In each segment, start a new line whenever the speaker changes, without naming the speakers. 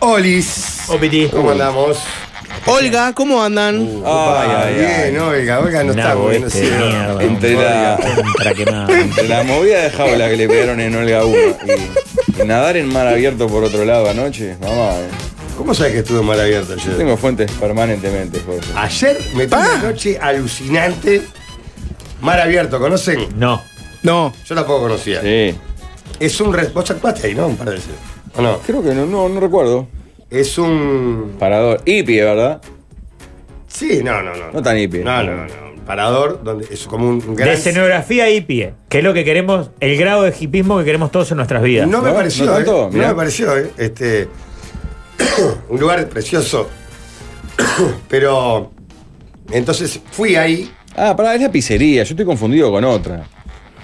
Olis.
Opiti.
¿Cómo andamos?
Olga, ¿cómo andan?
Ay, ay, ay.
Bien, Olga. Olga no está
Nabo
moviendo
este de mierda.
Entre la-
Contra quemado.
De la movida de jaula que le pegaron en Olga 1 y, y nadar en mar abierto por otro lado anoche, mamá, eh.
¿Cómo sabes que estuve mal abierto
yo
ayer?
tengo Ah. fuentes permanentemente, Jorge.
Ayer me tuve una noche alucinante. Mar abierto, ¿conocen?
No.
No.
Yo tampoco conocía.
Sí.
Es un. re- Vos actuaste ahí, ¿no? Un par de veces. ¿O no?
Creo que no, no, no recuerdo.
Es un.
Parador. Hippie, ¿verdad?
Sí, no, no, no.
No tan hippie.
No, no, no. no. Un parador donde es como un un gran.
De escenografía hippie, que es lo que queremos, el grado de hippismo que queremos todos en nuestras vidas.
No me
¿No?
pareció,
¿No
¿eh?
tanto?
No
Mirá.
me pareció, ¿eh? Este, un lugar precioso. Pero entonces fui ahí.
Ah, pará, es la pizzería. Yo estoy confundido con otra.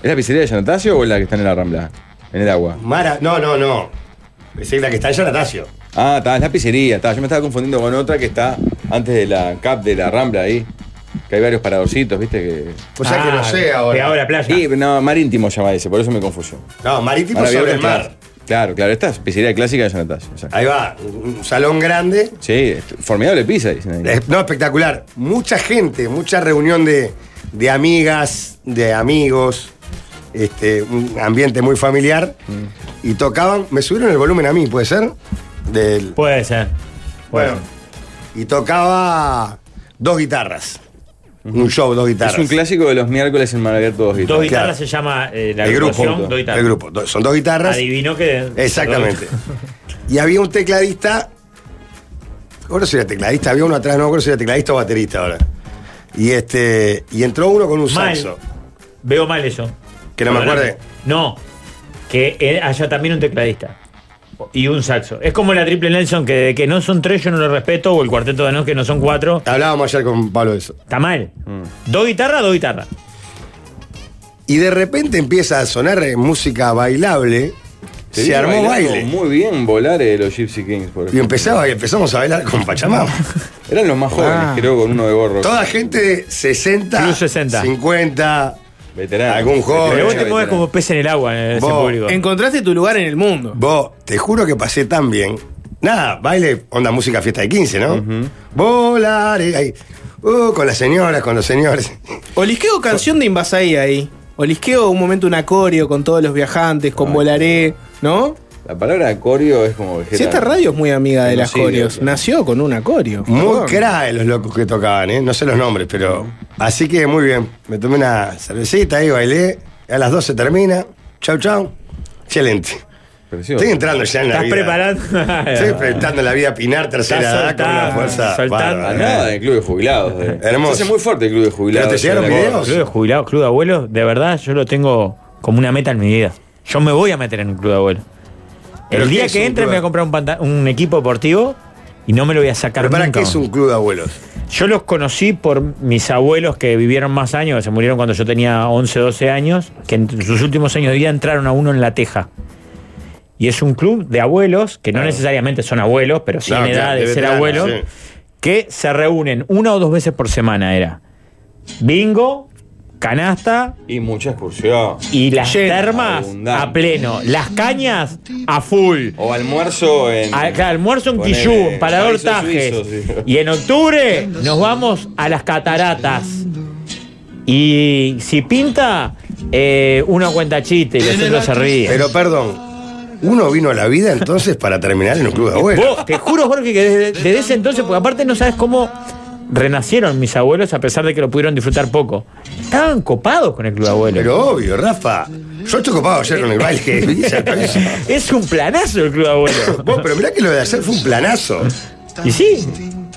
¿Es la pizzería de Yanatacio o es la que está en la Rambla? En el agua.
Mara, no, no, no. Es la que está allá, Natacio.
Ah, está, es la pizzería. Está. Yo me estaba confundiendo con otra que está antes de la cap de la Rambla ahí. Que hay varios paradorcitos, ¿viste? Que...
O sea Pues
Ah,
que no sé
Pegado a la
ahora.
playa.
Sí, no, mar íntimo se llama ese, por eso me confusión.
No, marítimo
Mar
sobre el
abierto,
mar.
Claro, claro, claro, esta es pizzería clásica de Yanatacio.
Ahí va, un un salón grande.
Sí, es formidable pizza, dicen ahí.
Es- No, espectacular. Mucha gente, mucha reunión de, de amigas, de amigos, este, un ambiente muy familiar. Y tocaban, me subieron el volumen a mí, ¿puede ser? Del,
Puede ser. Puede
bueno. Y tocaba dos guitarras. Un show, dos guitarras.
Es un clásico de los miércoles en Mar Abierto dos
ser. Dos
guitarras.
guitarras se llama eh, la
el grupo,
agrupación, dos guitarras.
el grupo. Do- Son dos guitarras.
Adivinó que.
Exactamente. Y había un tecladista. Ahora si era tecladista, había uno atrás, no me acuerdo si era tecladista o baterista ahora. Y este. Y entró uno con un
Mal.
saxo.
Veo mal eso.
Que no me
Perdóname.
acuerde.
No. Que eh, haya también un tecladista. Y un saxo. Es como la triple Nelson, que de que no son tres yo no lo respeto, o el cuarteto de no que no son cuatro.
Hablábamos ayer con Pablo de eso.
Está mal.
Mm.
Dos guitarras, dos guitarras.
Y de repente empieza a sonar eh, música bailable.
Te
se
vi
armó
bailando
baile.
Muy bien volar eh, los Gypsy Kings, por
Y
ejemplo.
empezaba, y empezamos a bailar con Pachamama.
Eran los más jóvenes,
Ah.
creo, con uno de gorro.
Toda gente de 60,
Plus 60.
50.
Veteranos.
Algún joven.
Pero
Pero
vos
ya
te mueves como pez en el agua en ese
Vos,
público.
Encontraste tu lugar en el mundo.
Vos, te juro que pasé tan bien. Nada, baile, onda música fiesta de 15, ¿no? Volar, ahí. Uh, con las señoras, con los señores.
Olisqueo canción de Invasaí ahí. Olisqueo un momento un acorio con todos los viajantes, con Volaré, ¿no?
La palabra acorio es como
Si esta radio es muy amiga de las
Genocidio,
corios,
claro.
nació con un acorio.
Muy
Perdón.
crae los locos que tocaban, ¿eh? No sé los nombres, pero. Así que muy bien. Me tomé una cervecita ahí, bailé. A las 12 termina. Chau, chau. Excelente.
Precioso.
Estoy entrando ya en la
Estás
vida.
preparando.
Estoy enfrentando la vida Pinar, tercera
Estás
edad, con una
soltando,
fuerza.
soltando.
A
bárbara.
Ah, nada del club de jubilados. eh.
Hermoso.
Se hace muy fuerte el club de jubilados.
Pero te llegaron
en la-
videos.
Club de jubilados, club de abuelos, de verdad yo lo tengo como una meta en mi vida. Yo me voy a meter en un club de abuelos.
¿Pero
El
qué
día
es
que
un
entre
club
me voy
de-
a comprar un, panta- un equipo deportivo y no me lo voy a sacar
Pero para
nunca
qué es
más.
un club de abuelos.
Yo los conocí por mis abuelos que vivieron más años, que se murieron cuando yo tenía 11, 12 años, que en sus últimos años de vida entraron a uno en La Teja. Y es un club de abuelos, que no necesariamente son abuelos, pero sí
Claro,
en edad
claro,
de,
de
ser
veteranos,
abuelos, que se reúnen una o dos veces por semana, era. Bingo, canasta
Y mucha excursión.
y las
Lleno.
termas
Abundante.
a pleno, las cañas a full.
O almuerzo en.
A- acá, Ah, almuerzo en
Ponele,
Quillú, en Parador
chorizo
Tajes.
suizo, sí.
Y en octubre nos vamos a las cataratas. Y si pinta, eh, uno cuenta chiste y los otros se ríen.
Pero perdón, uno vino a la vida entonces para terminar en un club de abuelos.
Vos, te juro, Jorge, que desde, desde ese entonces, porque aparte no sabes cómo renacieron mis abuelos, a pesar de que lo pudieron disfrutar poco. Estaban copados con el club de abuelos.
Pero obvio, Rafa. Yo estoy copado ayer con el baile que hice al colegio.
Es un planazo el club de abuelos.
Vos, pero mirá que lo de ayer fue un planazo.
y sí,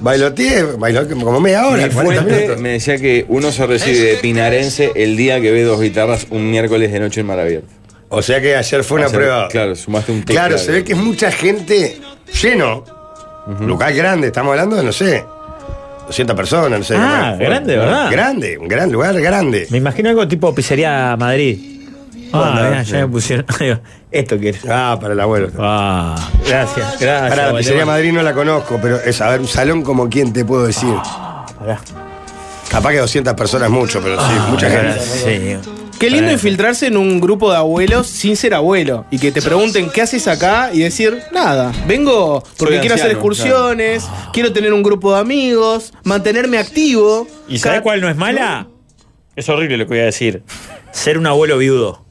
Bailoteé, bailoteé como media hora,
Mi
40
fuente
minutos.
me decía que uno se recibe de pinarense el día que ve dos guitarras un miércoles de noche en Mar Abierto.
O sea que ayer fue una
Ayer,
prueba.
Claro, sumaste un
Claro, se ve que es mucha gente lleno. Local grande, estamos hablando de, no sé, 200 personas, no sé.
Ah,
Bueno,
grande,
bueno,
¿verdad?
Grande, un gran lugar grande.
me imagino algo tipo pizzería Madrid. Ah,
Bueno,
mirá,
sí.
ya me pusieron. Esto quiero.
Ah, para el abuelo.
Ah, gracias, gracias.
Para la pizzería
Ah, Valdemar.
Madrid no la conozco, pero es, a ver, un salón como quien te puedo decir.
Pará.
Ah,
Capaz que 200 personas mucho, pero sí, mucha
Pará,
gente.
sí.
Qué lindo
Tremendo.
infiltrarse en un grupo de abuelos sin ser abuelo y que te pregunten qué haces acá y decir nada. Vengo porque
Soy
quiero hacer
anciano,
excursiones, quiero tener un grupo de amigos, mantenerme activo.
¿Y sabes
Cada-
cuál no es mala? Es horrible lo que voy a decir. Ser un abuelo viudo.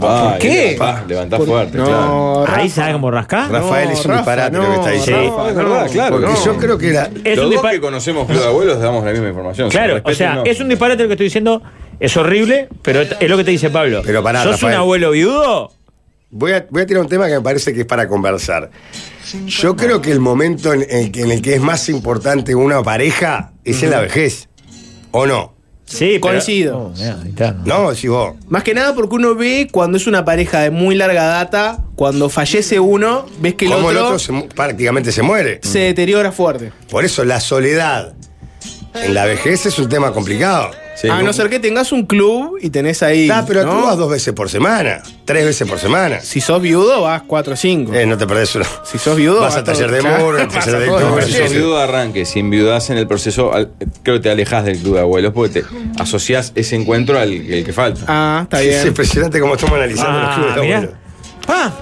Ah,
qué?
ahí Levantás, levantás
Por-
fuerte,
no,
claro.
Rafa,
Ahí sabes cómo rascar.
Rafa, Rafael es un disparate lo que está diciendo.
Rafa,
No, es verdad, claro.
Porque
no.
yo creo que la,
Es
Los
un
dos
dispar-
que conocemos Club de Abuelos damos la misma información.
Claro,
Sin
o
respeto,
sea,
no.
es un disparate lo que estoy diciendo. Es horrible, pero es lo que te dice Pablo.
Pero pará,
¿Sos
Rafael.
un abuelo viudo?
Voy a, voy a tirar un tema que me parece que es para conversar. Yo creo que el momento en el, que- en el que es más importante una pareja es en la vejez. ¿O no?
Sí, pero-
Coincido.
Oh, mira, ahí está.
No, si vos.
Más que nada porque uno ve cuando es una pareja de muy larga data, cuando fallece uno, ves que el
como
otro,
el otro se mu- prácticamente se muere.
se deteriora fuerte.
Por eso la soledad en la vejez es un tema complicado.
Sí,
a no
no-
ser que tengas un club y tenés ahí.
Ah, pero
¿no?
tú vas dos veces por semana, tres veces por semana.
Si sos viudo, vas 4 o 5.
Eh, no te perdés una.
Si sos viudo,
Vas a
todo-
taller de
Claro,
muro,
vas
taller
a
de
todo.
todo.
Pero si
Sí, sí.
viudo arranque, si enviudás en el proceso, al- creo que te alejas del club de abuelos porque te asociás ese encuentro al el que falta.
Ah, está bien.
Es impresionante cómo estamos analizando los clubes
Ah,
de
mirá.
abuelo.
Ah,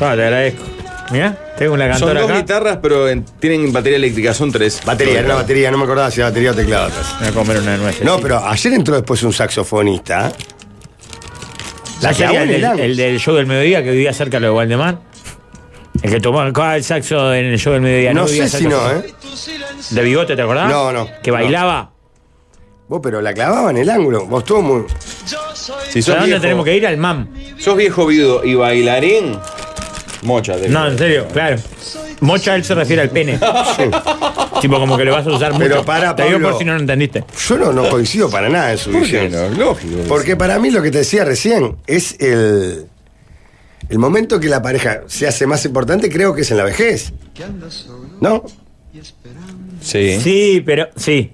Ah, te agradezco. Mirá, tengo una
Son
cantora
dos
acá.
guitarras, pero en- tienen batería eléctrica, son tres.
Batería, era una batería, no me acordaba si era batería o teclado. atrás.
Voy a comer una nuez.
No, pero ayer entró después un saxofonista. La que
sería
aún
el,
el,
del- el del show del mediodía que vivía cerca de lo de Waldemar. El que tomó el saxo en el show del mediodía.
No
Vivía
sé
cerca
si no,
de-
¿eh?
De bigote, ¿te acordás?
No, no,
Que
no.
bailaba.
Vos, pero la clavaba en el ángulo. Vos estuvo muy.
Si
¿A
sos
dónde
viejo,
tenemos que ir? Al MAM.
sos viejo viudo y bailarín, mocha. te
No,
digo.
en serio, claro. Mocha él se refiere al pene. tipo como que lo vas a usar
Pero
mucho.
para,
Te digo
Pablo.
por si no lo entendiste.
Yo no, no coincido para nada en su
¿Por qué
visión.
no? Lógico.
Porque para mí lo que te decía recién es el. El momento que la pareja se hace más importante, creo que es en la vejez. ¿No?
Sí.
Sí, pero. Sí.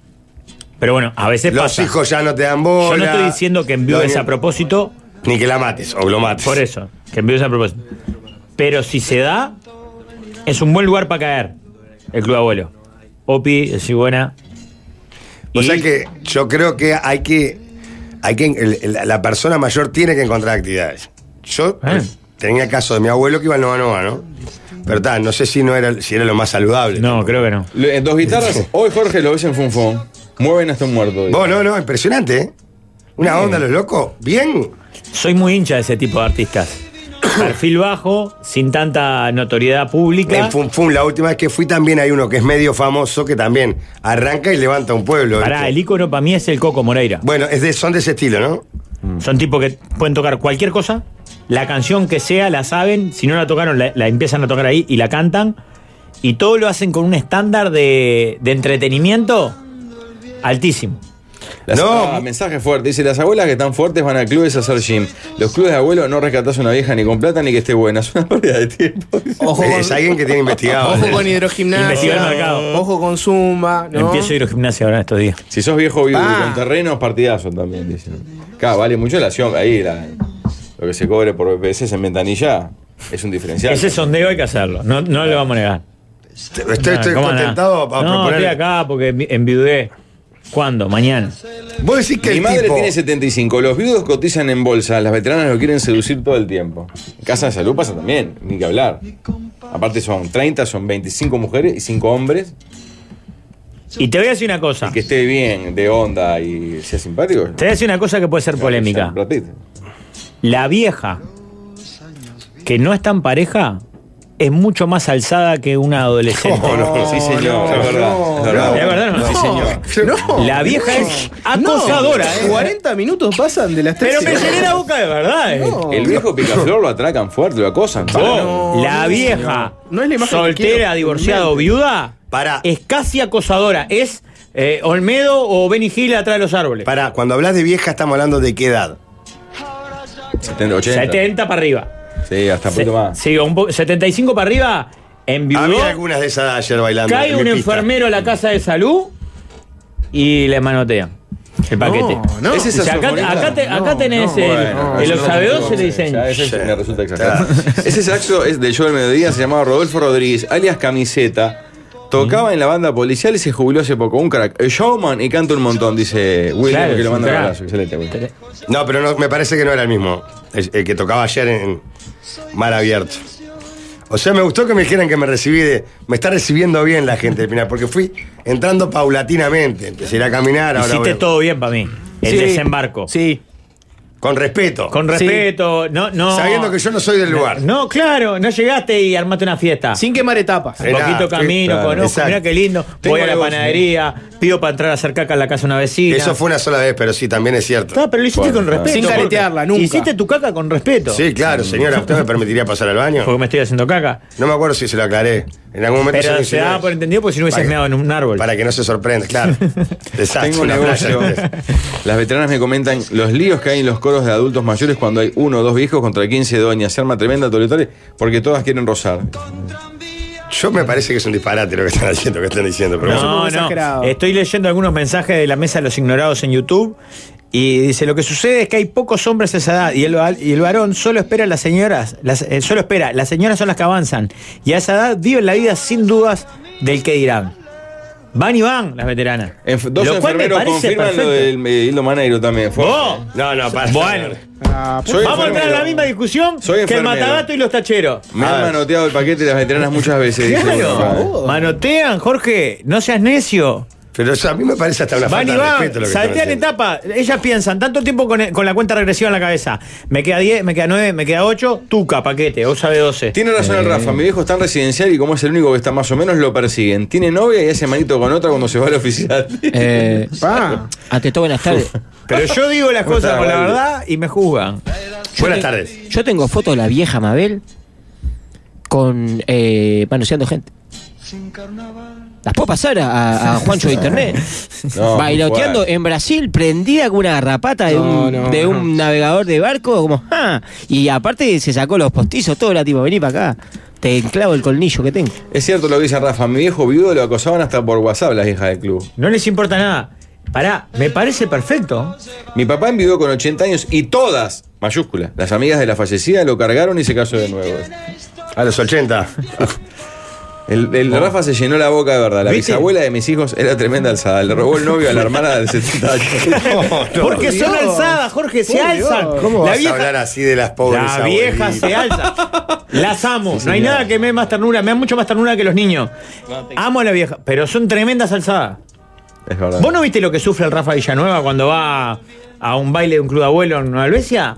Pero bueno, a veces
Los
pasa.
hijos ya no te dan
Yo
bola.
no estoy diciendo que enviudes
Doña-
a propósito,
Ni que la mates o lo mates.
por eso. Que enviudes a propósito. Pero si se da, es un buen lugar para caer. El club abuelo. Opi, si buena.
O
Y-
sea que yo creo que hay que. Hay que el- el- la persona mayor tiene que encontrar actividades. Yo pues,
Ah.
tenía el caso de mi abuelo que iba al Nova Nova, ¿no? Pero está, no sé si no era, si era lo más saludable.
No, creo que no.
Le- Dos guitarras, hoy Jorge lo ves en Funfón, mueven hasta un muerto. digo.
Vos, no, no, impresionante, ¿eh? Una onda, los locos. Bien.
Soy muy hincha de ese tipo de artistas. Perfil bajo, sin tanta notoriedad pública.
En Fun Fun, la última vez que fui también hay uno que es medio famoso que también arranca y levanta un pueblo.
Pará,
¿viste?
el ícono para mí es el Coco Moreira.
Bueno, es de, son de ese estilo, ¿no?
Son tipos que pueden tocar cualquier cosa, la canción que sea, la saben, si no la tocaron, la, la empiezan a tocar ahí y la cantan. Y todo lo hacen con un estándar de, de entretenimiento altísimo.
Las-
No.
ah, mensaje fuerte. Dice, las abuelas que están fuertes van a clubes a hacer gym. Los clubes de abuelos no rescatás una vieja ni con plata ni que esté buena. Es una pérdida de tiempo.
Ojo
es
con,
alguien que tiene investigado.
ojo con
Investigar el
hidrogimnasia.
mercado.
Ojo con zumba. ¿no?
Empiezo a ir a gimnasia ahora en estos días.
Si sos viejo vivo
Ah.
y con terrenos, partidazo también, dicen. Claro, vale mucho la acción. Ahí la- lo que se cobre por BPS en ventanilla es un diferencial.
Ese sondeo hay que hacerlo, no, no lo vamos a negar.
Estoy, estoy,
No, ¿cómo
contentado
no?
a
No,
proponer-
estoy acá porque envi- enviudé. ¿Cuándo? Mañana.
Vos decís que
Mi
el
madre
tipo-
tiene 75, los viudos cotizan en bolsa, las veteranas lo quieren seducir todo el tiempo. En casa de salud pasa también, ni que hablar. Aparte son 30, son 25 mujeres y 5 hombres.
Y te voy a decir una cosa.
Que
Te
esté bien, de onda y sea simpático.
voy a decir una cosa que puede ser
Ya,
polémica.
un ratito.
La vieja que no está en pareja es mucho más alzada que una adolescente.
No, no,
sí, señor,
no,
es verdad.
no,
es verdad.
no.
¿Es verdad o no?
Sí, señor.
No.
La vieja es
Ah, No,
acosadora, ¿eh?
40 minutos pasan de las 3
Pero me llené la boca de verdad, ¿eh?
No.
El viejo picaflor lo atracan fuerte, lo acosan.
Oh,
no,
la
no,
vieja
señor. No es la imagen que
soltera,
quiero.
divorciada o viuda
Pará.
es casi acosadora. Es eh, Olmedo o Benny Hill atrás de los árboles.
Pará, cuando hablas de vieja estamos hablando de qué edad.
70, 80.
70 para arriba.
Sí, hasta un
Se-
poquito más.
sí, un po- 75 para arriba, enviudó.
Había algunas de esas ayer bailando.
Cae
en mi
un
pista.
enfermero a la casa de salud y le manotea el paquete.
No.
¿Es
O sea,
esa
acá,
saxofonista?
acá te- acá
No,
tenés eh, el,
no,
Bueno,
el
eso no
osabedo
lo
se le
digo,
dicen.
ya, ese se me resulta exagerado. Ese saxo es del show del mediodía, se llamaba Rodolfo Rodríguez, alias Camiseta.
Mm.
Tocaba en la banda policial y se jubiló hace poco. Un crack. El showman y canta un montón, dice William,
Claro,
que lo
es un
manda un
crack.
abrazo. Excelente, William.
No, pero no, me parece que no era el mismo. El, el que tocaba ayer en Mar Abierto. O sea, me gustó que me dijeran que me recibí de. Me está recibiendo bien la gente del Pinar, porque fui entrando paulatinamente. Empecé a ir a caminar, ahora
Hiciste
voy-
todo bien para mí. El
Sí.
desembarco.
Sí.
con respeto.
Con
Sí.
respeto, no, no.
Sabiendo que yo no soy del lugar.
No, claro, no llegaste y armaste una fiesta.
Sin quemar etapas.
Sí.
Un poquito
Claro,
camino,
claro,
conozco,
exacto.
mirá qué lindo.
Tengo
Voy a la
algo,
panadería, pido para entrar a hacer caca en la casa de una vecina.
Eso fue una sola vez, pero sí, también es cierto.
Está, pero lo hiciste
Bueno,
con respeto.
Sin
Jorge.
caretearla, nunca.
Hiciste tu caca con respeto.
Sí, claro, señora, ¿usted me permitiría pasar al baño?
Porque me estoy haciendo caca.
No me acuerdo si se lo aclaré. En algún momento
Pero
lo
se
insinué.
daba por entendido porque si no hubieses
Para que-
meado en un árbol.
Para que no se sorprenda, claro. Desastre,
Tengo un
una playa.
negocio. Las veteranas me comentan los líos que hay en los coros de adultos mayores cuando hay uno o dos viejos contra 15 doñas. Se arma tremenda toletoria porque todas quieren rozar.
Yo me parece que es un disparate lo que están haciendo, que están diciendo, pero bueno.
No,
muy
no.
exagerado.
Estoy leyendo algunos mensajes de la mesa de los ignorados en YouTube. Y dice, lo que sucede es que hay pocos hombres a esa edad y el, va- y el varón solo espera a las señoras, las, eh, solo espera, las señoras son las que avanzan. Y a esa edad viven la vida sin dudas del que dirán. Van y van las veteranas.
Enf- dos
lo cual me
enfermeros
parece
confirman
perfecto.
lo del eh, Hildo Maneiro también. Fue-
¡Oh!
No, no, para.
Bueno.
Ah,
Soy
Vamos a entrar en
enfermero.
la misma discusión
Soy
que el
enfermero.
matagato y los tacheros.
Me han manoteado el paquete de las veteranas muchas veces. dice ¿eh? uno.
Ah. Claro. Manotean, Jorge, no seas necio.
Pero eso a mí me parece hasta una
Van
falta
y
de
van,
respeto lo que
saltean
están haciendo.
etapa. Ellas piensan tanto tiempo con, con la cuenta regresiva en la cabeza. Me queda 10, me queda 9, me queda 8, tuca, paquete, vos sabe 12.
Tiene razón el Rafa, mi viejo está en residencial y como es el único que está más o menos, lo persiguen. Tiene novia y hace manito con otra cuando se va a la oficina.
Eh,
pa.
ante todo, buenas tardes.
Pero yo digo las
¿Cómo
cosas
está,
con la
Gabriel?
verdad y me juzgan.
Buenas tardes.
Yo tengo fotos de la vieja Mabel con eh, manoseando gente. Las puedo pasar a, a Juancho de Internet.
No,
Bailoteando
fuerte.
en Brasil, prendida con una garrapata de,
No,
un,
no,
de un
no.
navegador de barco, como ¡ja! Y aparte se sacó los postizos, todo era tipo, vení para acá. Te enclavo el colnillo que tengo.
Es cierto lo que dice Rafa, mi viejo viudo lo acosaban hasta por WhatsApp las hijas del club.
No les importa nada. Pará, me parece perfecto.
Mi papá enviudó con 80 años y todas, mayúsculas, las amigas de la fallecida lo cargaron y se casó de nuevo.
A los 80.
El, el Rafa se llenó la boca de verdad. La
Oh. ¿Viste?
bisabuela de mis hijos era tremenda alzada. Le robó el novio a la hermana de 70 años.
Porque
Dios.
son alzadas, Jorge, se
Por
alzan.
Dios.
la
¿Cómo vas a
vieja,
hablar así de las pobres
la vieja
abuelitas?
se alza. Las amo. no hay nada que me dé más ternura. Me da mucho más ternura que los niños. Amo a la vieja, pero son tremendas alzadas.
Es verdad.
¿Vos no viste lo que sufre el Rafa Villanueva cuando va a un baile de un club de abuelo en Nueva Albesia?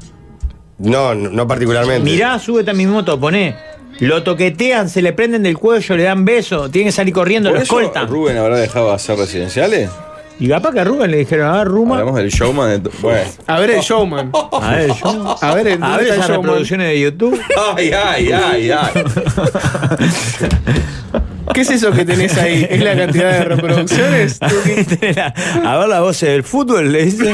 No, no, no particularmente.
Mirá, súbete a mi moto, poné. Lo toquetean, se le prenden del cuello, le dan beso, tienen que salir corriendo,
¿Por
lo
eso
escoltan.
Rubén habrá dejado de hacer residenciales?
Y capaz que a Rubén le dijeron, a ver, Ruma.
Hablamos del showman de... to- Bueno.
A ver el showman.
A ver, yo.
Oh. A ver, ¿dónde
A ver
está el
esas
showman?
reproducciones de YouTube.
Ay, ay, ay, ay.
¿Qué es eso que tenés ahí? ¿Es la cantidad de reproducciones?
a ver la voz del fútbol, le dice.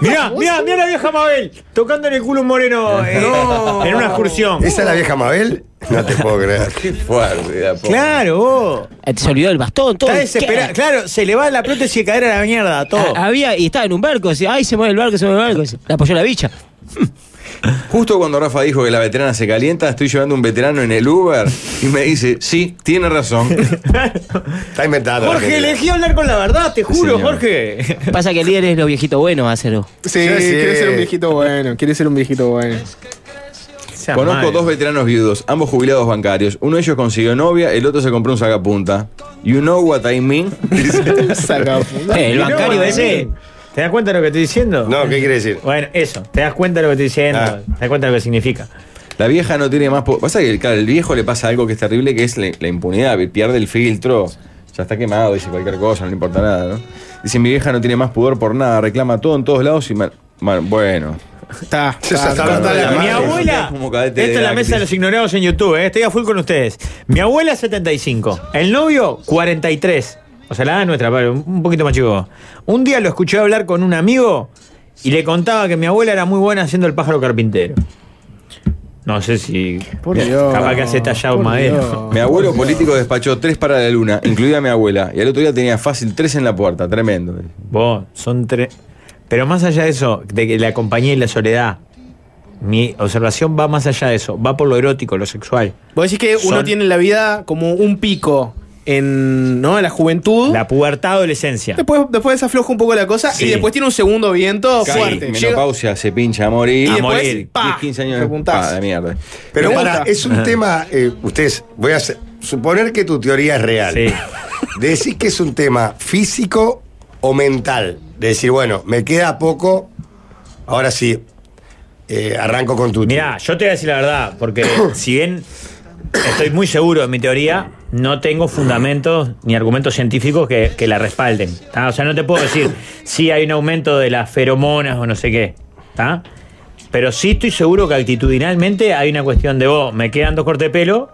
Mirá, mirá, mirá la vieja Mabel, tocando en el culo un moreno eh,
No.
en una excursión.
¿Esa es la vieja Mabel? No te puedo creer.
Qué fuerte. la pobre.
Claro, vos.
Eh, Se olvidó el bastón, todo.
Está desesperado.
¿Qué?
Claro, se le va la prótesis de cadera a la mierda, todo.
Ah, Había, y estaba en un barco, decía, ay, se mueve el barco, se mueve el barco. La apoyó la bicha.
Justo cuando Rafa dijo que la veterana se calienta, estoy llevando un veterano en el Uber y me dice, sí, tiene razón.
Está inventado. la
Jorge,
gente.
elegí hablar con la verdad, te juro,
señor.
Jorge.
Pasa que el líder es lo viejito bueno, acero.
Sí,
Sí, sí.
quiere ser un viejito bueno, quiere ser un viejito bueno.
Conozco dos veteranos viudos, ambos jubilados bancarios. Uno de ellos consiguió novia, el otro se compró un sacapunta. You know what I mean?
Saca.
Eh, el
El bancario
bancario
ese. ¿Te das cuenta de lo que estoy diciendo?
No, ¿qué quiere decir?
Bueno, eso, te das cuenta de lo que estoy diciendo,
Ah.
te das cuenta de lo que significa.
La vieja no tiene más... po- Pasa que claro, el viejo le pasa algo que es terrible, que es la, la impunidad, pierde el filtro. Ya está quemado, dice cualquier cosa, no le importa nada, ¿no? Dice, mi vieja no tiene más pudor por nada, reclama todo en todos lados y... mal- mal- bueno.
Está.
Se
está,
está
está.
hablando de la
Mi
madre.
abuela.
Como cadete
Esta
de
es la
la
mesa de
actriz.
los ignorados en YouTube, eh, estoy a full con ustedes. Mi abuela 75, el novio 43. O sea, la edad nuestra, pero un poquito más chico. Un día lo escuché hablar con un amigo y le contaba que mi abuela era muy buena haciendo el pájaro carpintero. No sé si.
Por Dios.
Capaz que hace tallado en
Por
madera.
Dios.
Mi
Ah,
abuelo político despachó tres para la luna, incluida mi abuela, y al otro día tenía fácil tres en la puerta, tremendo.
Vos, son tres. Pero más allá de eso, de que la compañía y la soledad, mi observación va más allá de eso, va por lo erótico, lo sexual.
Vos decís que uno
Son-
tiene en la vida como un pico en, ¿no? en la juventud.
La pubertad adolescencia.
Después, después afloja un poco la cosa
Sí.
y después tiene un segundo viento
Cae,
fuerte. Llega-
menopausia, se pincha a morir.
A
Y después,
morir.
10, 15 años
Te
de
apuntás.
pa, de mierda.
Pero
Me
para,
gusta.
es un tema. eh, ustedes, voy a hacer- suponer que tu teoría es real.
Sí.
Decís que es un tema físico o mental. De decir, bueno, me queda poco, ahora sí, eh, arranco con tu.
Mirá, yo te voy a decir la verdad, porque si bien estoy muy seguro de mi teoría, no tengo fundamentos ni argumentos científicos que, que la respalden. ¿tá? O sea, no te puedo decir si hay un aumento de las feromonas o no sé qué. ¿tá? Pero sí estoy seguro que actitudinalmente hay una cuestión de, vos, me quedan dos cortes de pelo,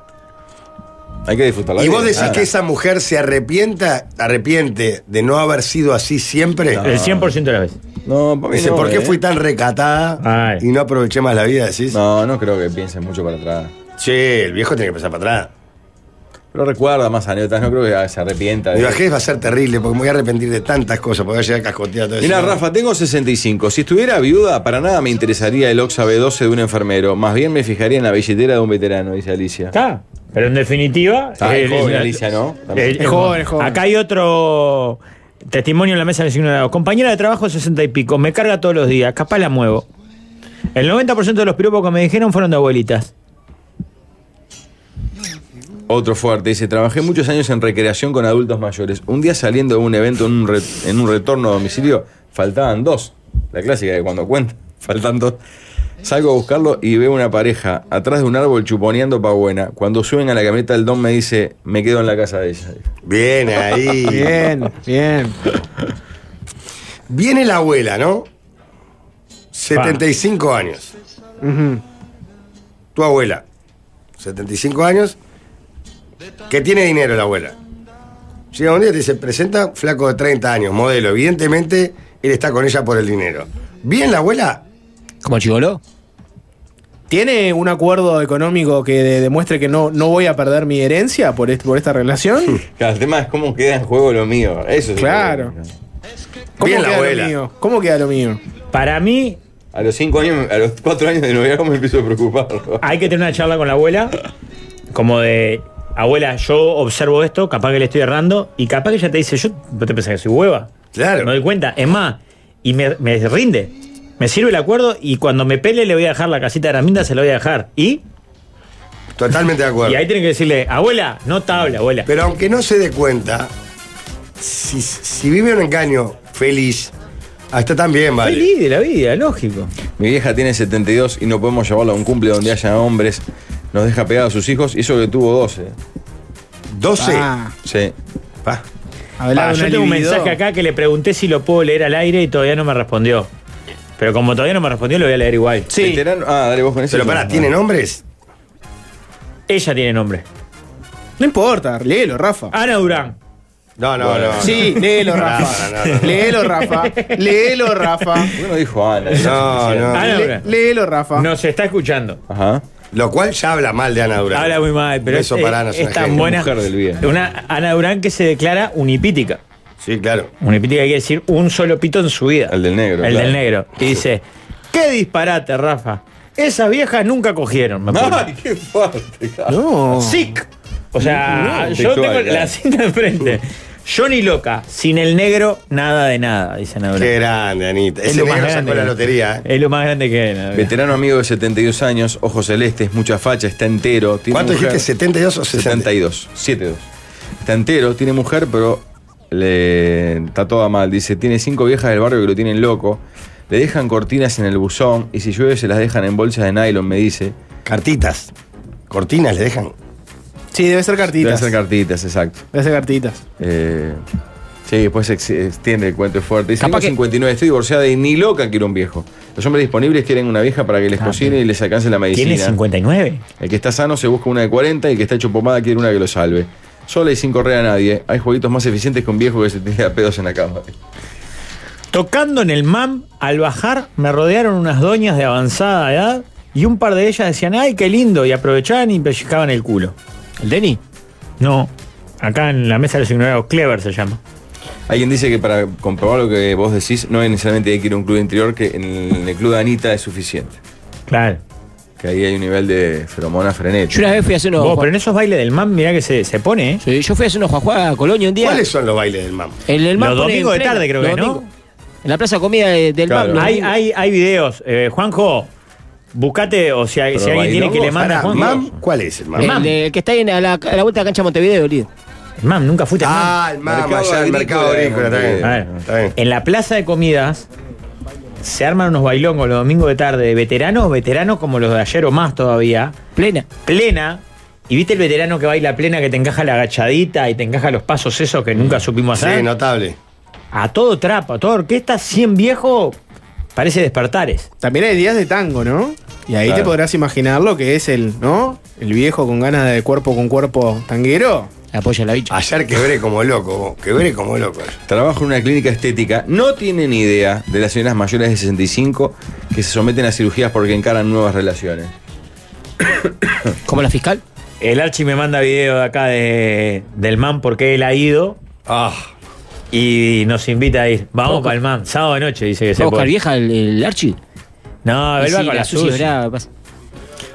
Hay que disfrutarla.
Y vos decís que esa mujer se arrepienta, arrepiente de no haber sido así siempre.
el 100% de las veces.
No, para mí
Dice,
no,
¿por qué
eh.
fui tan recatada
Ay.
y no aproveché más la vida? Decís,
No, no creo que piensen mucho para atrás.
che, el viejo tiene que pasar para atrás.
Pero recuerda más anécdotas, no creo que se arrepienta.
Mi
de-
bajez va a ser terrible porque me voy a arrepentir de tantas cosas, porque voy a llegar cascoteado todo eso.
Mira, Rafa, tengo 65. Si estuviera viuda, para nada me interesaría el Oxa B12 de un enfermero. Más bien me fijaría en la billetera de un veterano, dice Alicia.
¿Está? Pero en definitiva...
Ah, es
eh,
joven,
eh,
Alicia, ¿no? También.
Eh,
Es
eh,
joven, es joven.
Acá hay otro testimonio en la mesa del signo de la Compañera de trabajo 60 y pico, me carga todos los días, capaz la muevo. El 90% de los piropos que me dijeron fueron de abuelitas.
Otro fuerte, dice, trabajé muchos años en recreación con adultos mayores. Un día saliendo de un evento en un, re- en un retorno a domicilio, faltaban dos. La clásica de cuando cuenta, faltan dos. Salgo a buscarlo y veo una pareja atrás de un árbol chuponeando pa' buena. Cuando suben a la camioneta del don me dice, me quedo en la casa de ella.
Bien ahí.
Bien, bien.
Viene la abuela, ¿no? 75 años. Tu abuela, 75 años, que tiene dinero la abuela. Llega un día y te dice, presenta flaco de 30 años, modelo. Evidentemente, él está con ella por el dinero. Bien la abuela,
¿Como chigoló?
¿Tiene un acuerdo económico que de- demuestre que no, no voy a perder mi herencia por, est- por esta relación?
Claro, el tema es cómo queda en juego lo mío. Eso es
Claro. ¿Cómo
bien
queda
la
lo
abuela.
mío? ¿Cómo queda lo mío?
Para mí,
A los cinco años, a los cuatro años de noviazgo me empiezo a preocupar.
hay que tener una charla con la abuela, como de, abuela, yo observo esto, capaz que le estoy errando, y capaz que ella te dice, yo no te pensás que soy hueva.
Claro.
Me doy cuenta. Es más, y me, me rinde. Me sirve el acuerdo y cuando me pele le voy a dejar la casita de Raminda, se la voy a dejar. Y,
Totalmente de acuerdo.
y ahí tienen que decirle, abuela, no tabla, abuela.
Pero aunque no se dé cuenta, si, si vive un engaño feliz, hasta también vale.
Feliz de la vida, lógico.
Mi vieja tiene 72 y no podemos llevarla a un cumple donde haya hombres. Nos deja pegados a sus hijos y eso que tuvo 12.
12.
Ah,
Sí.
Pa.
Pa, Ah,
hablar de
yo
una
tengo un
libido.
mensaje acá que le pregunté si lo puedo leer al aire y todavía no me respondió. Pero como todavía no me respondió, lo voy a leer igual.
Sí.
Veterano- Ah, dale vos con eso.
Pero pará, ¿tiene nombres?
Ella tiene nombre.
No importa, léelo, Rafa.
Ana Durán.
No, no, no.
Sí, léelo, Rafa.
No, no, no, no.
Léelo, Rafa. Léelo, Rafa.
¿Por qué no dijo Ana?
No, Ah, no.
Ana
Le-
Durán.
Léelo, Rafa.
Nos está escuchando.
Ajá.
Lo cual ya habla mal de Ana Durán.
Habla muy mal, pero
Beso
es,
para Ana,
es
una
tan
genia.
buena.
mujer del bien.
Una Ana Durán que se declara unipítica.
Sí, claro.
Unipítica quiere decir un solo pito en su vida.
El del negro,
El
claro.
del negro. Y dice: ¡Qué disparate, Rafa! Esas viejas nunca cogieron. Me pone.
Ay, qué fuerte. cara.
No.
Sick. O sea,
No,
yo
textual, eh.
tengo la
claro.
cinta enfrente. Johnny Loca, sin el negro, nada de nada, dice Ana Durán.
Qué grande, Anita.
Es
Ese
lo más
negro
grande
sacó
que
la
hay.
lotería. ¿eh?
Es lo más grande que hay. Ana Durán.
Veterano amigo de 72 años, ojos celestes, mucha facha, está entero. Tiene
¿Cuánto
mujer.
dijiste? ¿72 o 60?
72, 72. Está entero, tiene mujer, pero le está toda mal. Dice, tiene cinco viejas del barrio que lo tienen loco. Le dejan cortinas en el buzón y si llueve se las dejan en bolsas de nylon, me dice.
Cartitas. Cortinas le dejan.
Sí, debe ser
Debe
cartitas.
hacer cartitas, exacto.
Debe ser cartitas.
Eh, sí, después se ex- extiende el cuento es fuerte. Dice,
Capaz que-
tengo 59, estoy divorciada y ni loca quiero un viejo. Los hombres disponibles quieren una vieja para que les cocine y les alcance la medicina.
Tiene 59.
El que está sano se busca una de 40 y el que está hecho pomada quiere una que lo salve. Sola y sin correr a nadie. Hay jueguitos más eficientes que un viejo que se tira a pedos en la cama.
Tocando en el MAM, al bajar, me rodearon unas doñas de avanzada edad y un par de ellas decían: ¡Ay, qué lindo! Y aprovechaban y pellizcaban el culo.
¿El Denny?
No, acá en la mesa de los ignorados, Clever se llama.
Alguien dice que para comprobar lo que vos decís, no es necesariamente hay que ir a un club interior, que en el, en el club de Anita es suficiente.
Claro.
Que que ahí hay un nivel de feromona
Yo
frenética.
una vez fui a hacer unos.
Vos, pero en esos bailes del man, mirá que se, se pone, ¿eh?
Sí, yo fui a hacer unos juajuá a Colonia un día.
¿Cuáles son los bailes del mambo?
El, el man
Los
pone en
domingos de
plena,
tarde, creo
los
que, ¿no?
domingos. En la plaza de comida de- del
Claro.
man.
Hay, hay, hay videos. Eh, Juanjo, buscate, o sea, si alguien tiene que le manda a
Pará,
Juanjo.
mam, ¿cuál es el mam?
El,
Mam.
de- que está ahí en- a la, a la vuelta de la cancha de Montevideo, líder.
Mam, nunca fuiste al mam.
Ah, el mam,
Mercado
allá el
agrícola
mercado
de
agrícola, está bien.
eh. A ver,
Está bien.
en la plaza de comidas se arman unos bailongos los domingos de tarde de veteranos, veteranos como los de ayer o más todavía,
Plena.
plena. Y viste el veterano que baila plena que te encaja la agachadita y te encaja los pasos esos que nunca supimos hacer.
Sí, notable.
A todo trapo, a toda orquesta, 100 viejo, parece despertares.
También hay días de tango, ¿no? Y ahí
Claro.
te podrás imaginar lo que es el, ¿no? El viejo con ganas de cuerpo con cuerpo tanguero.
Apoya la bicha.
Ayer quebré como loco, vos, quebré como loco.
Trabajo en una clínica estética. No tienen idea de las señoras mayores de 65 que se someten a cirugías porque encaran nuevas relaciones.
Ah.
Como la fiscal.
El Archi me manda video de acá de, del man porque él ha ido
Ah,
y nos invita a ir. Vamos
Vamos
para el man, sábado de noche dice que
Va
se
a buscar
puede.
vieja el, el Archie.
No, él
Y
va
sí,
con la,
Susi
sucia.
Brava, pasa.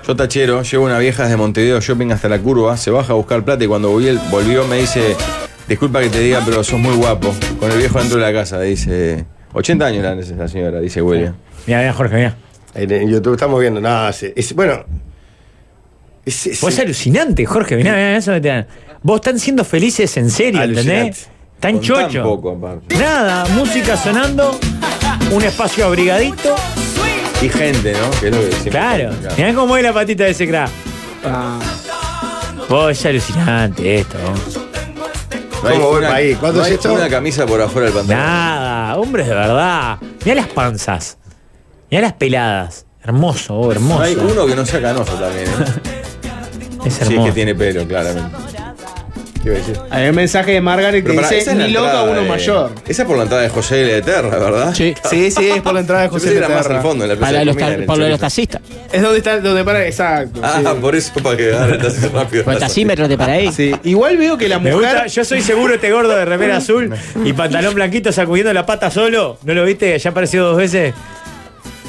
Yo tachero, llevo una vieja desde Montevideo Shopping hasta la curva, se baja a buscar plata y cuando volvió, volvió me dice, disculpa que te diga, pero sos muy guapo. Con el viejo dentro de la casa, dice. 80 años era esa señora, dice William.
Mira, mira, Jorge, mira.
en, en YouTube estamos viendo nada. se- es- bueno, es, es-
Vos es alucinante, Jorge. Mirá, mirá eso que te dan. Vos están siendo felices en serio, ¿entendés?
Alucinante.
Tan
Con tan
chocho.
poco, aparte.
Nada, música sonando, un espacio abrigadito.
Y gente, ¿no? Que es lo que siempre
Claro.
pasa acá.
Mirá cómo es la patita de ese crack. Vos es alucinante esto.
No hay
¿Cómo voy
una-
pa' ahí? ¿Cuánto
no
es
hay
esto?
Una camisa por afuera del pantalón.
Nada, hombres de verdad. Mirá las panzas. Mirá las peladas. Hermoso, oh, hermoso.
No hay uno que no sea canoso también. ¿eh?
Es
Si es
hermoso.
que tiene pelo, claramente. ¿Qué iba a decir?
Hay un mensaje de Margaret que
Pero pará,
dice,
es la
ni loca
entrada
uno
de-
mayor.
Esa es por la entrada de José L. de Terra, ¿verdad?
Sí.
Sí, sí, es por la entrada de
Yo pensé
José
que era más
Leterra.
al fondo, en la plaza
Para
de
los,
comida,
ta-
en el
para lo de los
chorizo.
taxistas.
Es donde está, donde para, exacto.
Ah,
sí.
por eso, para quedar estás rápido.
Con el taxímetro te para ahí.
Sí. Igual veo que la
Me
mujer.
gusta, yo soy seguro este gordo de remera azul y pantalón blanquito sacudiendo la pata solo. ¿No lo viste? Ya apareció dos veces.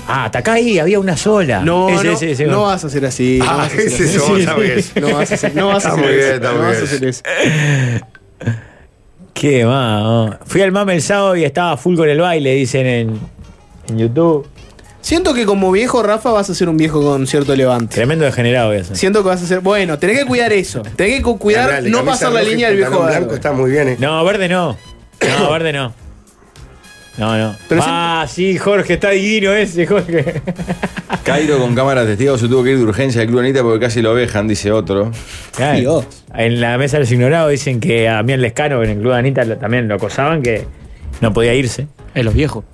Ah, hasta acá ahí había una sola.
No,
Ese,
no,
ese, ese.
no vas a ser así. no
ah,
vas a hacer
ese
así.
es vos sabés.
No vas a hacer, no vas a
Está
hacer
muy bien,
eso,
está
no
muy
vas
bien.
a hacer eso.
Qué más. Fui al mame el sábado y estaba full con el baile, dicen en, en YouTube.
Siento que como viejo Rafa vas a ser un viejo con cierto levante.
Tremendo degenerado eso.
Siento que vas a ser. Bueno, tenés que cuidar eso. Tenés que cu- cuidar
Andá,
no
camisa
pasar la
roja y
línea del viejo
pantalón
verde.
blanco está muy bien, eh.
No, verde no. No, verde no. No, no.
Pero
ah, sí, Jorge, está divino ese, Jorge.
Cairo con cámara testigo se tuvo que ir de urgencia al Club Anita porque casi lo vejan, dice otro.
Claro.
Dios.
En la mesa de los ignorados dicen que a Damián Lescano en el club de Anita lo- también lo acosaban, que no podía irse.
En los viejos.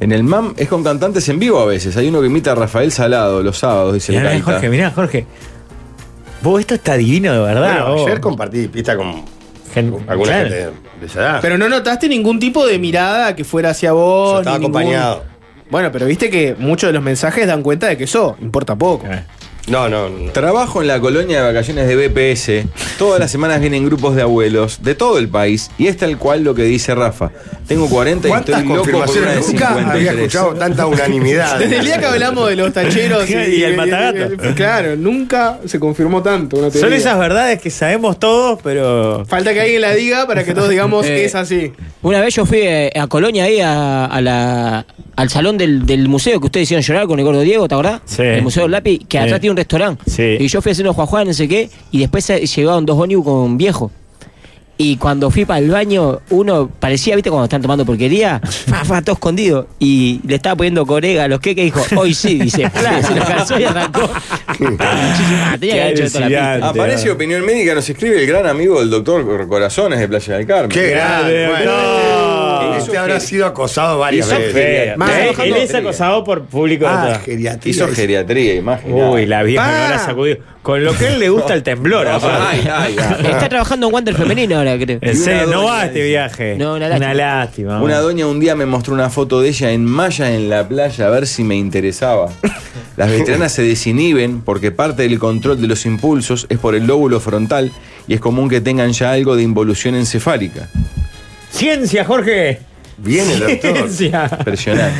En el MAM es con cantantes en vivo a veces. Hay uno que imita a Rafael Salado los sábados, dice el
Mirá,
Caita.
Jorge, mirá, Jorge. Vos, esto está divino de verdad.
Bueno,
vos.
ayer compartí pista con
Gen-
alguna
claro.
gente de esa edad.
Pero no notaste ningún tipo de mirada que fuera hacia
Yo
vos.
estaba
ni ningún-
acompañado.
Bueno, pero viste que muchos de los mensajes dan cuenta de que eso importa poco.
Eh.
No, no, no.
Trabajo en la colonia de vacaciones de BPS. Todas las semanas vienen grupos de abuelos de todo el país y es tal cual lo que dice Rafa. Tengo 40 y
¿Cuántas
estoy loco por una de
confirmaciones? Nunca había
53.
escuchado tanta unanimidad.
Desde el día que hablamos de los tacheros
Y el matagato.
claro, nunca se confirmó tanto. una
Son
teoría.
esas verdades que sabemos todos, pero.
Falta que alguien la diga para que todos digamos
Eh,
es así.
Una vez yo fui eh, a Colonia ahí a, a la, al salón del, del museo que ustedes hicieron llorar con el gordo Diego, ¿te acordás?
Sí.
El museo del lápiz, que
Sí.
atrás tiene un restaurante.
Sí.
Y yo fui a hacer unos juajuá, no sé qué, y después eh, llegaron dos ómnibus con viejo. Y cuando fui para el baño, uno parecía, viste, cuando están tomando porquería, fa, fa, todo escondido. Y le estaba poniendo corega a los que dijo, hoy sí, dice, "Fla", se lo calzó y arrancó. Ah, tenía que
Qué
haber hecho toda la pista.
alucinante.
Aparece Opinión Médica, nos escribe el gran amigo del doctor Corazones de Playa del Carmen.
Qué grande.
no.
Bueno, este habrá sido acosado varias
Hizo
veces.
fe-
Feo.
Más
Eh, Él
trabajando-
es acosado por público de
Ah,
atrás.
geriatría.
Hizo geriatría, imagínate.
Uy, la vieja
Pa.
me habrá sacudido. Con lo que a él le gusta el temblor, aparte.
Ay, ay, ay.
Está trabajando en Wander femenino ahora, creo.
En
Y una
serio, no
doña,
va este
dice.
viaje.
No, una
Una
lástima.
lástima.
Una doña un día me mostró una foto de ella en malla en la playa a ver si me interesaba. Las veteranas se desinhiben porque parte del control de los impulsos es por el lóbulo frontal y es común que tengan ya algo de involución encefálica.
Ciencia, Jorge.
Viene el doctor.
Ciencia.
Impresionante.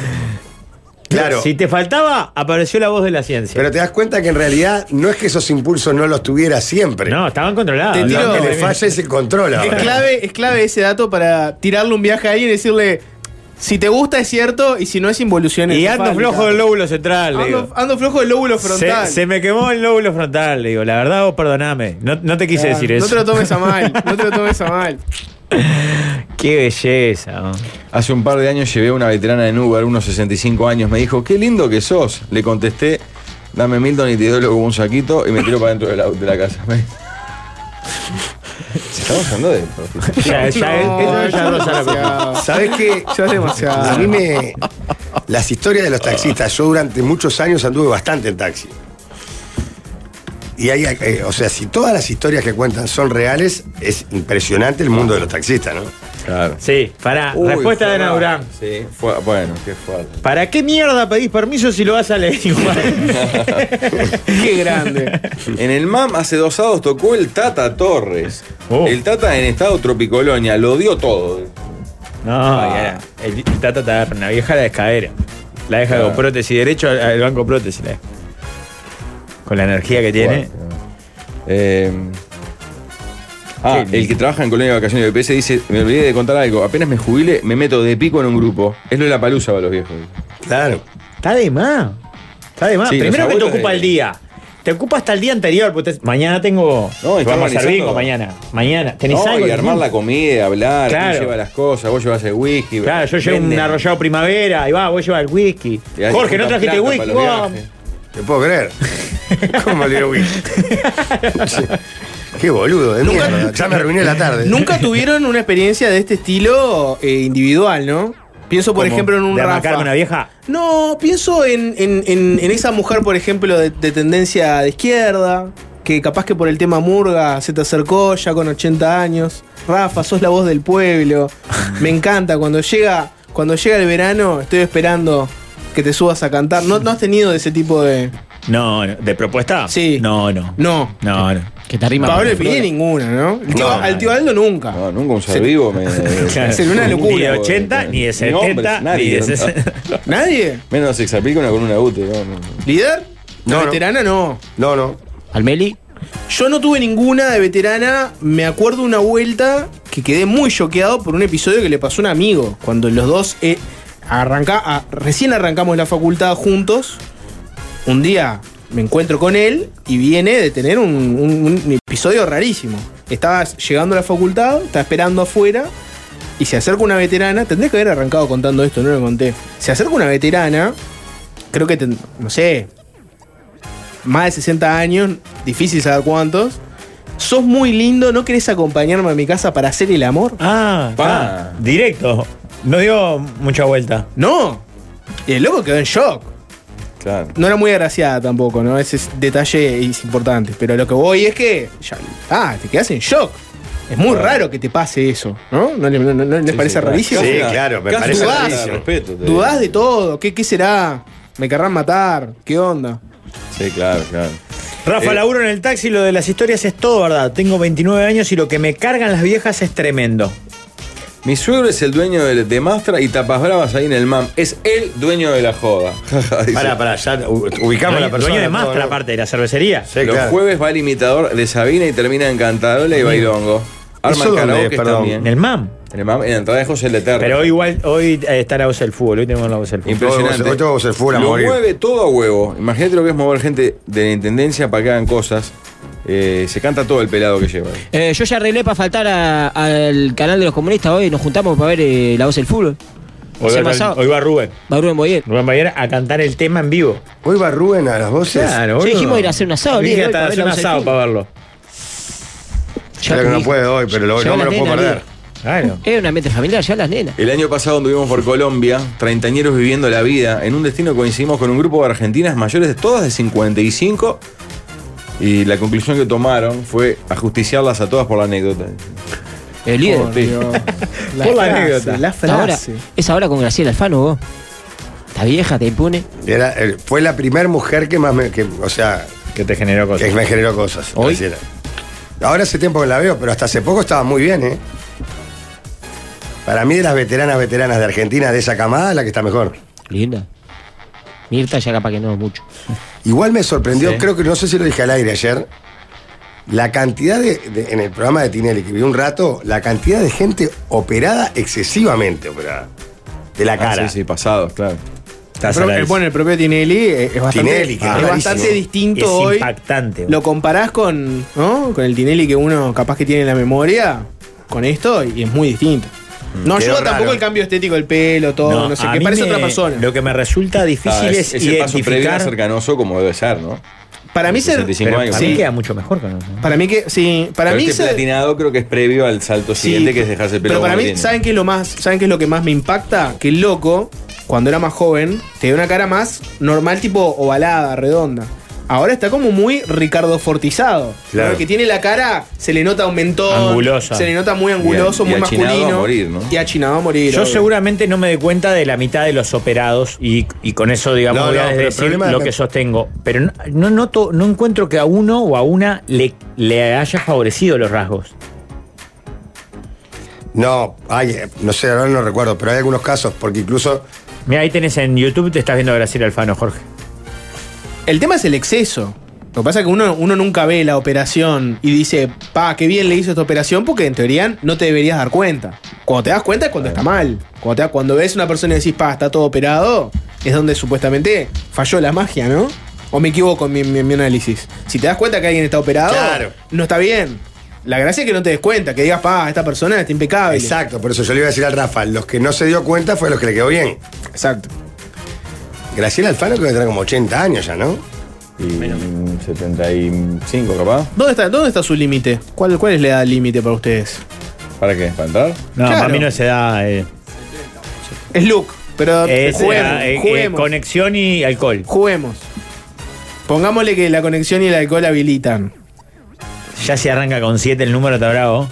Claro.
Si te faltaba, apareció la voz de la ciencia.
Pero te das cuenta que en realidad no es que esos impulsos no los tuviera siempre.
no, estaban controlados.
Te
¿no?
tiro-
Lo que le falla es el control
Es
ahora.
clave, es clave ese dato para tirarle un viaje ahí y decirle: si te gusta es cierto y si no es involución
Y ando flojo del lóbulo central. le digo.
Ando, ando flojo del lóbulo frontal.
Se, se me quemó el lóbulo frontal, le digo. La verdad, vos perdoname. No, no te quise decir
no
eso.
te lo tomes a mal, no te lo tomes a mal.
Qué belleza. ¿no?
Hace un par de años llevé a una veterana en Uber, unos 65 años, me dijo, qué lindo que sos. Le contesté, dame Milton y te doy luego un saquito y me tiro para dentro del au- de la, casa. Se estamos hablando de...
Ya, ya,
No,
eso ya
ya es
roza la-
demasiado.
¿Sabes qué?
Ya es demasiado.
A mí me. Las historias de los taxistas. Yo durante muchos años anduve bastante en taxi. Y hay. eh, o sea, si todas las historias que cuentan son reales, es impresionante el mundo de los taxistas, ¿no?
Claro.
Sí, para.
Uy,
Respuesta de
fue mal.
Naurán.
Sí, fue- bueno, qué fuerte.
¿Para qué mierda pedís permiso si lo vas a leer igual?
Qué grande.
En el MAM hace dos sábados tocó el Tata Torres.
Oh.
El Tata en estado tropicolonia, lo dio todo.
No, y ahora, el, el Tata está una vieja la descadera. La deja
Claro.
con prótesis derecho al, al banco prótesis. la deja. Con la energía que tiene.
Fuerte, ¿no? Eh, ah, el que trabaja en colonia de vacaciones de PS dice, me olvidé de contar algo, apenas me jubile, me meto de pico en un grupo. Es lo de la palusa para los viejos.
Claro.
Está de más. Está de más.
Sí,
Primero
los
que te
abuelos
ocupa
de-
el día. Te ocupa hasta el día anterior, porque te- mañana tengo.
No, está
vamos a hacer
organizando.
bingo mañana. Mañana. Tenés
No,
algo.
y armar la comida, hablar,
Claro.
quién lleva las cosas, vos llevas el whisky.
Claro, yo llevo un
venden.
arrollado primavera, y va, voy a llevar el whisky.
Y ahí
Jorge, no
juntas
trajiste
plata
whisky,
para los
vos.
viajes.
Te puedo creer. ¿Cómo le digo, Wiki? Sí. Qué boludo, de
Nunca-
mierda. Ya me arruiné la tarde.
Nunca tuvieron una experiencia de este estilo eh, individual, ¿no? Pienso, por
Como
ejemplo, en un
de arrancar
Rafa.
con una vieja.
No, pienso en, en- en- en esa mujer, por ejemplo, de, de tendencia de izquierda, que capaz que por el tema murga se te acercó ya con 80 años. Rafa, sos la voz del pueblo. Me encanta, cuando llega, cuando llega el verano, estoy esperando que te subas a cantar. ¿No, no has tenido ese tipo de...?
No, no. ¿de propuesta?
Sí.
No, no.
No.
No, no.
Que te arrima.
Pablo le pide ninguna, ¿no? El tío-
No.
al tío Aldo nunca.
No, nunca un ser vivo me.
Claro.
Es una locura,
Ni de 80, ni de 70,
hombres,
ni
nadie,
de
¿no?
60.
¿Nadie?
Menos exapica una con una UTE. ¿no? no.
¿Líder?
No,
No,
no.
veterana no.
No, no.
Almeli,
Yo no tuve ninguna de veterana. Me acuerdo una vuelta que quedé muy choqueado por un episodio que le pasó a un amigo. Cuando los dos eh, arranca, a- recién arrancamos la facultad juntos. Un día me encuentro con él y viene de tener un, un- un episodio rarísimo. Estaba llegando a la facultad, está esperando afuera y se acerca una veterana. Tendré que haber arrancado contando esto, no lo conté. Se acerca una veterana, creo que, ten- no sé, más de 60 años, difícil saber cuántos. Sos muy lindo, no querés acompañarme a mi casa para hacer el amor.
Ah,
Pa.
ah, directo. No dio mucha vuelta.
No. Y el loco quedó en shock.
Claro.
No era muy agraciada tampoco, ¿no? Ese es- detalle es importante. Pero lo que voy es que. ya- ah, te quedas en shock. Es muy
Claro.
raro que te pase eso, ¿no? ¿No, le- no- no- no les
Sí,
parece
sí,
rarísimo?
Sí,
Casi-
claro, me
casi
parece
dudás,
rarísimo.
respeto, te
Dudás de
digo.
todo. ¿Qué, ¿Qué será? ¿Me querrán matar? ¿Qué onda?
Sí, claro, claro.
Rafa,
Eh,
laburo en el taxi, lo de las historias es todo verdad. Tengo 29 años y lo que me cargan las viejas es tremendo.
Mi suegro es el dueño de, de Mastra y Tapas Bravas ahí en el MAM. Es el dueño de la joda. Dice,
Pará, pará, ya u- ubicamos a la
Dueño,
persona.
dueño de
todo,
Mastra,
¿no?
aparte de la cervecería.
Sí,
Los
claro.
jueves va el imitador de Sabina y termina en Cantarola y Bailongo. Arman
¿Eso dónde es?
karaoke
Perdón.
también.
En el MAM.
En el MAM, en la entrada de José Leterra.
Pero hoy igual, hoy eh, está la voz del fútbol, hoy tenemos la voz del fútbol.
Impresionante.
Hoy todo se fue a
lo
morir.
mueve todo a huevo. Imagínate lo que es mover gente de la intendencia para que hagan cosas. Eh, se canta todo el pelado que lleva. ahí.
eh, yo ya arreglé para faltar a- al canal de los comunistas hoy. Nos juntamos para ver eh, la voz del fútbol.
Hoy
Se
va,
pasado.
hoy va Rubén.
Barú en Boyer.
Rubén Bayer a cantar el tema en vivo.
Hoy va Rubén a las voces.
Ya
boludo.
dijimos ir a hacer un asado,
Dije
líder, hoy
hasta
para ver
hacer
la
un
voz del
asado
fútbol.
para verlo.
Claro que no puedo hoy, pero lo-
Ya
no me
las
lo puedo
nenas,
perder.
Claro.
Es un ambiente familiar, ya las nenas.
El año pasado anduvimos por Colombia, treintañeros viviendo la vida. En un destino coincidimos con un grupo de argentinas mayores, de todas de 55. Y la conclusión que tomaron fue ajusticiarlas a todas por la anécdota.
El líder.
Por Oh, Dios.
Por la
frase,
anécdota.
La
Ahora,
frase.
es ahora con Graciela Alfano, vos. Está vieja, te impune.
Era, eh, fue la primer mujer que más me. que- o sea,
Que te generó cosas.
que me generó cosas.
¿Hoy?
Graciela. Ahora hace tiempo que la veo, pero hasta hace poco estaba muy bien, ¿eh? Para mí, de las veteranas veteranas de Argentina, de esa camada, la que está mejor.
Linda. Mirta ya capaz que no es mucho.
Igual me sorprendió,
Sí.
creo que no sé si lo dije al aire ayer, la cantidad de, de- en el programa de Tinelli que vi un rato, la cantidad de gente operada, excesivamente operada. De la cara.
Ah, sí, sí, pasados, claro.
Estás
Pero,
a la
eh,
vez.
bueno, el propio Tinelli eh, es bastante,
Tinelli, que
es
rarísimo.
bastante distinto
es
hoy.
impactante.
Lo comparás con, ¿no? con el Tinelli que uno capaz que tiene en la memoria, con esto, y es muy distinto. No
quedó
ayuda tampoco
raro.
el cambio estético del pelo, todo, no, sé
a
qué.
mí
Parece
me-
otra persona.
Lo que me resulta difícil
Ah,
es,
es, es el paso previo
identificar.
a ser canoso como debe ser, ¿no?
para mí se.
65
Pero
años.
para mí
Sí.
queda mucho mejor con eso.
Para mí que. Sí, para
Pero
mí
este
se.
platinado creo que es previo al salto
sí,
siguiente, que es dejarse el pelo
Pero para
como
mí,
lo tiene.
¿saben qué es lo más? ¿Saben qué es lo que más me impacta? Que el loco, cuando era más joven, tenía una cara más normal, tipo ovalada, redonda. Ahora está como muy Ricardo Fortizado.
Claro.
Porque Que tiene la cara, se le nota un mentón.
Angulosa.
Se le nota muy anguloso,
Y a- y
muy
achinado
masculino.
a morir, ¿no?
Y achinado a morir.
Yo
obvio.
seguramente no me dé cuenta de la mitad de los operados y, y con eso, digamos,
No,
voy a
no, pero el
decir
problema-
lo que sostengo. Pero no, no noto, no encuentro que a uno o a una le, le haya favorecido los rasgos.
No, ay, eh, no sé, ahora no recuerdo, pero hay algunos casos, porque incluso
Mira, ahí tenés en YouTube, te estás viendo a Graciela Alfano, Jorge.
El tema es el exceso. Lo que pasa es que uno, uno nunca ve la operación y dice, pa, qué bien le hizo esta operación, porque en teoría no te deberías dar cuenta. Cuando te das cuenta es cuando está mal. Cuando, te, da- cuando ves una persona y decís, pa, está todo operado, es donde supuestamente falló la magia, ¿no? O me equivoco en mi, mi- mi análisis. Si te das cuenta que alguien está operado,
Claro.
no está bien. La gracia es que no te des cuenta, que digas, pa, esta persona está impecable.
Exacto, por eso yo le iba a decir al Rafa, los que no se dio cuenta fue los que le quedó bien.
Exacto.
Graciela Alfano creo que tendrá como 80 años ya, ¿no?
Y 75 capaz.
¿Dónde está, dónde está su límite? ¿Cuál, ¿Cuál es la edad límite para ustedes?
¿Para qué? ¿Para entrar?
No,
Claro.
para mí no se da. eh,
Es Luke, pero
es,
juguemos,
eh, eh,
juguemos.
conexión y alcohol.
Juguemos. Pongámosle que la conexión y el alcohol habilitan.
Ya se arranca con 7 el número, está bravo.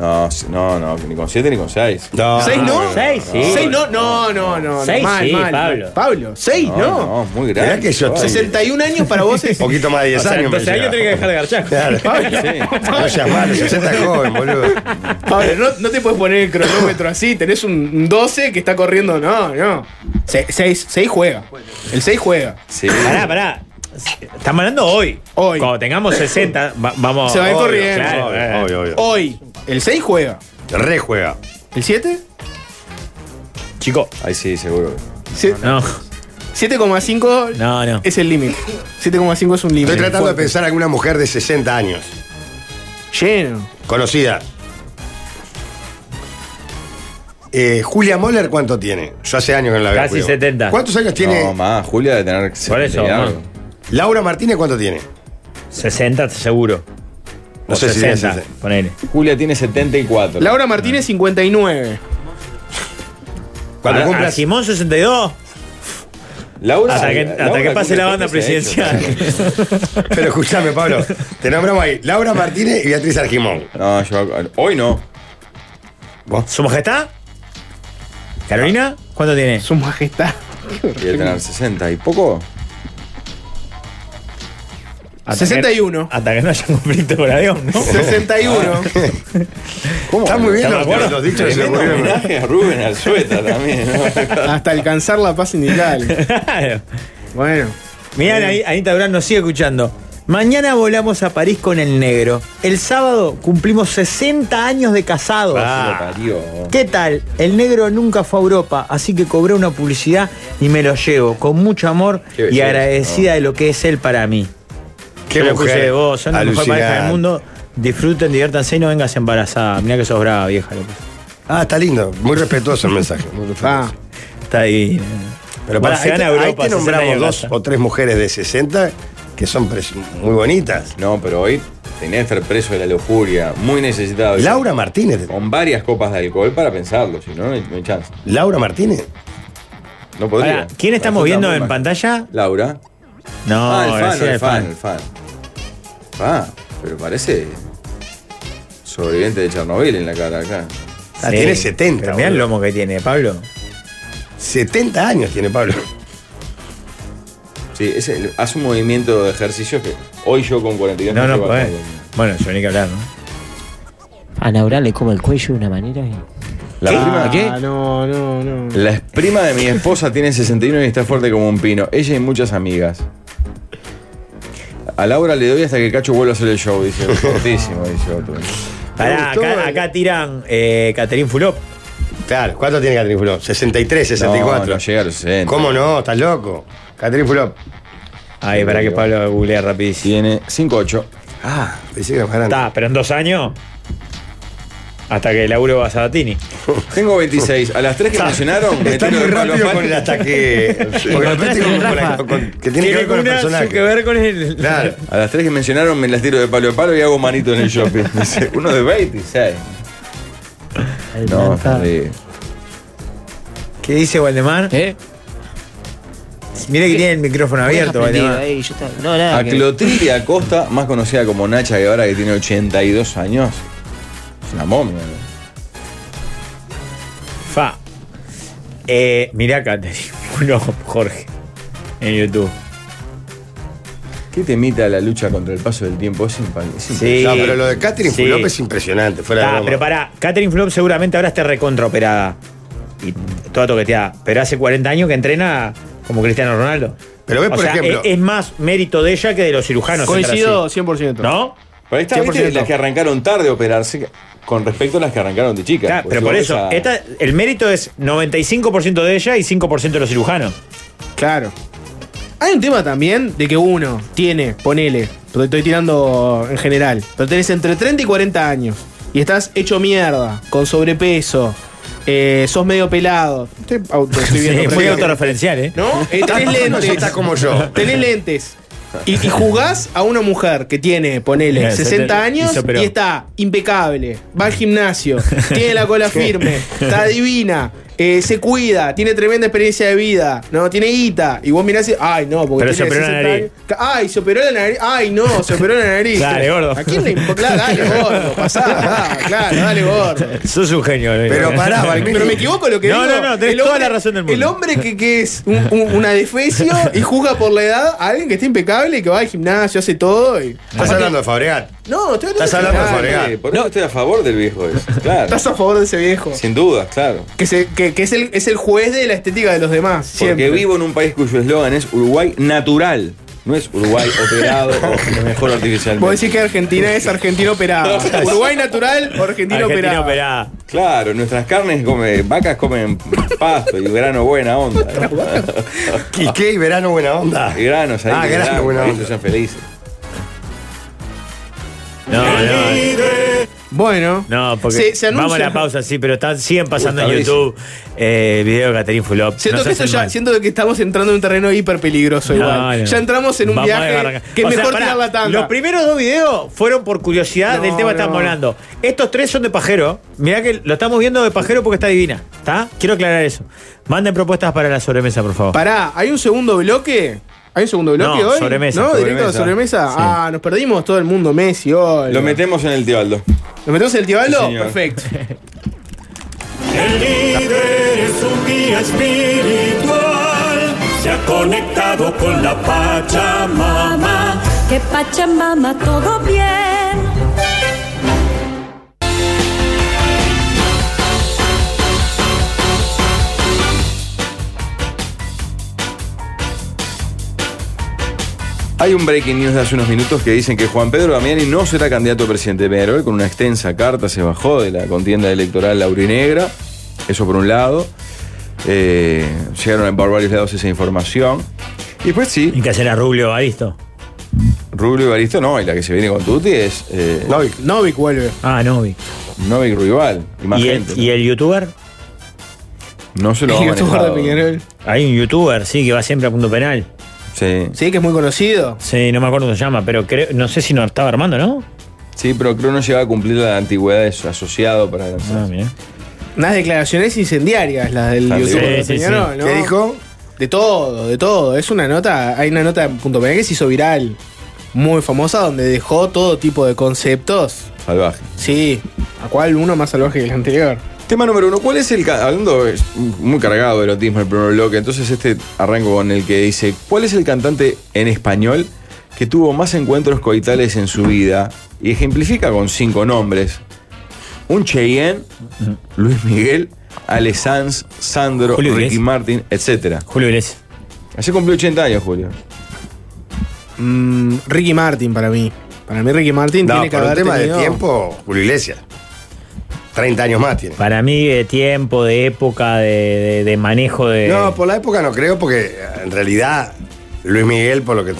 No, si- no, no, ni con 7 ni con 6.
No.
¿Seis no?
Seis, sí.
¿Seis no? No, no, no. no.
Seis
mal,
sí,
mal.
Pablo.
Pablo, ¿seis no?
no, muy grande.
Mirá que yo
Ay,
te-
61 años para vos es...
Un poquito más de 10
O sea,
años. me
entonces ahí yo
llega.
tengo que dejar de garchar.
Claro. No seas malo, seas tan joven, boludo.
Pablo, no, no te puedes poner el cronómetro así. Tenés un 12 que está corriendo. No, no. Se- seis, seis juega. El 6 juega.
Sí.
Pará, pará. Estamos hablando hoy.
Hoy.
Cuando tengamos 60, va- vamos.
Se va a ir
Obvio,
corriendo.
claro, eh.
Obvio, obvio.
Hoy, el 6 juega.
Rejuega.
¿El 7?
Chico.
Ahí sí, seguro.
Se-
No,
7,5
no, no.
es el límite. 7,5 es un límite.
Estoy tratando de
Fuerte.
pensar en alguna mujer de 60 años,
Lleno.
conocida. Eh, Julia Moller, ¿cuánto tiene? Yo hace años que no la veo.
Casi
cuido.
70.
¿Cuántos años tiene?
No, más, Julia de tener 70 y
eso,
algo.
no.
Laura Martínez, ¿cuánto tiene?
60 seguro.
No
O
sé si
60,
tiene 60.
ponele.
Julia tiene 74.
Laura Martínez, 59.
Cuando
A- a
cumplas-
Simón 62,
Laura,
hasta que,
Laura
hasta que
cumple
pase la banda
78.
presidencial.
Pero escúchame, Pablo. Te nombramos ahí. Laura Martínez y Beatriz Argimón.
No, yo. Hoy no.
¿Su majestad? ¿Carolina? ¿Cuánto tiene?
Su majestad.
Debe tener 60 y poco.
Hasta que-
61.
hasta que no haya un conflicto con avión, ¿no?
61.
Ah. Está muy bien
¿Estamos
los,
de acuerdo?
los dichos que se
Tremendo
ocurrieron.
homenaje a Rubén Alzueta también. ¿no?
Hasta alcanzar la paz sindical.
Claro.
Bueno.
Mirá, ahí- Anita Durán nos sigue escuchando. Mañana volamos a París con el negro. El sábado cumplimos 60 años de casados.
Ah. Lo parió.
¿Qué tal? El negro nunca fue a Europa, así que cobré una publicidad y me lo llevo con mucho amor
Qué
y
belleza,
agradecida
¿no?
de lo que es él para mí.
Qué
Yo le
mujer
puse vos, son la mejor
alucinante.
pareja del mundo. Disfruten, diviértanse y no vengas embarazada. Mirá que sos brava, vieja. le puse.
Ah, está lindo. Muy respetuoso el mensaje. muy respetuoso.
Ah,
Está ahí.
Pero
Bueno,
para, ahí,
se van
te,
a Europa,
ahí te
60
nombramos
años
dos
casa.
o tres mujeres de 60 que son pres- muy bonitas.
No, pero hoy tenía que estar preso de la lujuria, muy necesitado.
Laura Martínez.
Con varias copas de alcohol para pensarlo, si no, no hay, no hay chance.
Laura Martínez.
No podría.
Pará, ¿quién estamos viendo
Resulta muy
en
mal.
pantalla?
Laura.
No,
ah, el fan,
Graciela
el fan,
Alfano.
el fan. Ah, pero parece sobreviviente de Chernobyl en la cara acá.
Ah, tiene 70,
pero Mirá el
boludo.
lomo que tiene, Pablo.
70 años tiene Pablo.
Sí, es el- hace un movimiento de ejercicios que hoy yo con 42
No, pues, no,
llego a
podés.
hacer.
Bueno, yo ni que hablar, ¿no?
A Naurá le como el cuello de una manera. que-
La prima-
¿Qué?
Ah, no, no, no.
La ex prima de mi esposa tiene 61 y está fuerte como un pino. Ella y muchas amigas. A Laura le doy hasta que Cacho vuelva a hacer el show, dice. Fortísimo, dice otro.
Pará,
gustó
acá,
el-
acá tiran eh, Caterín Fulop.
Claro, ¿cuánto tiene Catherine Fulop? 63, 64.
No, no llega a los 60.
¿Cómo no? ¿Estás loco? Catherine Fulop.
Ay, para que Pablo googlea rapidísimo.
Tiene 5-8.
Ah, pensé que era más grande.
Está, pero en dos años. Hasta que laburo a Sabatini.
Tengo 26. A las 3 que mencionaron, me
Está
tiro
muy
de palo a
rápido
palo.
con el ataque. Porque de repente con- con la- con- que tiene que ver con el
una
personaje.
que ver con el.
Claro.
A las 3 que mencionaron, me las tiro de palo a palo y hago manito en el shopping. Dice, Uno de 26. No, está bien.
¿Qué dice Waldemar?
¿Eh?
Mire
eh,
que tiene el micrófono abierto,
Deja prendido
Waldemar.
ahí, yo estaba- No, nada.
A
que-
Clotilde Acosta, más conocida como Nacha Guevara, que tiene 82 años. Es una momia. ¿no?
Fa. Eh, mirá acá, te digo uno, Jorge. En YouTube.
¿Qué temita la lucha contra el paso del tiempo? Es impa- es impa-
Sí.
No, pero lo de Catherine
Sí.
Fulop es impresionante. Fuera de
Está,
broma.
pero pará, Catherine Flop seguramente ahora esté recontraoperada. Y toda toqueteada. Pero hace 40 años que entrena como Cristiano Ronaldo.
Pero ves,
O
por
sea, e-,
ejemplo-
Es, es más mérito de ella que de los cirujanos.
Coincido
entrar
100%.
así. ¿No?
Pero ahí está, ¿viste?
100%.
las que arrancaron tarde a operarse con respecto a las que arrancaron de chicas.
pues
Claro,
Porque
pero por
vos
eso,
ves a-
esta- el mérito es 95% de ella y 5% de los cirujanos.
Claro. Hay un tema también de que uno tiene, ponele, pero te estoy tirando en general, pero tenés entre 30 y 40 años y estás hecho mierda, con sobrepeso, eh, sos medio pelado. Estoy auto- estoy viendo,
Sí,
pero-
muy autorreferencial, ¿eh?
¿No? Eh, tenés
No,
lentes.
si está como yo.
Tenés lentes. Y, y jugás a una mujer que tiene, ponele,
Mira, se
60
te-
años
Eh, hizo, pero-
y está impecable. Va al gimnasio, tiene la cola firme, está divina, eh, se cuida, tiene tremenda experiencia de vida, no tiene guita. Y vos mirás y, ay, no, porque
Pero se
tiene
operó la
60
nariz.
años. Ay, se operó la nariz. Ay, no, se operó la nariz.
Dale, gordo.
¿A quién le importa? Claro, dale, gordo. Pasá, pasá, claro, dale, gordo.
Sos un genio. ¿eh?
Pero pará, Balvin.
Pero me equivoco lo que
No,
digo.
no, no, tenés
El
toda la razón del mundo.
El hombre que, que es un- un- una defecio y juzga por la edad a alguien que está impecable, que va al gimnasio, hace todo y.
Estás hablando de Fabregat.
No, estoy
Estás hablando de
Fabregat.
Fabregat.
Eh, por eso estoy a favor del viejo. ese. Claro.
Estás a favor de ese viejo.
Sin duda, claro.
Que, se- que- que es, el, es el juez de la estética de los demás. Siempre.
Porque vivo en un país cuyo eslogan es Uruguay natural. No es Uruguay operado o mejor
Vos
artificialmente.
decís que Argentina es argentino operado. Uruguay natural o
Argentina
argentino operado.
operada.
Claro, nuestras carnes comen, vacas comen pasto y grano buena onda.
¿Y qué? ¿Y verano buena onda?
Y granos ahí.
Ah,
que
grano
dan,
buena
ahí
onda.
sean felices.
No, no.
Bueno.
No, porque
Se- se
vamos a
anuncia-
la pausa, sí, pero están, siguen pasando
Uy,
en
está
YouTube eh, video de Caterín Fulop.
Siento,
Nos
que esto
hacen
ya,
mal.
siento que estamos entrando en un terreno hiper peligroso
No,
igual.
no.
Ya entramos en un
Vamos a
viaje
arrancar.
que es
O sea,
mejor
pará,
tirar la tanda.
Los primeros dos videos fueron por curiosidad
No,
del tema que
no.
estamos hablando. Estos tres son de pajero. Mirá que lo estamos viendo de pajero porque está divina. ¿Está? Quiero aclarar eso. Manden propuestas para la sobremesa, por favor.
Pará, ¿hay un segundo bloque? ¿Hay un segundo bloque
No,
hoy?
sobremesa,
¿No?
sobremesa.
¿Directo de sobremesa?
Sí.
Ah, nos perdimos todo el mundo, Messi, hoy.
Lo metemos en el Tebaldo.
¿Lo metemos en el
Sí,
Tibaldo?
señor.
Perfecto.
El líder es un guía espiritual, se ha conectado con la Pachamama.
que Pachamama todo bien.
Hay un breaking news de hace unos minutos que dicen que Juan Pedro Damiani no será candidato a presidente de Peñarol. Con una extensa carta se bajó de la contienda electoral laurinegra. Eso por un lado. Eh, llegaron por varios lados esa información. Y pues sí,
Y que hacer a Rubio Aristo.
Rubio Baristo no, y la que se viene con Tuti es eh,
Novik.
Novik vuelve.
Ah, no vi.
Novik Rival. Y más
¿Y
gente.
el, y el youtuber?
No se lo ha
El youtuber de
manejado.
Peñarol.
Hay un youtuber, sí, que va siempre a punto penal.
Sí.
Sí, que es muy conocido.
Sí, no me acuerdo cómo se llama, pero creo, no sé si nos estaba armando, ¿no?
sí, pero creo no llegaba a cumplir la antigüedad de su asociado para lanzar.
Ah, mira.
Unas declaraciones incendiarias las del
Ah, sí.
youtuber de
Sí, sí,
Peñarol,
sí.
¿no?
¿Qué dijo?
De todo, de todo. Es una nota, hay una nota en Punto Penal que se hizo viral. Muy famosa, donde dejó todo tipo de conceptos.
Salvaje.
Sí, a cual uno más salvaje que el anterior.
Tema número uno, ¿cuál es el... ca- Hablando es muy cargado de erotismo el primer bloque, entonces este arranco con el que dice, ¿cuál es el cantante en español que tuvo más encuentros coitales en su vida? Y ejemplifica con cinco nombres. un Cheyenne, Luis Miguel, Ale Sanz, Sandro,
Julio
Ricky
Iglesias.
Martin, etc.
Julio Iglesias.
Ayer cumplió 80 años, Julio.
Mm, Ricky Martin para mí. Para mí Ricky Martin
No,
tiene que
por un
haber
tema
tenido-
de tiempo, Julio Iglesias. 30 años más tiene.
Para mí, de tiempo, de época, de, de- de manejo de.
No, pues, por la época no creo, porque eh, en realidad Luis Miguel, por lo que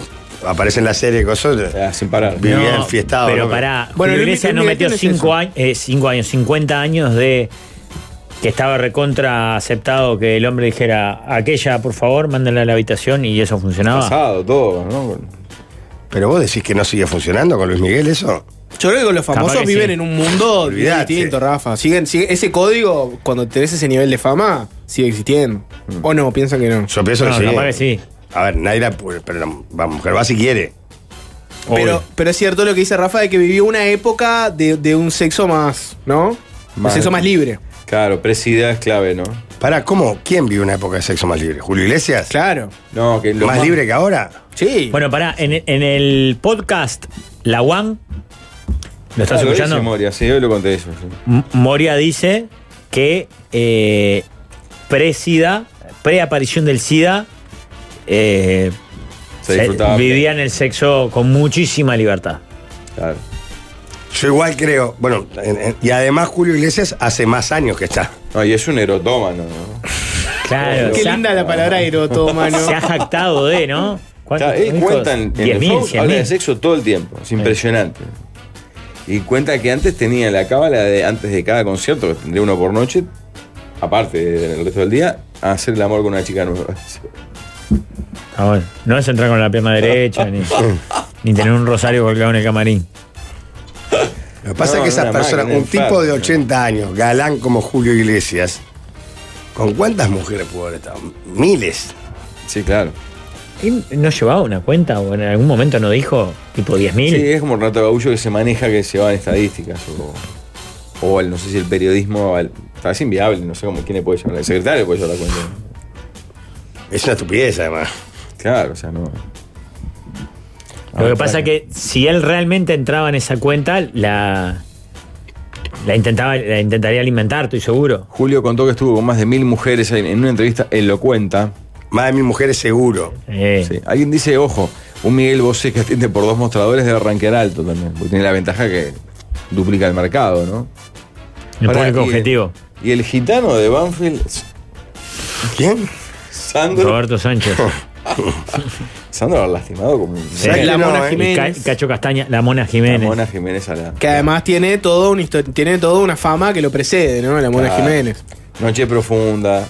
aparece en la serie y cosas, eh,
Ah, sin parar.
Bien. vivía enfiestado,
Pero
¿no?
pará,
Bueno,
Julio
Luis
Iglesias no
Miguel
metió
tiene
5
eso.
años, eh, cinco años, 50 años de que estaba recontra aceptado que el hombre dijera, aquella, por favor, mándala a la habitación y eso funcionaba.
Pasado, todo, ¿no?
Pero vos decís que no sigue funcionando con Luis Miguel eso.
Yo creo que los
Capaz
famosos
que
viven
sí.
en un mundo
Olvidate.
distinto, Rafa. Siguen, siguen- ese código, cuando tenés ese nivel de fama, sigue existiendo. O no, piensan que no.
Mm. Yo pienso
No,
que, sí.
capaz que sí.
A ver, Naira, pues, pero la la mujer va si quiere.
Pero,
Obvio.
pero es cierto lo que dice Rafa de que vivió una época de, de un sexo más, ¿no? Un
Más-
sexo más libre.
Claro, presidad es clave, ¿no?
Pará, ¿cómo? ¿Quién vive una época de sexo más libre? ¿Julio Iglesias?
Claro.
No, que lo
¿Más libre que ahora?
Sí.
Bueno, pará, en, en el podcast La One, ¿lo estás
Ah, lo
escuchando?
dice Moria, sí, hoy lo conté eso. sí.
M- Moria dice que eh, pre-SIDA, pre-aparición del SIDA, eh,
Se
se-
disfrutaba.
vivían el sexo con muchísima libertad.
Claro.
Yo igual creo. Bueno, en- en- y además Julio Iglesias hace más años que está.
No, y es un erotómano, ¿no?
Claro,
Qué
se ha-
linda la palabra eroto, mano.
se ha jactado de, ¿no?
O sea, él cuenta en, en el show, habla de sexo todo el tiempo. Es impresionante. Y cuenta que antes tenía la cábala de antes de cada concierto, que tendría uno por noche, aparte del resto del día, a hacer el amor con una chica nueva.
Ah, No es entrar con la pierna derecha, ni, ni tener un rosario colgado en el camarín.
Lo que pasa
No,
es que
una
esa persona,
máquina,
un
un
tipo
enfermo.
de 80 años, galán como Julio Iglesias, ¿con cuántas mujeres pudo haber estado? Miles.
Sí, claro.
¿Y ¿No llevaba una cuenta o en algún momento no dijo tipo 10.000?
Sí, es como Renato Gaullo que se maneja, que se va en estadísticas. O, o al- no sé si el periodismo. al- tal vez inviable, no sé cómo, quién le puede llevar. El secretario puede llevar la cuenta.
Es una estupidez, además.
Claro, o sea, no.
Lo
Ah,
que pasa es que si él realmente entraba en esa cuenta, la, la, intentaba, la intentaría alimentar, estoy seguro.
Julio contó que estuvo con más de mil mujeres en, en una entrevista, él lo cuenta.
Más de mil mujeres seguro.
Eh,
Sí. Alguien dice, ojo, un Miguel Bosé que atiende por dos mostradores debe arranquear alto también, porque tiene la ventaja que duplica el mercado, ¿no?
El
Pará,
público
y-
objetivo,
Y el gitano de Banfield,
¿Quién?
Sandro.
Roberto Sánchez.
Sandro lo ha lastimado como un-
Sí.
la
que no,
Mona
eh.
Y Ca-
Jiménez.
Cacho Castaña, la Mona
La
Jiménez.
Mona Jiménez a la.
Que además tiene todo un histo- tiene toda una fama que lo precede, ¿no? La Mona
Ah.
Jiménez.
Noche profunda.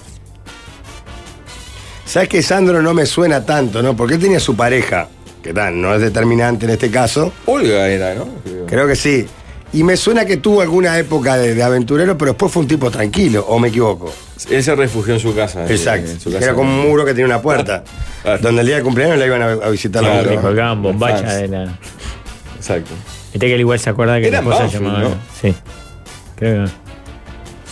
¿Sabes que Sandro no me suena tanto, no? Porque él tenía su pareja, que tal, no es determinante en este caso.
Olga era, ¿no?
Creo que sí. Y me suena que tuvo alguna época de, de aventurero, pero después fue un tipo tranquilo, o me equivoco.
Él se refugió en su casa. eh,
Exacto.
en su
Que
casa. Ah,
Era como un muro que tenía una puerta.
Claro.
Donde el día de cumpleaños la iban a, a visitar la
Claro.
mujer.
Le colgaban bombacha
Fans.
de la.
Exacto.
Viste que él igual se acuerda que
Era
la esposa
Banfield,
llamaba.
¿no?
Sí. Creo que.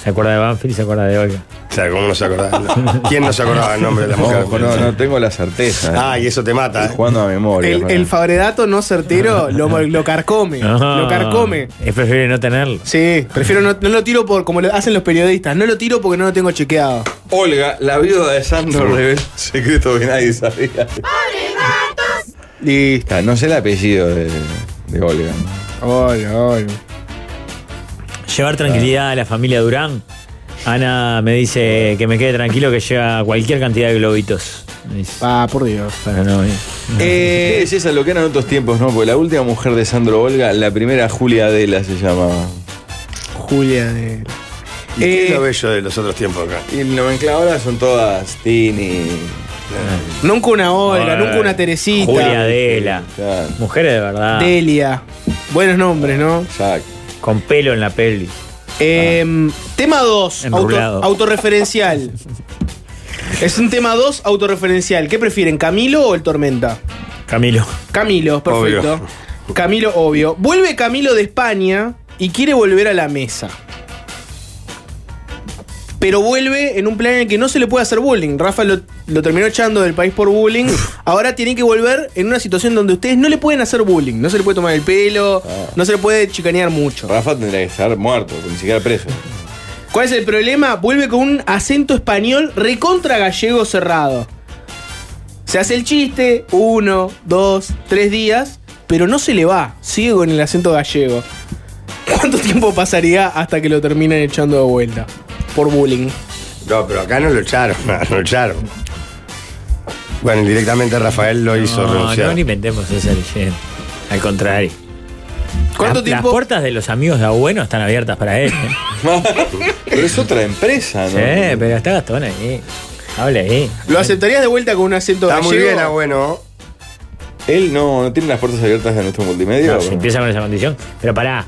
Se acuerda de Banfield y se acuerda de Olga.
O sea, ¿cómo no se acordaba? No. ¿Quién no se acordaba el nombre de la mujer?
Ojo, no, no tengo la certeza. eh.
Ah, y eso te mata.
Estoy
¿eh?
Jugando a memoria.
El,
Fernando.
el favoredato no certero lo, lo carcome.
Ah,
Lo carcome.
Es preferible no tenerlo.
Sí, prefiero no, no lo tiro por como lo hacen los periodistas. No lo tiro porque no lo tengo chequeado.
Olga, la viuda de Sandro reveló un secreto que nadie sabía.
Listo.
Ah, No sé el apellido de, de Olga.
Hola, hola.
Llevar tranquilidad a la familia Durán. Ana me dice que me quede tranquilo que lleva cualquier cantidad de globitos. Me dice,
Ah, por Dios.
Para no, eh.
¿Qué
Eh,
belleza lo que eran otros tiempos, no? Porque la última mujer de Sandro Olga, la primera Julia Adela se llamaba.
Julia de.
¿Y qué es lo
Eh,
bello de los otros tiempos acá?
Y el nomencladora son todas Tini.
nunca una Olga,
Ay,
nunca una Teresita.
Julia ah. Adela.
Claro.
Mujeres de verdad.
Delia. Buenos nombres, ¿no?
Exacto.
Con pelo en la pelvis.
Eh, tema 2,
Enrulado.
autorreferencial. es un tema 2, autorreferencial. ¿Qué prefieren, Camilo o el Tormenta?
Camilo.
Camilo, perfecto. Camilo, obvio. Vuelve Camilo de España y quiere volver a la mesa. pero vuelve en un plan en el que no se le puede hacer bullying. Rafa lo, lo terminó echando del país por bullying. Ahora tiene que volver en una situación donde ustedes no le pueden hacer bullying. No se le puede tomar el pelo, no se le puede chicanear mucho.
Rafa tendría que estar muerto, ni siquiera preso.
¿Cuál es el problema? Vuelve con un acento español recontra gallego cerrado. Se hace el chiste, uno, dos, tres días, pero no se le va, sigue con el acento gallego. ¿Cuánto tiempo pasaría hasta que lo terminen echando de vuelta? Por bullying.
No, pero acá no lo echaron, no lo echaron. Bueno, directamente Rafael lo hizo
No,
renunciar.
no inventemos esa leyenda. Al contrario.
¿Cuánto
La- Las
tiempo?
puertas de los amigos de Abueno están abiertas para él. ¿eh?
Pero es otra empresa, ¿no?
Sí, pero está Gastón ahí. Habla ahí.
¿Lo aceptarías de vuelta con un acento
Está
gallego?
muy bien, ah, abuelo.
Él no, no tiene las puertas abiertas de nuestro multimedia.
No,
¿o
si
no?
empieza con esa condición. Pero pará.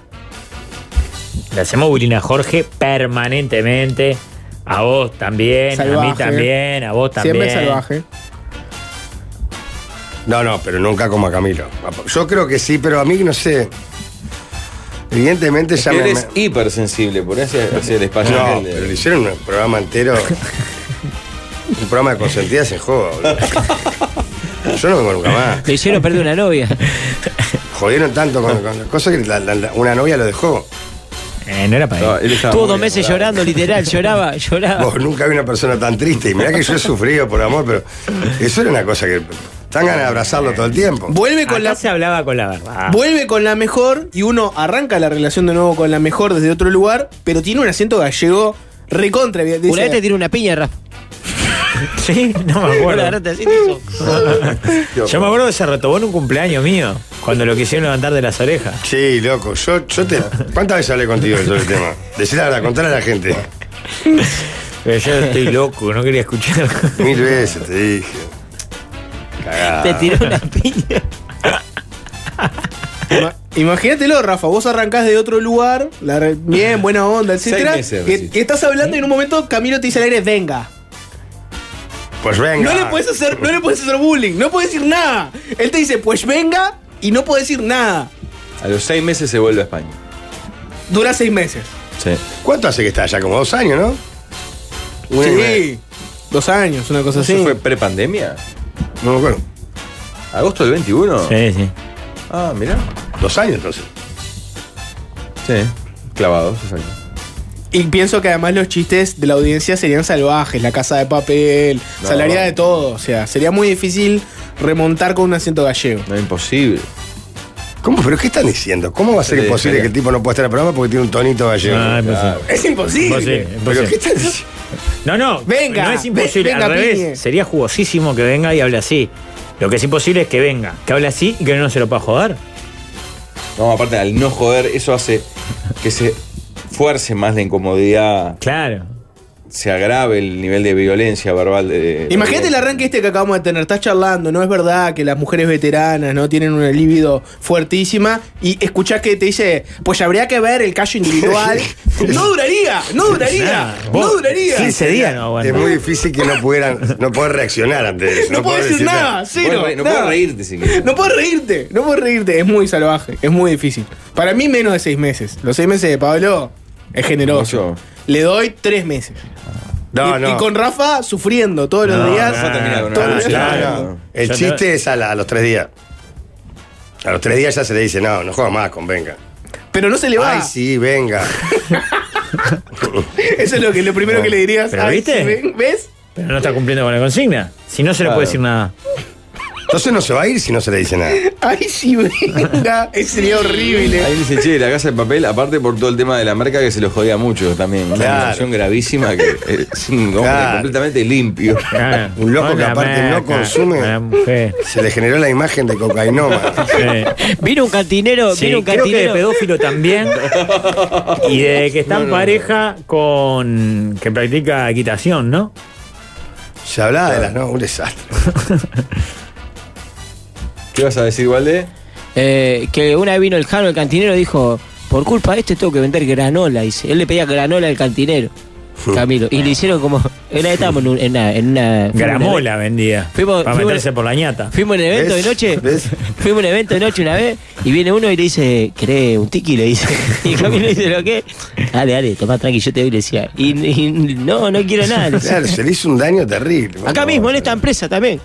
Le hacemos bullying a Jorge permanentemente. A vos también, a mí
Salvaje.
también, a vos también.
Siempre salvaje.
No, no, pero nunca como a Camilo. Yo creo que sí, pero a mí no sé. Evidentemente ya
Él
me.
es hipersensible, por eso hace el espacio.
No,
que le-
pero le hicieron un programa entero. un programa de consentidas en juego. boludo. Yo no vengo nunca más.
Lo hicieron perder una novia.
Jodieron tanto con, con las cosas que la- la- la- una novia lo dejó.
Eh, no era para
No,
él.
él estaba
Estuvo
muy
dos meses
enamorado.
llorando, literal, lloraba, lloraba.
Vos nunca vi una persona tan triste. Y mirá que yo he sufrido por amor, pero eso era una cosa que. Tan ganas de abrazarlo todo el tiempo.
Vuelve con
Acá
la
se hablaba con la
Ah.
verdad.
Vuelve con la mejor y uno arranca la relación de nuevo con la mejor desde otro lugar, pero tiene un acento gallego recontra. dice-
Una vez te tiró una piña, Rafa.
Sí, no me
Vos lo
acuerdo.
agarraste así, te hizo.
Yo me acuerdo que se retobó en un cumpleaños mío, cuando lo quisieron levantar de las orejas.
Sí, loco, yo, yo te. ¿Cuántas veces hablé contigo sobre el tema? Decí la verdad, contale a la gente.
Pero yo estoy loco, no quería escuchar.
Mil veces te dije.
Ah.
Cagada.
Te tiró una piña.
Ima- Imagínatelo, Rafa, vos arrancás de otro lugar, la re- bien, buena onda, etcétera.
Seis meses,
que,
decís.
que estás hablando y en un momento Camilo te dice al aire, venga.
Pues venga.
No le puedes hacer, no le puedes hacer bullying, no puedes decir nada. Él te dice, pues venga, y no puedes decir nada.
A los seis meses se vuelve a España.
Dura seis meses.
Sí.
¿Cuánto hace que está allá? Como dos años, ¿no? Un año y medio.
Sí. Dos años, una cosa así.
¿Eso fue prepandemia?
No me acuerdo.
¿Agosto del 21?
Sí, sí.
Ah, mirá.
Dos años entonces.
Sí. Clavados, exacto.
Y pienso que además los chistes de la audiencia serían salvajes, la casa de papel,
No.
salaría de todo. O sea, sería muy difícil remontar con un acento gallego.
No, imposible.
¿Cómo? ¿Pero qué están diciendo? ¿Cómo va a ser
Sí,
imposible
espera.
que el tipo no pueda estar en el programa porque tiene un tonito gallego?
Ah, pues sí.
Es
Pues sí,
imposible.
¿Pero
pues
qué
sí.
están diciendo?
No, no,
Venga,
no es imposible.
ve- venga,
Al revés,
piñe.
sería jugosísimo que venga y hable así. Lo que es imposible es que venga, que hable así y que no se lo pueda joder.
No, aparte, al no joder, eso hace que se fuerce más la incomodidad,
Claro.
se agrave el nivel de violencia verbal. De,
Imagínate el arranque este que acabamos de tener. Estás charlando, no es verdad que las mujeres veteranas no tienen una libido fuertísima y escuchás que te dice, pues habría que ver el callo individual. no duraría, no duraría,
Nah,
no
vos-
duraría.
15 días no aguanta.
Es muy difícil que no pudieran, no poder reaccionar ante eso.
No, puedes
poder
decir nada,
Vos
cero.
re- no
nada.
puedo reírte si querés.
No puedes reírte, no puedes reírte. Es muy salvaje, es muy difícil. Para mí, menos de seis meses. Los seis meses de Pablo es generoso.
Mucho.
Le doy tres meses.
No,
y,
no.
y con Rafa sufriendo todos los
No,
días.
Rafa termina
con
todos
una
los días.
ansiedad.
Claro.
Claro.
El
Yo te-
chiste es a, la- a los tres días. A los tres días ya se le dice, no, no juega más con venga.
Pero no se le va.
Ay, sí, venga.
Eso es lo que lo primero que le dirías.
Pero
Ay,
¿viste?
sí, ven- ¿Ves?
Pero no está cumpliendo con la consigna. Si no se le
Claro.
puede decir nada.
Entonces no se va a ir si no se le dice nada.
Ay, sí, venga. Ese sería horrible.
Ahí dice, che, la casa de papel, aparte por todo el tema de la marca que se lo jodía mucho también. Una
Claro.
situación gravísima que eh, es un hombre
Claro.
completamente limpio.
Claro.
Un loco
Con
que
la
aparte no consume.
con la mujer.
Se le generó la imagen de cocainómano.
Sí.
Vino un cantinero,
Sí,
vino un
creo que de
cantinero.
pedófilo también. Y de que está en pareja con. que practica equitación, ¿no?
Se hablaba de las no, un desastre.
¿Qué vas a decir, Valde?
Eh, que una vez vino el Jano, el cantinero, dijo, por culpa de este tengo que vender granola. Dice. Él le pedía granola al cantinero. Camilo. Y lo hicieron como. Una vez estábamos en un- en una. En una
Gramola vendía.
Fuimos-
para
fuimos-
meterse por la ñata.
Fuimos en un evento
¿Ves?
de noche.
¿Ves?
Fuimos a un evento de noche una vez y viene uno y le dice, ¿querés un tiki? Le dice. Y Camilo dice, ¿lo qué? Dale, dale, tomá tranqui, yo te doy, le decía. Y, y no, no quiero nada. le decía.
Claro, se le hizo un daño terrible.
Acá mismo, en esta empresa también.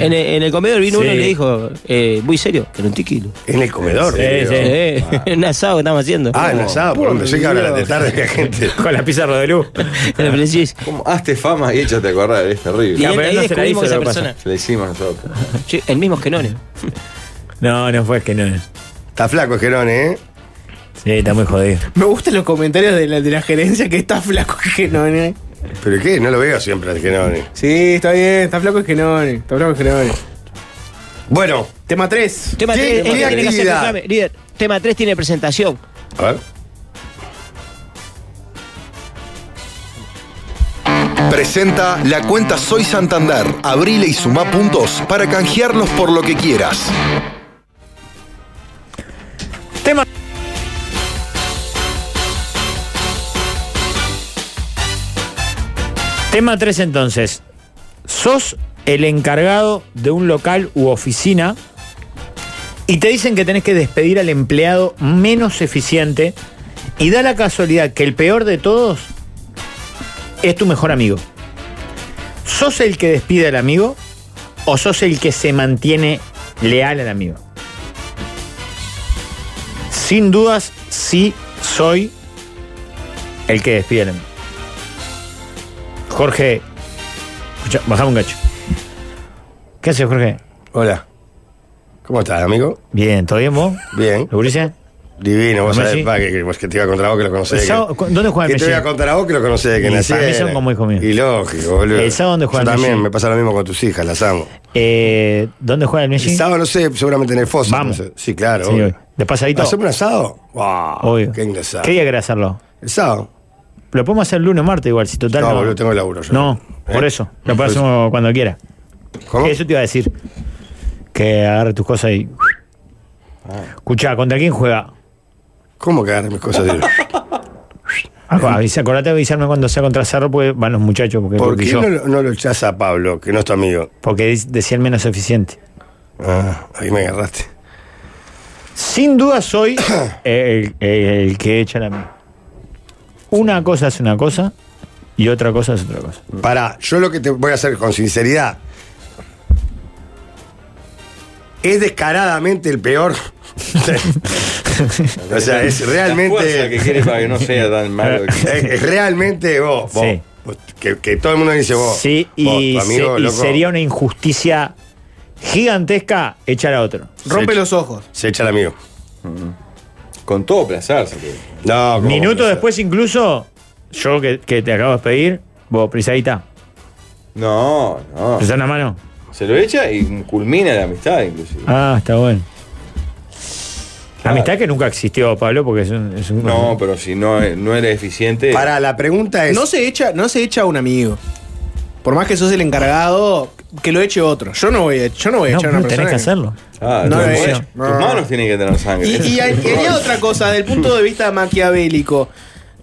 En el, en el comedor vino
Sí.
uno y le dijo, eh, muy serio, ¿querés un tiki?
En el comedor.
Sí,
digo.
sí.
Eh, un asado que estamos haciendo.
Ah, en asado, por donde sé que hablan de tarde la gente.
Con la pizarra de luz.
En el preciso.
Como hazte Ah, este fama y échate a correr, es
Y
terrible.
Ya,
ahí-
pero
ahí
no se la
descubrimos que
hizo,
esa
lo que pasa.
persona.
Se le hicimos nosotros.
Sí, el mismo Genone.
No, no fue que no.
Está flaco, Gerone, ¿eh?
Sí, está muy jodido.
Me gustan los comentarios de la, de la gerencia que ¿eh? está flaco Genone.
¿Pero qué? No lo veo siempre al Gerone.
Sí, está bien, está flaco Genone. Está flaco Genone.
Bueno,
Tema 3.
Tema
Sí,
3,
¿qué
tiene que hacer,
actividad?
reclame, líder. Tema 3 tiene presentación.
a ver.
Presenta la cuenta Soy Santander. Abrile y suma puntos para canjearlos por lo que quieras.
Tema 3 entonces. Sos el encargado de un local u oficina y te dicen que tenés que despedir al empleado menos eficiente y da la casualidad que el peor de todos es tu mejor amigo. ¿Sos el que despide al amigo o sos el que se mantiene leal al amigo? Sin dudas, sí soy el que despide al amigo. Jorge. Escucha, bajame un gacho. ¿Qué haces, Jorge?
Hola. ¿Cómo estás, amigo?
Bien, ¿todo bien vos?
Bien.
¿Lugurice?
Divino, vos
Messi.
sabés, pa, que, que, vos que te iba a contar a vos que lo conocés.
El sábado,
que-
¿cu- dónde juega el
Que te
Messi?
voy a contar a vos que lo conocés de que
Y para
nací.
mí son como hijo mío.
Y lógico, boludo.
El sábado, ¿dónde juega
Yo
el
también,
Messi?
me pasa lo mismo con tus hijas, las amo.
Eh, ¿Dónde juega el Messi?
El sábado, no sé, seguramente en el foso.
Vamos.
no sé. Sí, claro.
Sí,
obvio.
hoy. ¿De pasadito?
¿Hacemos un asado? Wow,
Obvio.
Qué ingresado.
¿Qué día querés hacerlo?
El sábado.
Lo podemos hacer lunes o martes igual, si total.
No, boludo, tengo laburo yo.
No,
¿Eh?
por eso. Lo
Por
podemos
eso.
hacer cuando quiera.
¿Cómo?
Que Eso te iba a decir. Que agarre tus cosas y.
Ah.
Escuchá, ¿contra quién juega?
¿Cómo cagar mis cosas? tío?
Acá, avisa- Ah, acordate de avisarme cuando sea contra Cerro, porque van los muchachos. Porque,
¿Por
porque
qué
yo.
no, lo- no lo echás a Pablo, que no es tu amigo?
Porque es- decía el menos eficiente.
Ah, ahí me agarraste.
Sin duda soy el, el- el que echa la mano. Una cosa es una cosa y otra cosa es otra cosa.
Pará, yo lo que te voy a hacer con sinceridad. Es descaradamente el peor. o sea, es
La fuerza que
realmente.
quiere para que no sea tan malo.
Es, es realmente vos. vos,
Sí.
vos, que, que todo el mundo dice vos.
Sí,
vos,
y,
tu amigo,
se- y
loco,
sería una injusticia gigantesca echar a otro.
Rompe
Sí.
los ojos.
Se echa el amigo.
Con todo placer. se quiere.
No, ¿cómo
Minutos
puede ser?
después incluso, yo que, que te acabo de pedir, vos, prisadita,
No, no.
prestar una mano.
Se lo echa y culmina la amistad, inclusive.
Ah, está bueno.
Claro.
Amistad que nunca existió, Pablo, porque es un... es un-
No, pero si no, no eres eficiente.
Pará, la pregunta es.
No se echa, no se echa a un amigo. Por más que sos el encargado, que lo eche otro. Yo no voy a, yo no voy a
No,
echar a
pero
una persona.
tenés que hacerlo.
Ah,
No
no,
lo
podés.
echa.
Tus
No.
manos tienen que tener sangre.
Y, y, hay- y hay otra cosa, del punto de vista maquiavélico.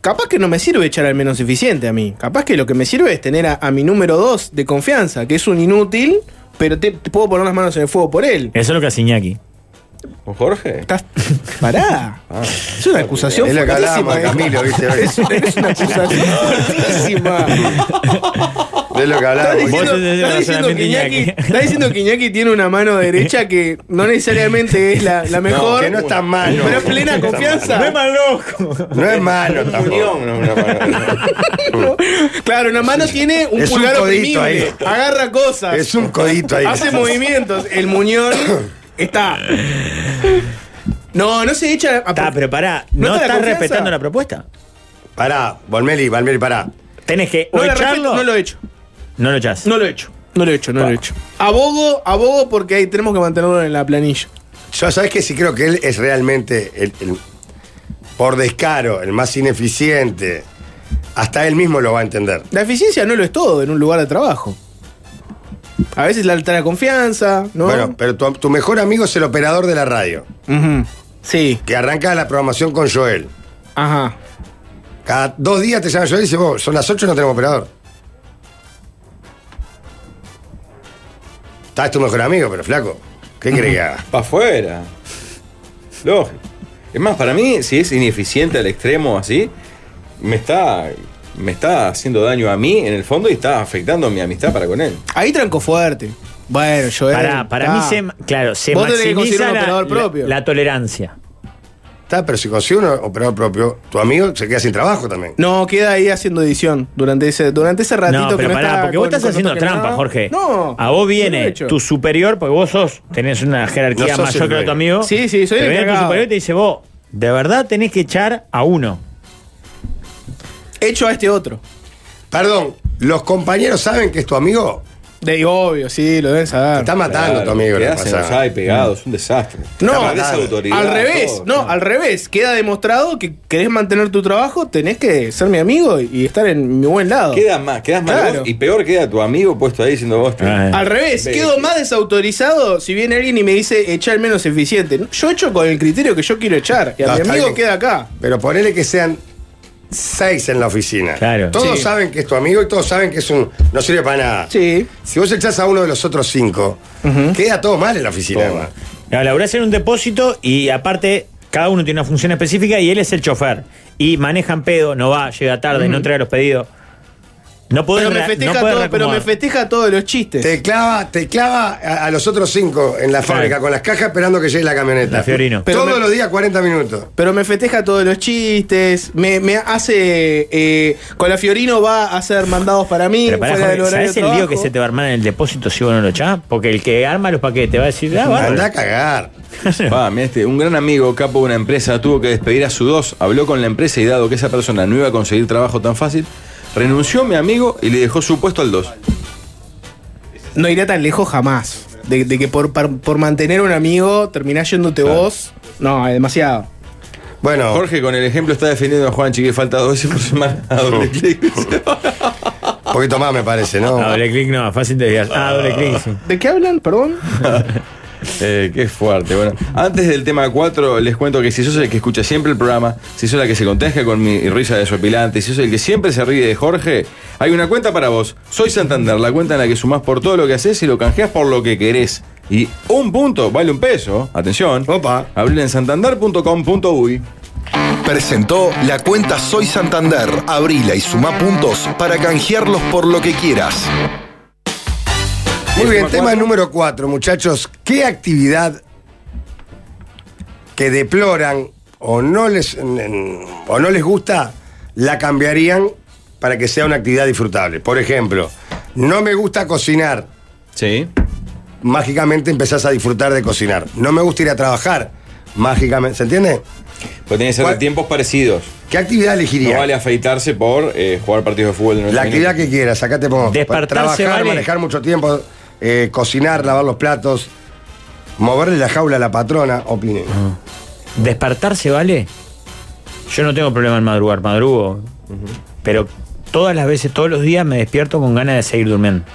Capaz que no me sirve echar al menos eficiente a mí. Capaz que lo que me sirve es tener a, a mi número 2 de confianza, que es un inútil, pero te, te puedo poner las manos en el fuego por él.
Eso es lo que hace Iñaki.
¿Con Jorge? Ah.
Estás. Pará. Es una acusación
Es lo que hablábamos,
fuertísima. ¿eh?
Camilo, ¿viste?
Es, es una acusación fuertísima.
Es lo que
Estás
hablábamos.
Vos
diciendo,
tenés
estás diciendo
razonamiento
que Iñaki-
Iñaki.
estás diciendo que Iñaki tiene una mano derecha que no necesariamente es la, la mejor.
que no está mal.
Pero es plena confianza.
No es malo tampoco.
Unión, no, una mano.
Claro, una mano tiene un
Es un
pulgar
codito
oprimible.
ahí.
Agarra cosas.
Es un codito ahí.
hace movimientos. El muñón está. No, no se echa. a-
Está, pero pará,
Ah, ¿No
no,
está la
estás
confianza?
respetando la propuesta.
Pará, Valmeli, Valmeli, pará.
Tenés que
no,
o
la
echarlo.
respeto, no lo he hecho.
No lo echás.
No lo he hecho. No lo he hecho, no lo he hecho. Abogo, abogo porque ahí tenemos que mantenerlo en la planilla.
Yo, ¿sabes que Sí creo que él es realmente, el, el- por descaro, el más ineficiente. Hasta él mismo lo va a entender.
La eficiencia no lo es todo en un lugar de trabajo. A veces la alta confianza, ¿no?
Bueno, pero tu, tu mejor amigo es el operador de la radio,
Ujú. Sí,
que arranca la programación con Joel.
ajá.
Cada dos días te llaman yo y dice, vos, son las 8 y no tenemos operador. Estás tu mejor amigo, pero flaco. ¿Qué crees que haga?
Para afuera. Lógico. Es más, para mí, si es ineficiente al extremo así, me está, me está haciendo daño a mí en el fondo y está afectando mi amistad para con él.
Ahí tranco fuerte. Bueno, yo
Para, para mí se, claro, se
eh, Vos tenés que
maximiza
conseguir un
la-
operador
la-
propio.
la tolerancia.
Está, pero si consigue un operador propio, tu amigo se queda sin trabajo también.
No, queda ahí haciendo edición durante ese, durante ese ratito
No, pero
que no
pará,
está
porque vos
con-
estás
con
haciendo
otro que
trampa,
no.
Jorge.
No.
A vos
yo lo he
viene
hecho.
tu superior, porque vos sos, tenés una jerarquía
No sos el
mayor que tu
dueño.
amigo.
Sí, sí, soy
Te
el
viene tu
encargado.
superior y te dice, vos, de verdad tenés que echar a uno.
Hecho a este otro.
Perdón, ¿los compañeros saben que es tu amigo?
De digo, obvio, sí, lo deben
Te
saber.
está matando tu amigo.
Te
lo que
hacen
pasa.
allá y pegados, un desastre.
No,
Te perdés
nada.
autoridad,
al revés,
todo.
no, al revés. Queda demostrado que querés mantener tu trabajo, tenés que ser mi amigo y estar en mi buen lado.
Queda más, quedas mal
Claro.
vos y peor queda tu amigo puesto ahí diciendo vos. te-
Ah,
Al revés,
Ve-
quedo más desautorizado si viene alguien y me dice echar menos eficiente. Yo echo con el criterio que yo quiero echar y a
No,
mi
Ah, está
amigo
bien.
queda acá.
Pero ponele que sean seis en la oficina.
Claro.
Todos
Sí.
saben que es tu amigo y todos saben que es un. No sirve para nada.
Sí.
Si vos echás a uno de los otros cinco, queda todo mal en la oficina, además.
Claro, laburás en un depósito y aparte cada uno tiene una función específica y él es el chofer. Y manejan pedo, no va, llega tarde, no entrega los pedidos. No podés,
Pero me
re- no
festeja
podés
todo, pero me
reacomodar.
festeja todos los chistes.
Te clava, te clava a, a los otros cinco en la fábrica con las cajas esperando que llegue la camioneta.
La Fiorino.
Pero
Todos
me-
los días 40 minutos.
Pero me festeja todos los chistes, me, me hace... eh, con la Fiorino va a hacer mandados para mí.
Pero pará,
fuera del
Jorge,
horario
¿sabés
de
el lío
trabajo.
que se te va a armar en el depósito si vos no lo echás? Porque el que arma los paquetes va a decir, ah, bárbaro.
Anda a cagar.
Pa, mirá este, un gran amigo, capo de una empresa, tuvo que despedir a su dos, habló con la empresa y dado que esa persona no iba a conseguir trabajo tan fácil, renunció mi amigo y le dejó su puesto al dos.
No irá tan lejos jamás. De, de que por, par- por mantener un amigo terminás yéndote vos. No, es demasiado.
Bueno,
Jorge con el ejemplo está defendiendo a Juanchi que falta dos veces por semana
Oh.
a doble clic.
un poquito más me parece, ¿no?
Ah, doble clic no, fácil te digas. Ah, doble clic, sí.
¿De qué hablan? Perdón.
Eh, qué fuerte. Bueno, antes del tema 4, les cuento que si sos el que escucha siempre el programa, si sos la que se contagia con mi risa desopilante, si sos el que siempre se ríe de Jorge, hay una cuenta para vos. Soy Santander, la cuenta en la que sumás por todo lo que haces y lo canjeás por lo que querés. Y un punto vale un peso. Atención.
Opa.
Abrir en santander.com.uy.
Presentó la cuenta Soy Santander. Abrila y suma puntos para canjearlos por lo que quieras.
Muy
¿El
bien,
tema
tema
cuatro?
número 4, muchachos. ¿Qué actividad que deploran o no les en- en- o no les gusta la cambiarían para que sea una actividad disfrutable? Por ejemplo, no me gusta cocinar.
Sí.
Mágicamente empezás a disfrutar de cocinar. No me gusta ir a trabajar. Mágicamente, ¿se entiende?
Pues tiene que ser de
¿Cuál?
tiempos parecidos.
¿Qué actividad
No
elegiría?
vale afeitarse por eh, jugar partidos de fútbol. de 90
la actividad
minutos.
que quieras, acá te pongo.
Despertarse,
Trabajar,
vale.
manejar mucho tiempo, eh, cocinar, lavar los platos, moverle la jaula a la patrona, opinen.
¿Despertarse vale? Yo no tengo problema en madrugar, madrugo. Pero todas las veces, todos los días me despierto con ganas de seguir durmiendo.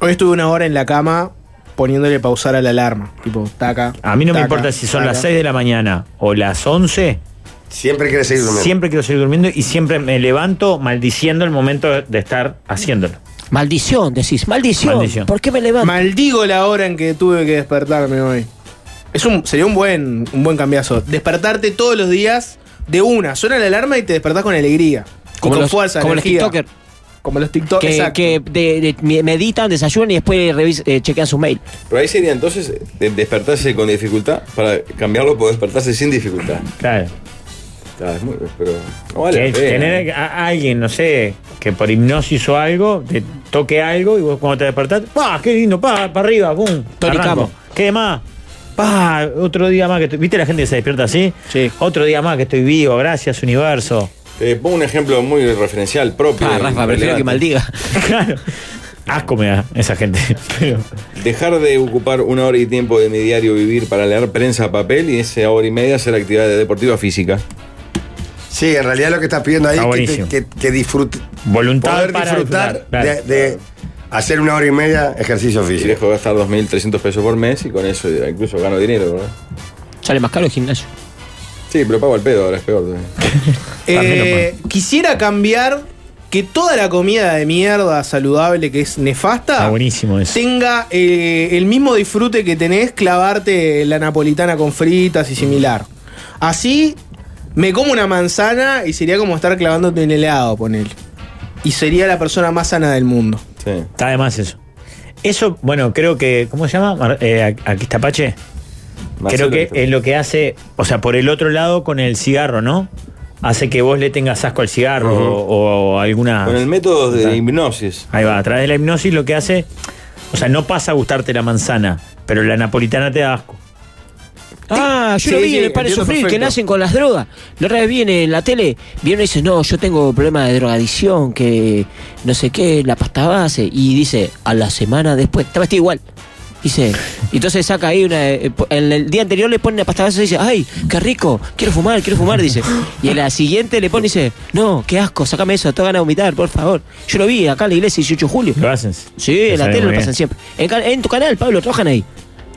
Hoy estuve una hora en la cama poniéndole pausar a la alarma. Tipo, taca.
A mí no me
taca,
importa si son
taca.
las 6 de la mañana o las 11,
Siempre querés seguir durmiendo.
siempre quiero seguir durmiendo y siempre me levanto maldiciendo el momento de estar haciéndolo.
Maldición, decís. Maldición.
Maldición.
¿Por qué me levanto?
Maldigo la hora en que tuve que despertarme hoy. Es un, sería un buen, un buen cambiazo. Despertarte todos los días de una. Suena la alarma y te despertás con alegría. y
como
con
los,
fuerza,
como los
energía.
TikTokers
Como los TikTok.
que,
exacto.
que de- de- meditan, desayunan y después revis- eh, chequean sus mails.
Pero ahí sería entonces de- despertarse con dificultad para cambiarlo por despertarse sin dificultad.
Claro.
Claro, es muy- pero no vale la
Que
pena. ¿eh?
tener a a alguien, no sé, que por hipnosis o algo, te toque algo y vos cuando te despertás, ¡pah! ¡Qué lindo! ¡pah! ¡Para arriba! ¡Pum!
Tony
Arranco.
Camo.
¿Qué más? ¡pah! Otro día más que estoy- ¿Viste la gente que se despierta así?
Sí.
Otro día más que estoy vivo, gracias, universo.
Te pongo un ejemplo muy referencial propio.
Ah, Rafa, prefiero
relevante.
que maldiga.
claro. Asco me da esa gente. Pero,
Dejar de ocupar una hora y tiempo de mi diario vivir para leer prensa a papel y esa hora y media hacer actividad deportiva física.
Sí, en realidad lo que estás pidiendo ahí
Está
es que,
buenísimo.
que- que disfrute-
Voluntad
poder
para
disfrutar
disfrutar,
de,
claro.
de hacer una hora y media ejercicio
Y
físico.
dejo de gastar 2.300 pesos por mes y con eso incluso gano dinero, ¿verdad?
Sale más caro el gimnasio.
Sí, pero pago al pedo ahora, es peor. todavía.
Eh, quisiera cambiar que toda la comida de mierda saludable que es nefasta
Está buenísimo eso.
tenga eh, el mismo disfrute que tenés clavarte la napolitana con fritas y similar. Así me como una manzana y sería como estar clavándote en helado, ponele. Y sería la persona más sana del mundo.
Sí.
Está de más eso. Eso, bueno, creo que. ¿Cómo se llama? Mar- eh, Aquistapache.
Marcelo,
creo
está-
que es lo que hace. O sea, por el otro lado, con el cigarro, ¿no? Hace que vos le tengas asco al cigarro
Ujú.
o, o alguna.
Con el método de hipnosis.
Ahí va, a través de la hipnosis lo que hace. O sea, no pasa a gustarte la manzana, pero la napolitana te da asco.
Ah, yo
Sí,
lo vi
sí,
en el Pare
entiendo
Sufrir, que
perfecto.
nacen con las drogas. La otra vez viene en la tele, viene y dice, no, yo tengo problema de drogadicción, que no sé qué, la pasta base. Y dice, a la semana después, estaba vestido igual. Dice, y entonces saca ahí una. eh, po- En el día anterior le pone la pasta base y dice, ay, qué rico, quiero fumar, quiero fumar, dice. Y en la siguiente le pone y dice, no, qué asco, sacame eso, te van a vomitar, por favor. Yo lo vi acá en la iglesia 18 de julio.
¿Lo hacen?
Sí, en la
sabe
tele
muy
lo pasan
bien.
siempre. En, ca- en tu canal, Pablo, trabajan ahí.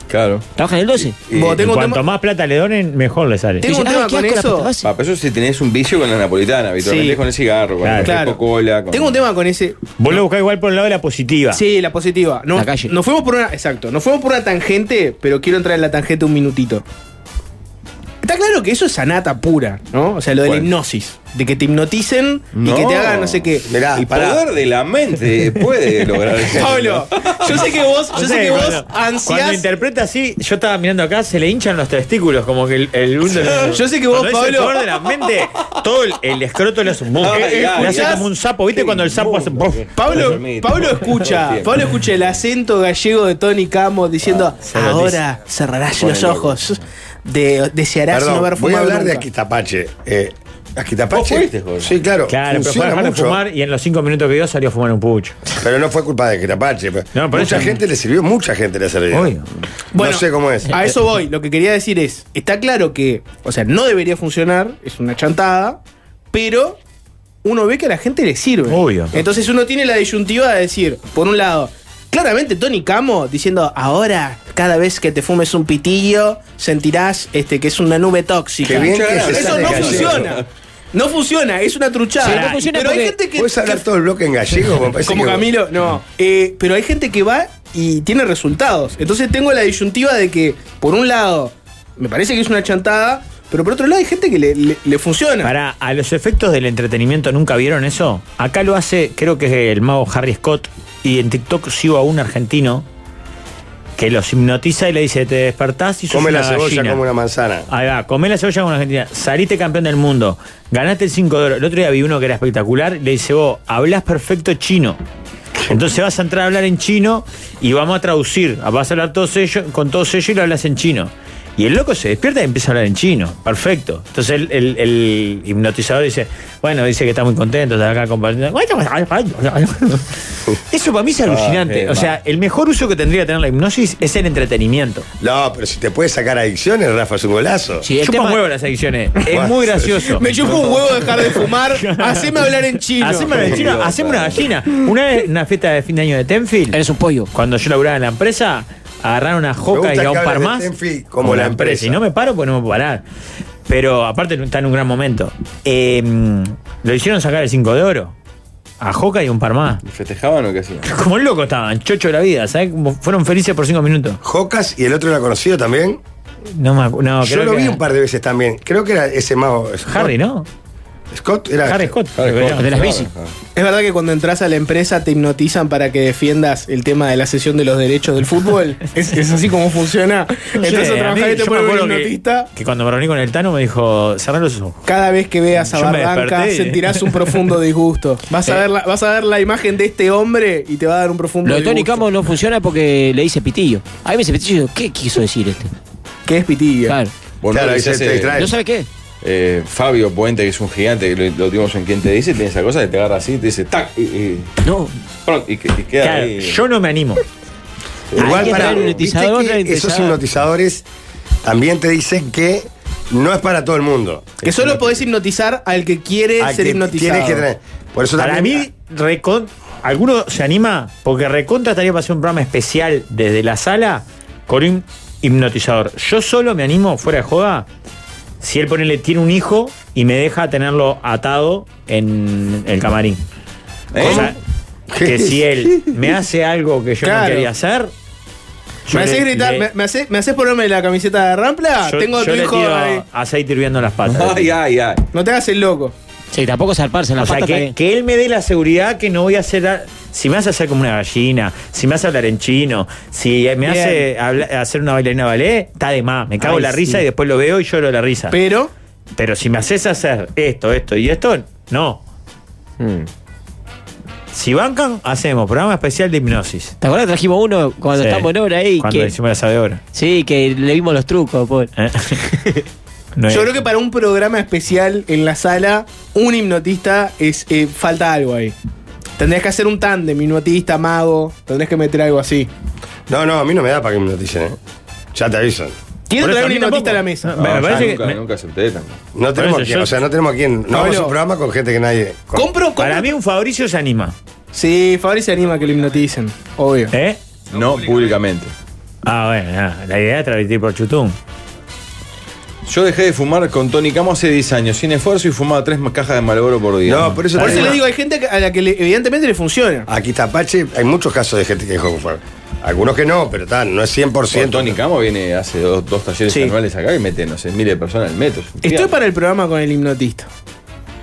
Claro.
Trabajan en el 12.
Y-
Vos
Y
tengo un
cuanto
tema-
más plata le donen, mejor le sale.
Tengo
Dice,
un
"Ah,
tema
qué
con
asco la
eso".
pasta base".
Ah, pero eso si tenés un vicio con la napolitana, habitualmente
Sí.
es con el cigarro, con
Claro.
la
Claro.
Ah, Coca-Cola. con- Ah.
Tengo un tema con ese.
Vos lo buscás igual por el lado de la positiva.
Sí, la positiva. No,
La calle.
Nos fuimos por una. Exacto. Nos fuimos por una tangente, pero quiero entrar en la tangente un minutito. Está claro que eso es sanata pura, ¿no? O sea, lo de
¿Cuál?
la hipnosis. De que te hipnoticen y que
No.
te hagan no sé qué.
Mirá,
El
pará.
poder de la mente puede lograr eso.
Pablo, yo sé que vos, yo
No
sé que vos
cuando- Cuando
ansias.
interpreta así, yo estaba mirando acá, se le hinchan los testículos, como que el, el uno-
Yo sé que vos,
cuando dice
Pablo-
El poder de la mente, todo el, el escroto le hace un boom.
Ay, ay,
le hace
escuchás-
como un sapo, ¿viste? Cuando el sapo hace. boom.
Pablo,
Dormí,
Pablo
tipo, todo el
escucha,
tiempo.
Pablo escucha el acento gallego de Tony Camo diciendo,
Ah,
lo
ahora cerrarás
Pone
los
loco.
ojos, de, desearás no
Perdón,
haber
voy a
fumado
hablar de
nunca".
Aquitapache. Eh, ¿Aquitapache?
¿Vos fuiste, Jorge?
Sí, claro.
Claro, pero fue a
funciona
dejar de
mucho,
fumar y en los cinco minutos que dio salió a fumar un pucho.
Pero no fue culpa de Aquitapache.
No, por
mucha
eso-
gente le sirvió, mucha gente le sirvió.
Obvio.
No sé cómo es.
A eso voy. Lo que quería decir es, está claro que, o sea, no debería funcionar, es una chantada, pero uno ve que a la gente le sirve.
Obvio.
Entonces uno tiene la disyuntiva de decir, por un lado, claramente Tony Camo diciendo, ahora, cada vez que te fumes un pitillo, sentirás este, que es una nube tóxica.
Qué bien que se
eso
sale
no
gallego.
funciona. No funciona, es una truchada.
Sí, no funciona
pero hay
porque-
gente que...
¿Puedes hablar
que-
todo el bloque en gallego? Me parece
como
que-
Camilo, no. Eh, pero hay gente que va y tiene resultados. Entonces tengo la disyuntiva de que, por un lado, me parece que es una chantada, pero por otro lado hay gente que le, le- le funciona.
Para a los efectos del entretenimiento, ¿nunca vieron eso? Acá lo hace, creo que el mago Harry Scott, y en TikTok sigo a un argentino que los hipnotiza y le dice, te despertás y sos
Come
una
la cebolla
gallina".
como una manzana.
Ahí va, comé la cebolla con Argentina, saliste campeón del mundo, ganaste el 5 de oro. El otro día vi uno que era espectacular, le dice vos, hablás perfecto chino. Entonces vas a entrar a hablar en chino y vamos a traducir. Vas a hablar todos ellos, con todos ellos y lo hablas en chino. Y el loco se despierta y empieza a hablar en chino. Perfecto. Entonces el, el- el hipnotizador dice, bueno, dice que está muy contento, está acá compartiendo. Eso para mí es alucinante.
qué
O sea, el mejor uso que tendría que tener la hipnosis es el entretenimiento.
No, pero si te puedes sacar adicciones, Rafa, es un golazo.
Sí, el
Chupa
tema-
un huevo las adicciones. Es muy gracioso.
Me chupo un huevo dejar de fumar, haceme hablar en chino.
Haceme una gallina, haceme una gallina. Una vez en una fiesta de fin de año de Tenfield,
Eres un pollo.
cuando yo laburaba en la empresa, agarraron una joca y
gusta
a un
que
par
hablas de
más.
Tenfield como la empresa.
Y no me paro pues no me puedo parar. Pero aparte está en un gran momento. Eh, lo hicieron sacar el 5 de oro. A Joca y un par más.
¿Y ¿Festejaban o qué hacían?
Como locos estaban, chocho de la vida, ¿sabes? Como fueron felices por 5 minutos.
Jocas y el otro era conocido también.
No me acu- no,
Yo
creo
lo
que
vi
era
un par de veces también. Creo que era ese mago. Scott.
Harry, ¿no?
Scott era.
Harry Scott.
Harry
creo que
Potter,
era.
las
claro,
bicis.
claro.
Es verdad que cuando entras a la empresa te hipnotizan para que defiendas el tema de la cesión de los derechos del fútbol. es, es así como funciona. Entras
Sí,
a
a mí-
trabajar y te
yo me
ponen un
acuerdo que-
hipnotista.
Que cuando me reuní con el Tano me dijo, cerrar los ojos.
Cada vez que veas a
Yo me
Barranca
desperté Eh. y-
sentirás un profundo disgusto. Vas a, ver la, vas a ver la imagen de este hombre y te va a dar un profundo
Lo de
disgusto.
Tony Campos no funciona porque le dice pitillo. A mí me dice pitillo, y yo, ¿qué quiso decir este?
Que es pitilla.
Claro.
Bueno,
Claro,
lo que
ahí
se
se te
hace-
distrae.
¿No sabe qué?
eh, Fabio Puente, que es un gigante, que lo, lo tuvimos en quien te dice, tiene esa cosa que te agarra así y te dice tac y, y,
No.
pron, y que- y queda
Claro,
ahí.
yo no me animo.
Hay
Igual
que
para
traer un
¿viste
hipnotizador,
que
traer un
esos
hipnotizador.
hipnotizadores también te dicen que no es para todo el mundo.
Que solo podés hipnotizar al que quiere
Al
ser
que
hipnotizado.
tienes que tener. Por eso
Para
también-
mí, recon- ¿alguno se anima? Porque Recontra estaría para hacer un programa especial desde la sala con un hipnotizador. Yo solo me animo, fuera de joda, si él ponele, tiene un hijo y me deja tenerlo atado en el camarín.
¿Eh?
Cosa que si él me hace algo que yo no
Claro.
quería hacer. yo
¿Me
le-
haces gritar?
le-
¿Me, me haces, me haces ponerme la camiseta de Rampla?
yo-
Ah, Tengo a
yo
tu
le
hijo
tiro
ahí.
aceite hirviendo en las patas.
Ay, ah, ay, ay.
No te hagas el loco.
Sí, tampoco zarparse en la
O sea,
pata
que, que él me dé la seguridad que no voy a hacer. a- si me hace hacer como una gallina, si me hace hablar en chino, si me
Bien.
hace habla- hacer una bailarina ballet, está de más. Me cago
Ay,
en la
sí.
risa y después lo veo y lloro de la risa.
Pero,
Pero si me haces hacer esto, esto y esto, no. Si bancan, hacemos programa especial de hipnosis.
¿Te acuerdas que trajimos uno cuando
Sí.
estábamos en hora ahí?
Cuando
Que,
hicimos la sabedora.
sí, que le vimos los trucos, pobre.
¿eh? No
yo
es-
creo que para un programa especial en la sala, un hipnotista es eh, falta algo ahí. Tendrías que hacer un tándem, hipnotista, mago. Tendrías que meter algo así.
No, no, a mí no me da para que me noticen, ¿eh? Ya te avisan.
Quiero
Por eso
traer
a
un
mí
hipnotista
tampoco.
a la mesa.
No, me
Ah, ya
parece
nunca,
que- me-
nunca acepté tampoco.
No tenemos
eso
a quién,
yo-
o sea, no tenemos a quién. No vamos a
Pablo.
un programa con gente que nadie. con-
Compro, compro.
Para mí un Fabricio se anima.
Sí, Fabri se anima a que lo hipnoticen. Obvio.
¿eh?
No públicamente.
Ah, bueno, ya, la idea es transmitir por Chutum.
Yo dejé de fumar con Tony Camo hace 10 años, sin esfuerzo y fumaba tres cajas de Malboro por día.
No, por eso,
Por
te
eso le digo, hay gente a la que le- evidentemente le funciona.
Ah,
Aquí Tapache, hay muchos casos de gente que dejó de fumar. Algunos que no, pero tal, no es 100%.
Con Tony Camo viene hace dos, dos talleres
Sí.
anuales acá y mete, no sé, miles de personas al metro.
Estoy para el programa con el hipnotista.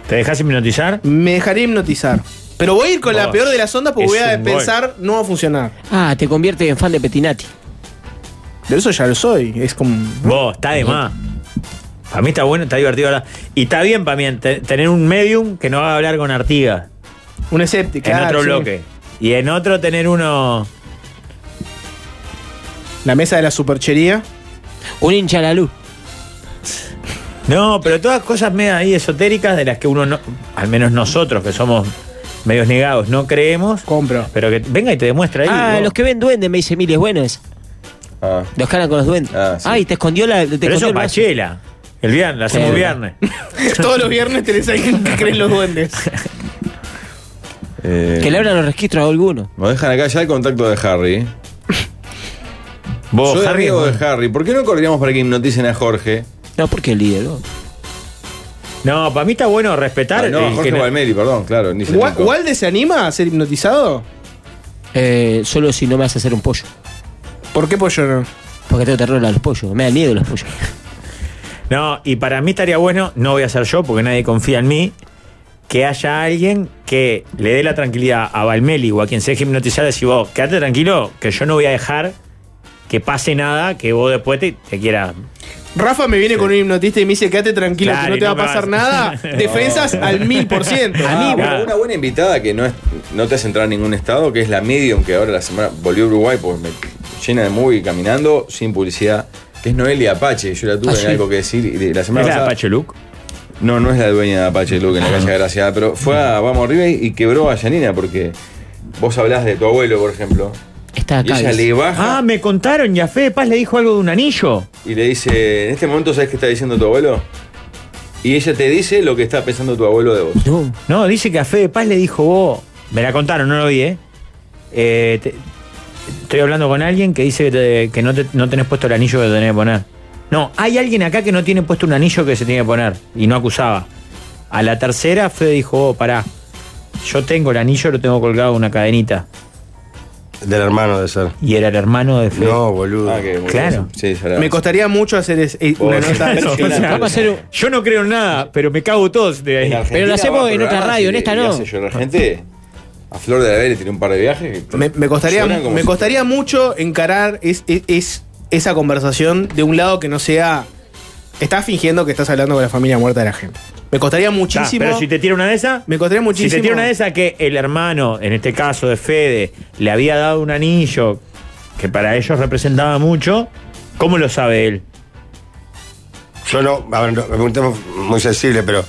¿Te dejas hipnotizar?
Me dejaré hipnotizar. Pero voy a ir con la
Vos.
peor de las ondas porque
Es
voy a
un
pensar no va a funcionar.
Ah, te convierte en fan de Petinati.
Pero eso ya lo soy. Es como.
Vos, está de más. Para mí está bueno, está divertido hablar. Y está bien para mí te- tener un medium que no va a hablar con Artigas
Un escéptico.
en
claro,
otro
sí.
bloque. Y en otro tener uno.
La mesa de la superchería.
Un hincha a la luz.
No, pero todas cosas medio ahí esotéricas de las que uno no. Al menos nosotros que somos medios negados, no creemos.
Compro.
Pero que venga y te demuestra ahí.
Ah,
vos.
los que ven duendes, me dice Mili, es bueno es.
Ah.
Los caran con los duendes.
Ah, sí.
Ay, te escondió la. Te
pero
escondió
eso es
el brazo.
Pachela. El viernes, la hacemos
Sí.
viernes.
Todos los viernes tenés a alguien que cree en los duendes.
Eh,
Que le abran los registros a alguno.
Nos dejan acá ya el contacto de Harry.
Vos,
Yo
Harry,
amigo
vos.
de Harry. ¿Por qué no coordinamos para que hipnoticen a Jorge?
No, porque el líder. ¿no?
No, para mí está bueno respetar.
Ah, no, a
el
Jorge
que no-
Valmeri, perdón, claro. Ni se
Wa-
tocó.
¿Walde se anima a ser hipnotizado?
Eh, solo si no me hace hacer un pollo.
¿Por qué pollo no?
Porque tengo terror a los pollos. Me dan miedo los pollos.
No, y para mí estaría bueno, no voy a ser yo porque nadie confía en mí, que haya alguien que le dé la tranquilidad a Valmeli o a quien se deje hipnotizar, decir vos, quédate tranquilo, que yo no voy a dejar que pase nada, que vos después te, te quieras.
Rafa me viene con un hipnotista y me dice, quédate tranquilo,
Claro,
que no
y
te va
no
a
me
pasar
vas-
nada. Defensas al mil por ciento.
Ah,
mí,
bueno,
claro.
una buena invitada que no, es, no te hace entrar en ningún estado, que es la Medium, que ahora la semana volvió a Uruguay porque me llena de movie caminando sin publicidad, que es Noelia Apache. Yo la tuve
Ah,
en
sí.
algo que decir y de- la semana
¿Es la
pasada.
Apache Luke?
No, no es la dueña de Apache Luke en la calle Graciada, pero fue a Vamos Arriba y y quebró a Yanina porque vos hablás de tu abuelo, por ejemplo,
Está
y
acá.
ella
dice.
le baja
Ah, me contaron, ya Fe Paz le dijo algo de un anillo.
y le dice: En este momento, ¿sabes qué está diciendo tu abuelo? Y ella te dice lo que está pensando tu abuelo de vos.
No.
No, dice que a Fe Paz le dijo vos, me la contaron, no lo vi, ¿eh? Eh, te- estoy hablando con alguien que dice que, te- que no, te- no tenés puesto el anillo que tenés que poner. No, hay alguien acá que no tiene puesto un anillo que se tiene que poner y no acusaba. A la tercera, Fe dijo, oh, pará, yo tengo el anillo, lo tengo colgado en una cadenita.
Del hermano de ser.
Y era el hermano de Fe.
No, boludo.
Ah, que bueno,
Claro.
Sí, ya la-
Me costaría mucho hacer es- eh,
Vos,
una nota.
claro,
O sea,
Vamos a hacer un-
yo no creo en nada, pero me cago todos de ahí. Ah,
Pero lo hacemos
va a
en otra
programas
radio,
y-
en esta
y
no.
hace llorar gente a Flor de la Vélez tiene un par de viajes. que
Me, me costaría,
lloran como
me
si-
costaría mucho encarar es- es- es- esa conversación de un lado que no sea. Estás fingiendo que estás hablando con la familia muerta de la gente. Me costaría
Ta,
muchísimo.
Ah, pero si te tira una de esas,
Me costaría muchísimo.
Si te tira una de esas que el hermano, en este caso de Fede, le había dado un anillo que para ellos representaba mucho, ¿cómo lo sabe él?
Yo no, a ver, no, es un tema muy sensible, pero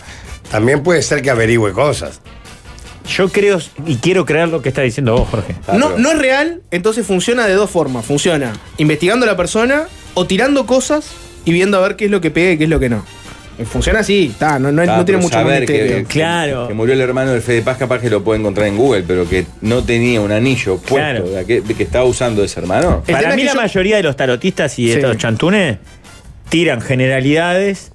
también puede ser que averigüe cosas.
Yo creo y quiero creer lo que está diciendo vos, Jorge.
no, no es real, entonces funciona de dos formas. Funciona investigando a la persona o tirando cosas y viendo a ver qué es lo que pega y qué es lo que no. Eh, Funciona así, está, no, no-
Ah,
no tiene
pero
mucho más
saber
misterio.
que, que-
Claro.
que murió el hermano del Fede Paz, capaz que lo puede encontrar en Google, pero que no tenía un anillo puesto
Claro.
de aquel- de que estaba usando ese hermano.
El tema
Para
es
mí
que
la
yo-
mayoría de los tarotistas y
Sí.
estos chantunes tiran generalidades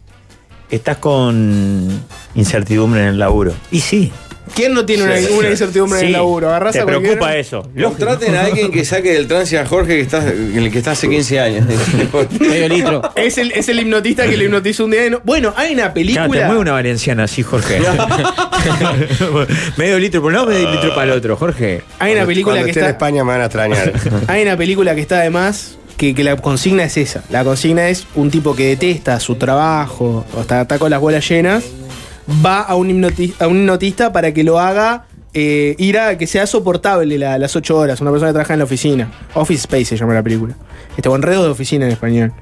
estás con incertidumbre en el laburo. Y sí.
¿Quién no tiene una, una incertidumbre en el
sí,
laburo? Agarrás
Te
a cualquier-
preocupa eso. Lógico.
Contraten a alguien que saque del trance a Jorge que está, en el que está hace 15 años.
Medio litro.
Es el, es el hipnotista que le hipnotiza un día y no- Bueno, hay una película.
Claro, te mueve una valenciana así, Jorge. medio litro por un lado, medio litro para el otro, Jorge.
Hay una película
Cuando
que
esté en
está.
España me van a extrañar.
Hay una película que está además que, que la consigna es esa. La consigna es un tipo que detesta su trabajo o está, está con las bolas llenas, va a un, hipnoti- a un hipnotista para que lo haga eh, ir a que sea soportable la- las 8 horas. Una persona que trabaja en la oficina. Office Space se llama la película. Este enredo de oficina en español.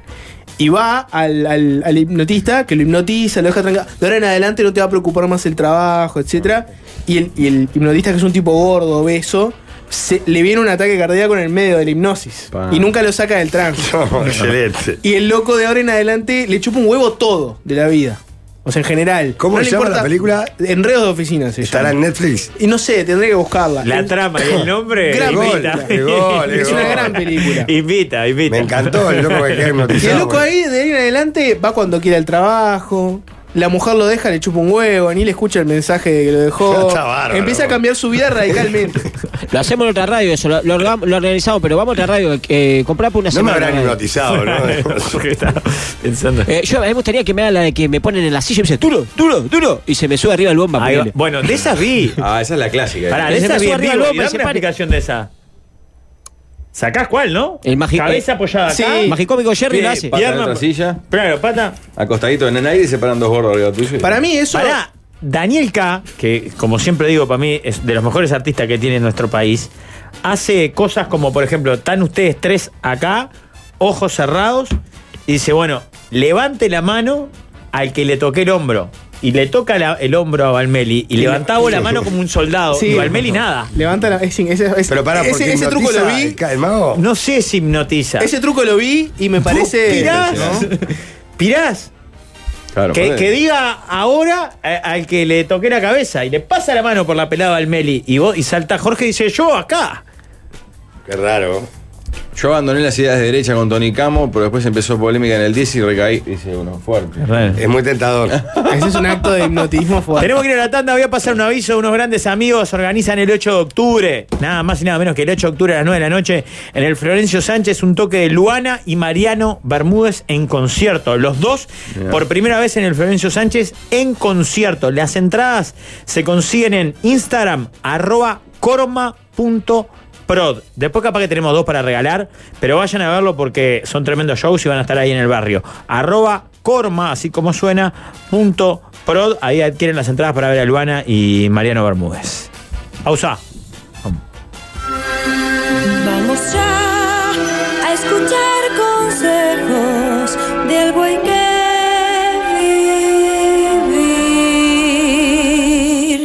Y va al, al- al hipnotista, que lo hipnotiza, lo deja trancado. De ahora en adelante no te va a preocupar más el trabajo, etc. Y el, y el hipnotista, que es un tipo gordo, obeso, se- le viene un ataque cardíaco en el medio de la hipnosis.
Pa.
Y nunca lo saca del trance.
No, excelente.
Y el loco de ahora en adelante le chupa un huevo todo de la vida. O sea, en general.
¿Cómo
No
se
le
llama
importa-
la película?
Enredos de oficina se
¿Estará en
llama.
Netflix?
Y no sé, tendré que buscarla.
La
El-
trama y el nombre.
Gran
invita.
película.
El gol, el
Es una
gol.
gran película.
Invita, invita.
Me encantó el loco que queda
Y
hipnotizado.
el loco ahí, de ahí en adelante, va cuando quiera al trabajo. La mujer lo deja, le chupa un huevo, ni le escucha el mensaje de que lo dejó.
Está bárbaro.
Empieza a cambiar su vida radicalmente.
Lo hacemos en otra radio, eso, lo, lo orga- lo organizamos, pero vamos a otra radio, eh, comprá por una
No me
semana.
habrán
la radio.
hipnotizado, ¿no?
Jorge estaba pensando.
Eh, yo a mí me gustaría que me haga la de que me ponen en la silla y me dicen duro, duro, duro. Y se me sube arriba el bomba.
Ahí va.
ponele.
Bueno, de esas vi.
Ah, esa es la clásica.
Pará,
Que
de
se
esas
me
vi
suba
en
arriba
vivo.
el hombre
Y
y
dame
se
una
pare.
explicación de esa. ¿Sacás cuál, no?
El mágico-
Cabeza apoyada acá.
Sí.
Magicómico Jerry lo
Pie-
hace.
Pata en
Pierna-
otra silla.
Claro, pata.
Acostadito en el aire y separan dos gordos arriba tuyo.
Para mí eso...
Pará, Daniel K, que como siempre digo, para mí es de los mejores artistas que tiene nuestro país, hace cosas como, por ejemplo, están ustedes tres acá, ojos cerrados, y dice, bueno, levante la mano al que le toque el hombro. Y le toca la- el hombro a Valmeli y levantaba la mano como un soldado.
Sí.
Y Valmeli nada.
Levanta la... es- es- es-
Pero pará, porque
ese, ese truco lo vi...
¿El mago?
No sé si hipnotiza.
Ese truco lo vi y me parece...
Pirás. Pirás.
Claro,
Que,
ponele.
que diga ahora eh, al que le toqué la cabeza y le pasa la mano por la pelada al Meli y, vos, y salta Jorge y dice yo acá.
Qué raro.
Yo abandoné las ideas de derecha con Tony Camo, pero después empezó polémica en el 10 y recaí. Dice uno, fuerte.
Es muy tentador.
Ese es un acto de hipnotismo fuerte.
Tenemos que ir a la tanda, voy a pasar un aviso, unos grandes amigos organizan el 8 de octubre, nada más y nada menos que el 8 de octubre a las 9 de la noche, en el Florencio Sánchez, un toque de Luana y Mariano Bermúdez en concierto. Los dos, por primera vez en el Florencio Sánchez, en concierto. Las entradas se consiguen en Instagram, arroba corma.prod. Después capaz que tenemos dos para regalar, pero vayan a verlo porque son tremendos shows y van a estar ahí en el barrio. Arroba corma, así como suena, punto prod. Ahí adquieren las entradas para ver a Luana y Mariano Bermúdez. Pausa.
Vamos ya a escuchar consejos del buen que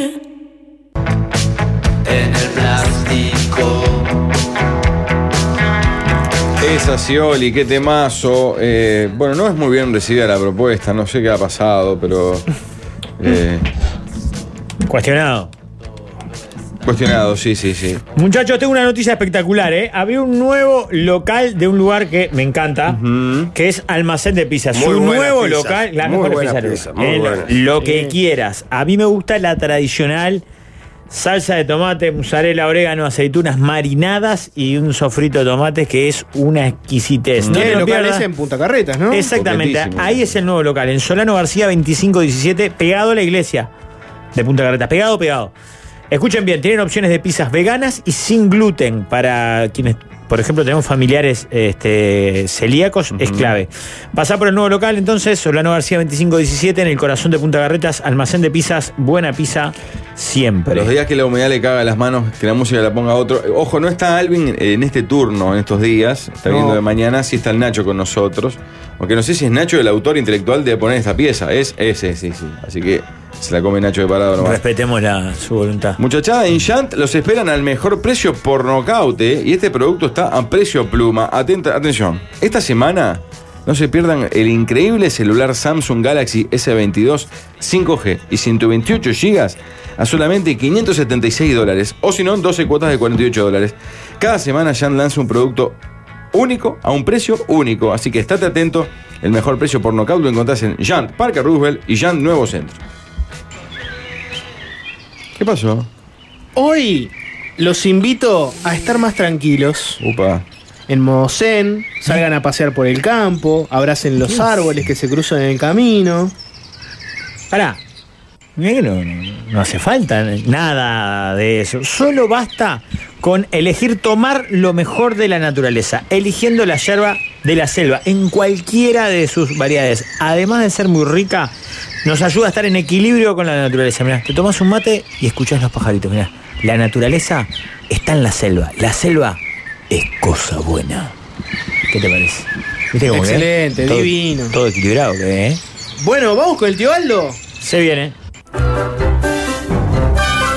vivir.
Esa Scioli, qué temazo. Eh, bueno, no es muy bien recibida la propuesta, no sé qué ha pasado, pero. eh,
Cuestionado.
cuestionado, sí, sí, sí.
Muchachos, tengo una noticia espectacular, ¿eh? Abrió un nuevo local de un lugar que me encanta, que es Almacén de Pizzas.
Muy
Su
buenas
nuevo
pizzas,
local, la
muy
mejor
buenas
pizzería.
pizzas, muy
Eh, lo-
buenas.
Lo que quieras. A mí me gusta la tradicional salsa de tomate, mozzarella, orégano, aceitunas marinadas y un sofrito de tomates que es una exquisitez. No
Tiene
te lo
local
pierdas.
ese Mm. en Punta Carretas, ¿no?
Exactamente,
Coquetísimo.
ahí es el nuevo local, en Solano García 2517, pegado a la iglesia de Punta Carretas, pegado, pegado. Escuchen bien, tienen opciones de pizzas veganas y sin gluten para quienes, por ejemplo, tenemos familiares este, celíacos, es clave. Pasá por el nuevo local entonces, Solano García 2517, en el corazón de Punta Carretas, almacén de pizzas, buena pizza siempre.
Los días que la humedad le caga las manos, que la música la ponga otro. Ojo, no está Alvin en este turno, en estos días. Está
No.
viendo de mañana, sí está el Nacho con nosotros. Aunque no sé si es Nacho el autor intelectual de poner esta pieza. Es ese, sí, sí. Así que se la come Nacho de parado nomás.
Respetemos la, su voluntad.
Muchachada en Shant los esperan al mejor precio por nocaute y este producto está a precio pluma. Atenta, atención, esta semana no se pierdan el increíble celular Samsung Galaxy S22 5G y 128 GB a solamente 576 dólares o si no 12 cuotas de 48 dólares. Cada semana Shant lanza un producto único a un precio único, así que estate atento El mejor precio por nocaut lo encontrás en Jean, Parque Roosevelt y Jean Nuevo Centro. ¿Qué pasó?
Hoy los invito a estar más tranquilos.
Upa.
En modo zen, salgan a pasear por el campo, abracen los árboles que se cruzan en el camino.
Pará. Mirá que No, no hace falta nada de eso. Solo basta con elegir tomar lo mejor de la naturaleza, eligiendo la yerba de la selva en cualquiera de sus variedades. Además de ser muy rica, nos ayuda a estar en equilibrio con la naturaleza. Mirá, te tomas un mate y escuchás los pajaritos. Mirá, la naturaleza está en la selva. La selva es cosa buena. ¿Qué te parece? ¿Viste cómo quedé?
Excelente,
Todo-
divino.
Todo equilibrado, quedé, ¿eh?
Bueno, vamos con el tío Aldo.
Se viene.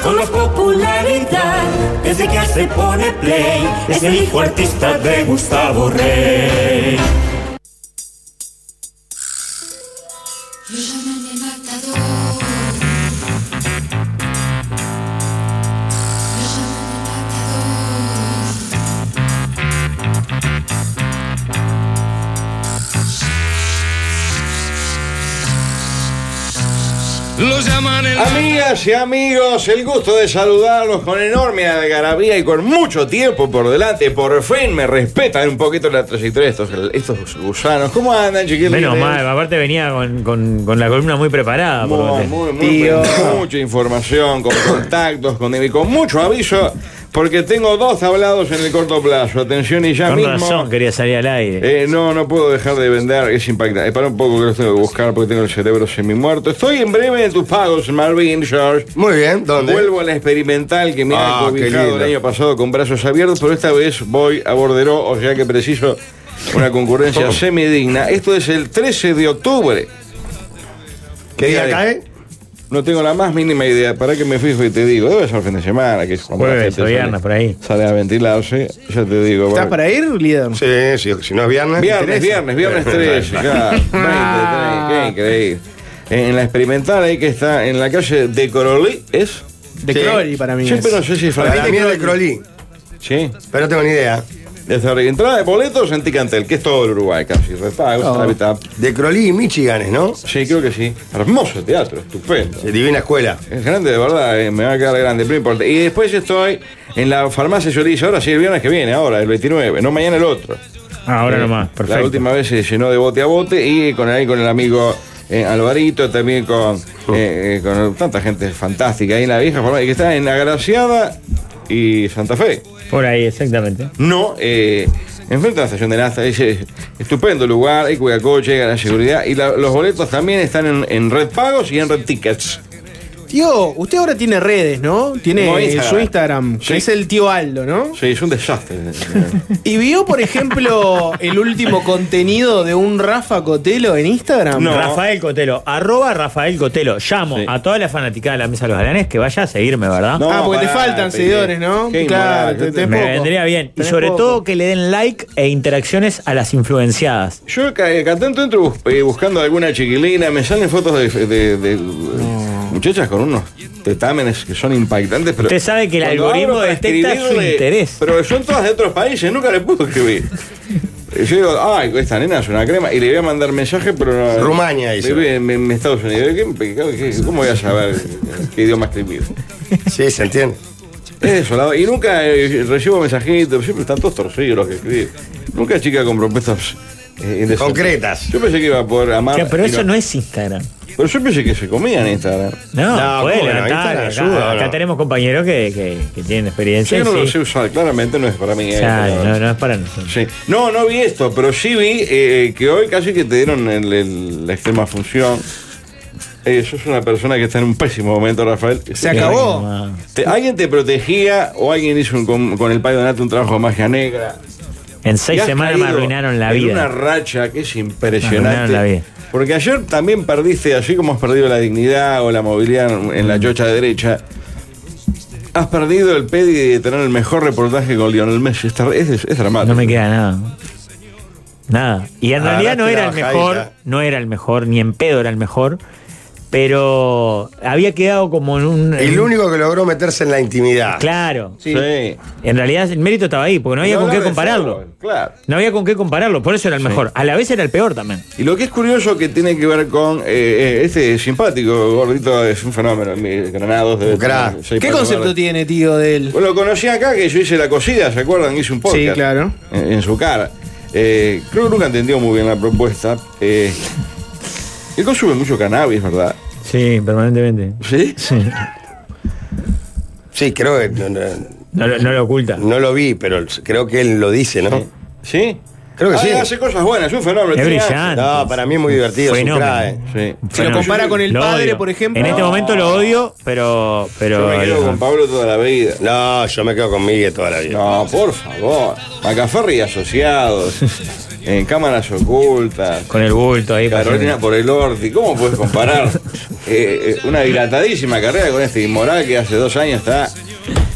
Con más popularidad, desde que se pone play, es el hijo artista de Gustavo Rey.
Amigas y amigos, el gusto de saludarlos con enorme algarabía y con mucho tiempo por delante. Por fin me respetan un poquito la trayectoria de estos, estos gusanos. ¿Cómo andan, chiquillos?
Menos mal, aparte venía con, con- con la columna muy preparada. por
Muy,
donde-
muy, muy con mucha información, con contactos, con, y con mucho aviso, porque tengo dos hablados en el corto plazo. Atención y ya
con
mismo.
razón quería salir al aire.
Eh, no, no puedo dejar de vender, es impactante. Eh, para un poco que los tengo que buscar porque tengo el cerebro semi muerto. Estoy en breve en tus pagos, Marvin George.
Muy bien, ¿dónde?
Vuelvo a la experimental que me ha
Ah, qué
cobijado el
lindo.
año pasado con brazos abiertos, pero esta vez voy a Borderó, o sea que preciso una
Oh.
concurrencia semidigna. Esto es el 13 de octubre.
¿Qué día cae?
No tengo la más mínima idea. Para que me fijo y te digo, debe ser fin de semana, que es cuando la
Jueves
gente
o
sale-
viernes, por ahí.
Sale a ventilarse, ya te digo.
¿Estás
Barbie.
para ir, líder?
Sí, sí, si no es viernes.
Viernes,
interesa.
viernes, viernes 13, claro. 20, 30, qué increíble. En la experimental ahí que está en la calle de Corolí, ¿es?
De
Sí.
Crowley para mí.
Siempre
es.
no sé si es
Para mí también es de Crolí,
Sí.
pero no tengo ni idea.
Desde arriba. Entrada de boletos en Ticantel, que es todo el Uruguay casi. Repagos, Habitat.
De Crolí y Michiganes, ¿no?
Sí, creo que sí. Hermoso teatro, estupendo.
De Divina Escuela.
Es grande, de verdad, eh, me va a quedar grande, pero no importa. Y después estoy en la farmacia Llorisa, ahora sí, el viernes que viene, ahora, el 29, no mañana el otro.
Ah, ahora nomás,
Eh, La
perfecto.
última vez se llenó de bote a bote y con ahí con el amigo eh, Alvarito, también con,
Oh.
eh, eh, con tanta gente fantástica ahí en la vieja forma, y que está en Agraciada y Santa Fe.
Por ahí, exactamente.
No, eh, enfrente a la estación de Nasta, dice, estupendo lugar, hay cuidacoche, la seguridad, y la- los boletos también están en, en Red Pagos y en Red Tickets.
Tío, usted ahora tiene redes, ¿no? Tiene
Como
eh,
Instagram.
su Instagram,
Sí.
que es el tío Aldo, ¿no?
Sí, es un desastre.
¿Y vio, por ejemplo, el último contenido de un Rafa Cotelo en Instagram?
No.
Rafael Cotelo, arroba Rafael Cotelo. Llamo
Sí.
a toda la fanaticada de la mesa de los galanes que vaya a seguirme, ¿verdad?
No,
ah, porque te
pará,
faltan
Pepe.
seguidores, ¿no?
Qué
claro,
inmoral,
te,
yo
te
te-
Me
poco.
vendría bien. Y
Tenés
sobre
poco.
todo que le den like e interacciones a las influenciadas.
Yo ca- cada tanto entro bus- eh, buscando alguna chiquilina, me salen fotos de, de- de- muchachas con unos tetámenes que son impactantes, pero.
Mm. Usted sabe que el
cuando
algoritmo
abro para
detecta su
escribirle-
interés.
Pero son todas de otros países, nunca le puedo escribir. Y Yo digo, ay, esta nena es una crema, y le voy a mandar mensaje, pero no.
Rumania, dice.
Vive en, en Estados Unidos. ¿Qué- qué- qué- ¿Cómo voy a saber qué idioma escribir?
Sí, se entiende.
Es desolado. Y nunca eh, recibo mensajitos, siempre están todos torcidos los que escriben. Nunca chica con propuestas. eh, indecentes.
Concretas.
Yo pensé que iba a poder amar.
Claro, pero
y
eso no es Instagram.
Pero yo pensé que se comían en Instagram.
No,
No,
puede
¿cómo no?
levantar.
Instagram
Acá,
ayuda,
acá
¿no?
tenemos compañeros que, que- que tienen experiencia.
Yo no
y
lo
sí.
sé usar, claramente no es para mí. eh,
Claro,
pero-
no, no es para nosotros.
Sí. No, no vi esto, pero sí vi eh, que hoy casi que te dieron el- el- la extrema función. Eh, sos una persona que está en un pésimo momento, Rafael.
Se acabó.
Te- ¿Alguien te protegía o alguien hizo un- con, con el Pai Donato un trabajo de magia negra?
En
Y
seis
has
semanas me
caído
arruinaron la
en
vida.
Una racha que es
Me arruinaron
impresionante.
la vida.
Porque ayer también perdiste, así como has perdido la dignidad o la movilidad en
Mm.
la chocha derecha, has perdido el pedi de tener el mejor reportaje con Lionel Messi. Está- Es, es, dramático.
No me queda nada. Nada. Y en
Agarraste
realidad no
la
era el
bajadita.
mejor, no era el mejor, ni en pedo era el mejor. Pero había quedado como en un. en
El
un-
único que logró meterse en la intimidad.
Claro.
Sí.
En realidad el mérito estaba ahí, porque no había
Y
con
hablar
qué
de
compararlo.
fútbol, Claro.
No había con qué compararlo, por eso era el mejor. A la vez era el peor también.
Y lo que es curioso que tiene que ver con eh, eh, este simpático gordito es un fenómeno, mi- Granados de
Un crack.
soy
¿Qué
Paco
concepto
Verde.
tiene, tío, de él?
Bueno, lo conocí acá que yo hice la cocida, ¿se acuerdan? Hice un podcast.
Sí, claro.
En, en su cara. Eh, creo que nunca entendió muy bien la propuesta. Eh, él consume mucho cannabis, ¿verdad?
Sí, permanentemente.
¿Sí?
Sí, creo que no, no-
No, lo- no lo oculta.
no lo vi, pero creo que él lo dice, ¿no?
¿Sí?
Creo que
Ah,
sí.
Hace cosas buenas, es un fenómeno.
Es
tiene
brillante.
No, para mí es muy divertido. es un
Fenómeno.
crack, eh.
Sí.
Si lo
Bueno,
compara con el
lo
padre,
odio.
por ejemplo.
En este momento lo odio, pero.
Yo
pero
me quedo con Pablo toda la vida.
No, yo me quedo con Miguel toda la vida.
No, por favor. Macaferri y asociados. en cámaras ocultas.
con el bulto ahí.
Carolina
pasando.
por el Orti. ¿Cómo puedes comparar eh, eh, una dilatadísima carrera con este inmoral que hace dos años está?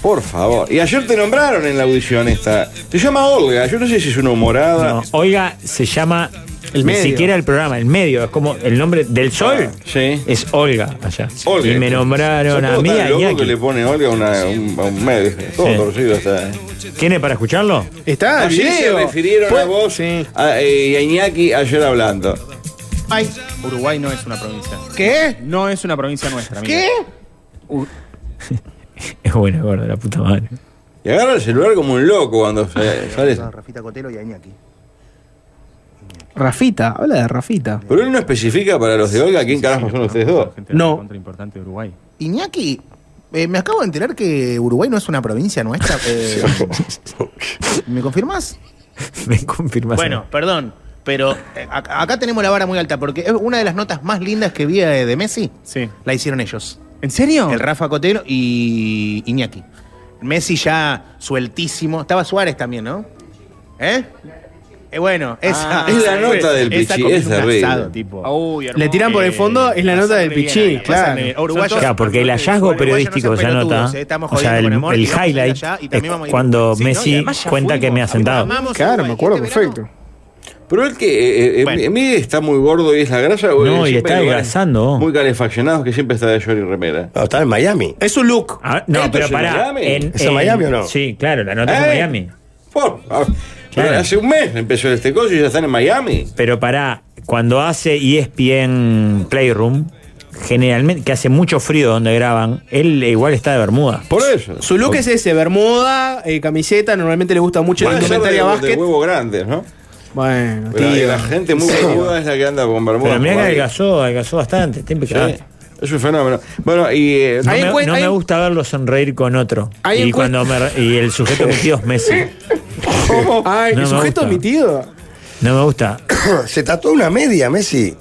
Por favor. Y ayer te nombraron en la audición esta. Se llama Olga. Yo no sé si es una humorada.
No, Olga se llama.
El
ni
medio.
siquiera el programa, el medio. Es como el nombre del sol.
Ah, sí.
Es Olga allá.
Olga. este,
Y me nombraron
Son
a
todos
mí
tan
y a
locos
Iñaki.
que le pone Olga a una- un, a un medio. Todo
Sí. Ah,
torcido está. eh.
¿Tiene para escucharlo?
Está el
Así se
video.
refirieron
Pues-
a vos
Sí.
a- eh, y a Iñaki ayer hablando.
Ay,
Uruguay no es una provincia.
¿Qué?
No es una provincia nuestra, amigo.
¿Qué?
Es bueno, gordo, la puta madre.
Y agarra el celular como un loco cuando
Ah,
se- sale.
Rafita Cotelo y Añaki.
Rafita, habla de Rafita.
Pero él no especifica para los de Olga quién carajo son ustedes dos.
No.
importante de Uruguay.
Iñaki, eh, me acabo de enterar que Uruguay no es una provincia nuestra. eh, ¿Me confirmas?
Me confirmas.
Bueno, perdón, pero eh, acá acá tenemos la vara muy alta porque es una de las notas más lindas que vi eh, de Messi.
Sí.
La hicieron ellos.
¿En serio?
El Rafa Cotero y Iñaki. Messi ya sueltísimo. Estaba Suárez también, ¿no? ¿Eh? Eh, bueno, esa.
Ah, es
esa-
la nota del
esa
Pichi,
como
es
un
terrible.
asado, tipo.
Uy, hermoso.
Le tiran por el fondo, es la nota del Pichín,
pichín,
claro.
Uruguayos-
Claro, porque el hallazgo
Uruguayos no sean
periodístico de esa
pelotudos,
nota,
eh, estamos
o sea,
jodiendo
el,
con amor,
el
y vamos a ir
highlight,
allá y
es
también vamos a ir-
cuando
Sí, no, y
Messi
además ya
cuenta que
fuimos,
me ha sentado.
amamos
Claro,
Uruguay,
me acuerdo
este verano.
perfecto.
Pero el que eh, eh,
Bueno.
eh, mide está muy gordo y es la grasa. o
No,
él
y
siempre
está
hay lugares
adelgazando.
Muy calefaccionados que siempre está de short y remera.
No, estaba en Miami.
Es un look.
Ah, no,
¿Esto
pero
es en
pará.
Miami?
¿Es en Miami o no?
Sí, claro, la nota es en
¿Eh?
Miami.
Por favor. Pero
Claro.
Hace un mes empezó este coche y ya están en Miami.
Pero pará, cuando hace E ESPN Playroom, generalmente, que hace mucho frío donde graban, él igual está de Bermuda.
Por eso.
Su look es ese, bermuda, eh, camiseta, normalmente le gusta mucho la
Puede ser de,
indumentaria
de
básquet.
huevos grandes, ¿no?
Bueno,
Pero
tío.
la gente muy gorda es la que anda con bermuda.
Pero mirá que
Como ahí.
adelgazó, adelgazó bastante, está impecable.
Sí. Es un fenómeno. Bueno, y. eh,
No,
Hay
me,
encuen-
no me
hay-
gusta verlo sonreír con otro.
Hay
Y,
encuen-
cuando me- y el sujeto metido es Messi.
¿Cómo?
Ay,
No
el
me
sujeto
gusta.
omitido.
No me gusta.
Se tatuó una media, Messi.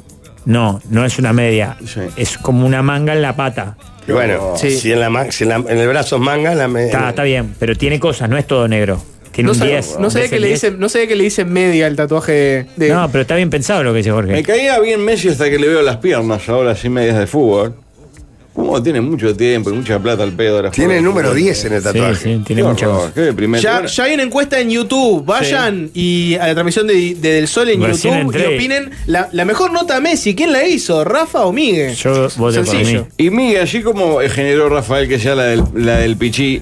No, no es una media.
Sí.
Es como una manga en la pata.
Y bueno,
Sí.
si, en la, man- si en la- en el brazo es manga, la me-
Está, está bien, pero tiene cosas, no es todo negro. Tiene
No,
un
sab-
10.
no
un
sabía
10,
que le
10.
dicen, no sabía que le dicen media el tatuaje de.
No, pero está bien pensado lo que dice
Me
Jorge.
caía bien Messi hasta que le veo las piernas ahora sin medias de fútbol. Como tiene mucho tiempo y mucha plata al pedo. de las
Tiene el
jugadoras.
número 10 en el
Sí,
tatuaje.
sí,
Qué
tiene mucha
horror,
cosa.
Qué deprimente.
Ya,
Bueno,
ya hay una encuesta en YouTube. Vayan y a la transmisión de, de Del Sol en
Recién
YouTube
entré.
y opinen la, la mejor nota a Messi. ¿Quién la hizo? ¿Rafa o Miguel?
Yo voto por mí.
Sencillo.
Y Miguel, así como generó Rafael que sea la del, la del Pichí,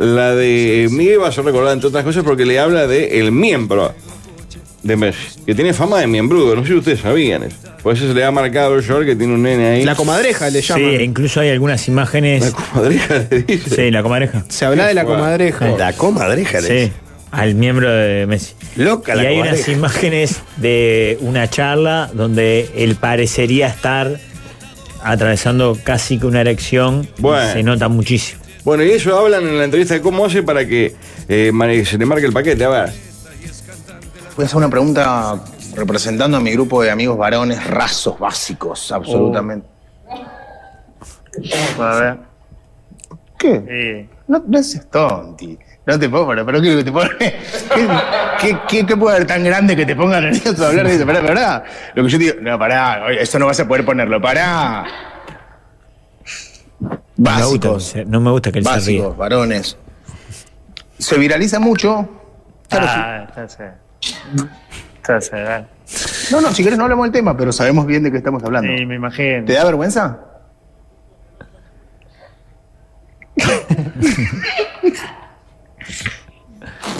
la de Miguel va a ser recordada entre otras cosas porque le habla de el miembro de Messi, que tiene fama de miembrudo, no sé si ustedes sabían eso. Por eso se le ha marcado el short que tiene un nene ahí.
La comadreja le
Sí,
llaman.
incluso hay algunas imágenes.
La comadreja le dice.
Sí, la comadreja.
Se habla de la comadreja.
La comadreja, le
Sí,
dice.
al miembro de Messi.
Loca la
y hay unas
comadreja.
imágenes de una charla donde él parecería estar atravesando casi que una erección.
Bueno.
Se nota muchísimo.
Bueno, y ellos hablan en la entrevista de cómo hace para que eh, mane- se le marque el paquete. A ver.
Voy a hacer una pregunta representando a mi grupo de amigos varones rasos básicos, absolutamente.
Oh.
A ver. ¿Qué? No, no seas tonti. No te pongo, pero ¿qué te pone? ¿Qué, qué, qué- qué puede haber tan grande que te ponga nervioso hablar de eso? Pará, pará. Lo que yo te digo, no, pará, oye, eso no vas a poder ponerlo, pará.
No me gusta,
Básicos,
no me gusta que él se ría.
básicos, varones. Se viraliza mucho. Claro, sí.
Ah,
No, no, si querés no hablamos del tema, pero sabemos bien de qué estamos hablando.
me imagino.
¿Te da vergüenza?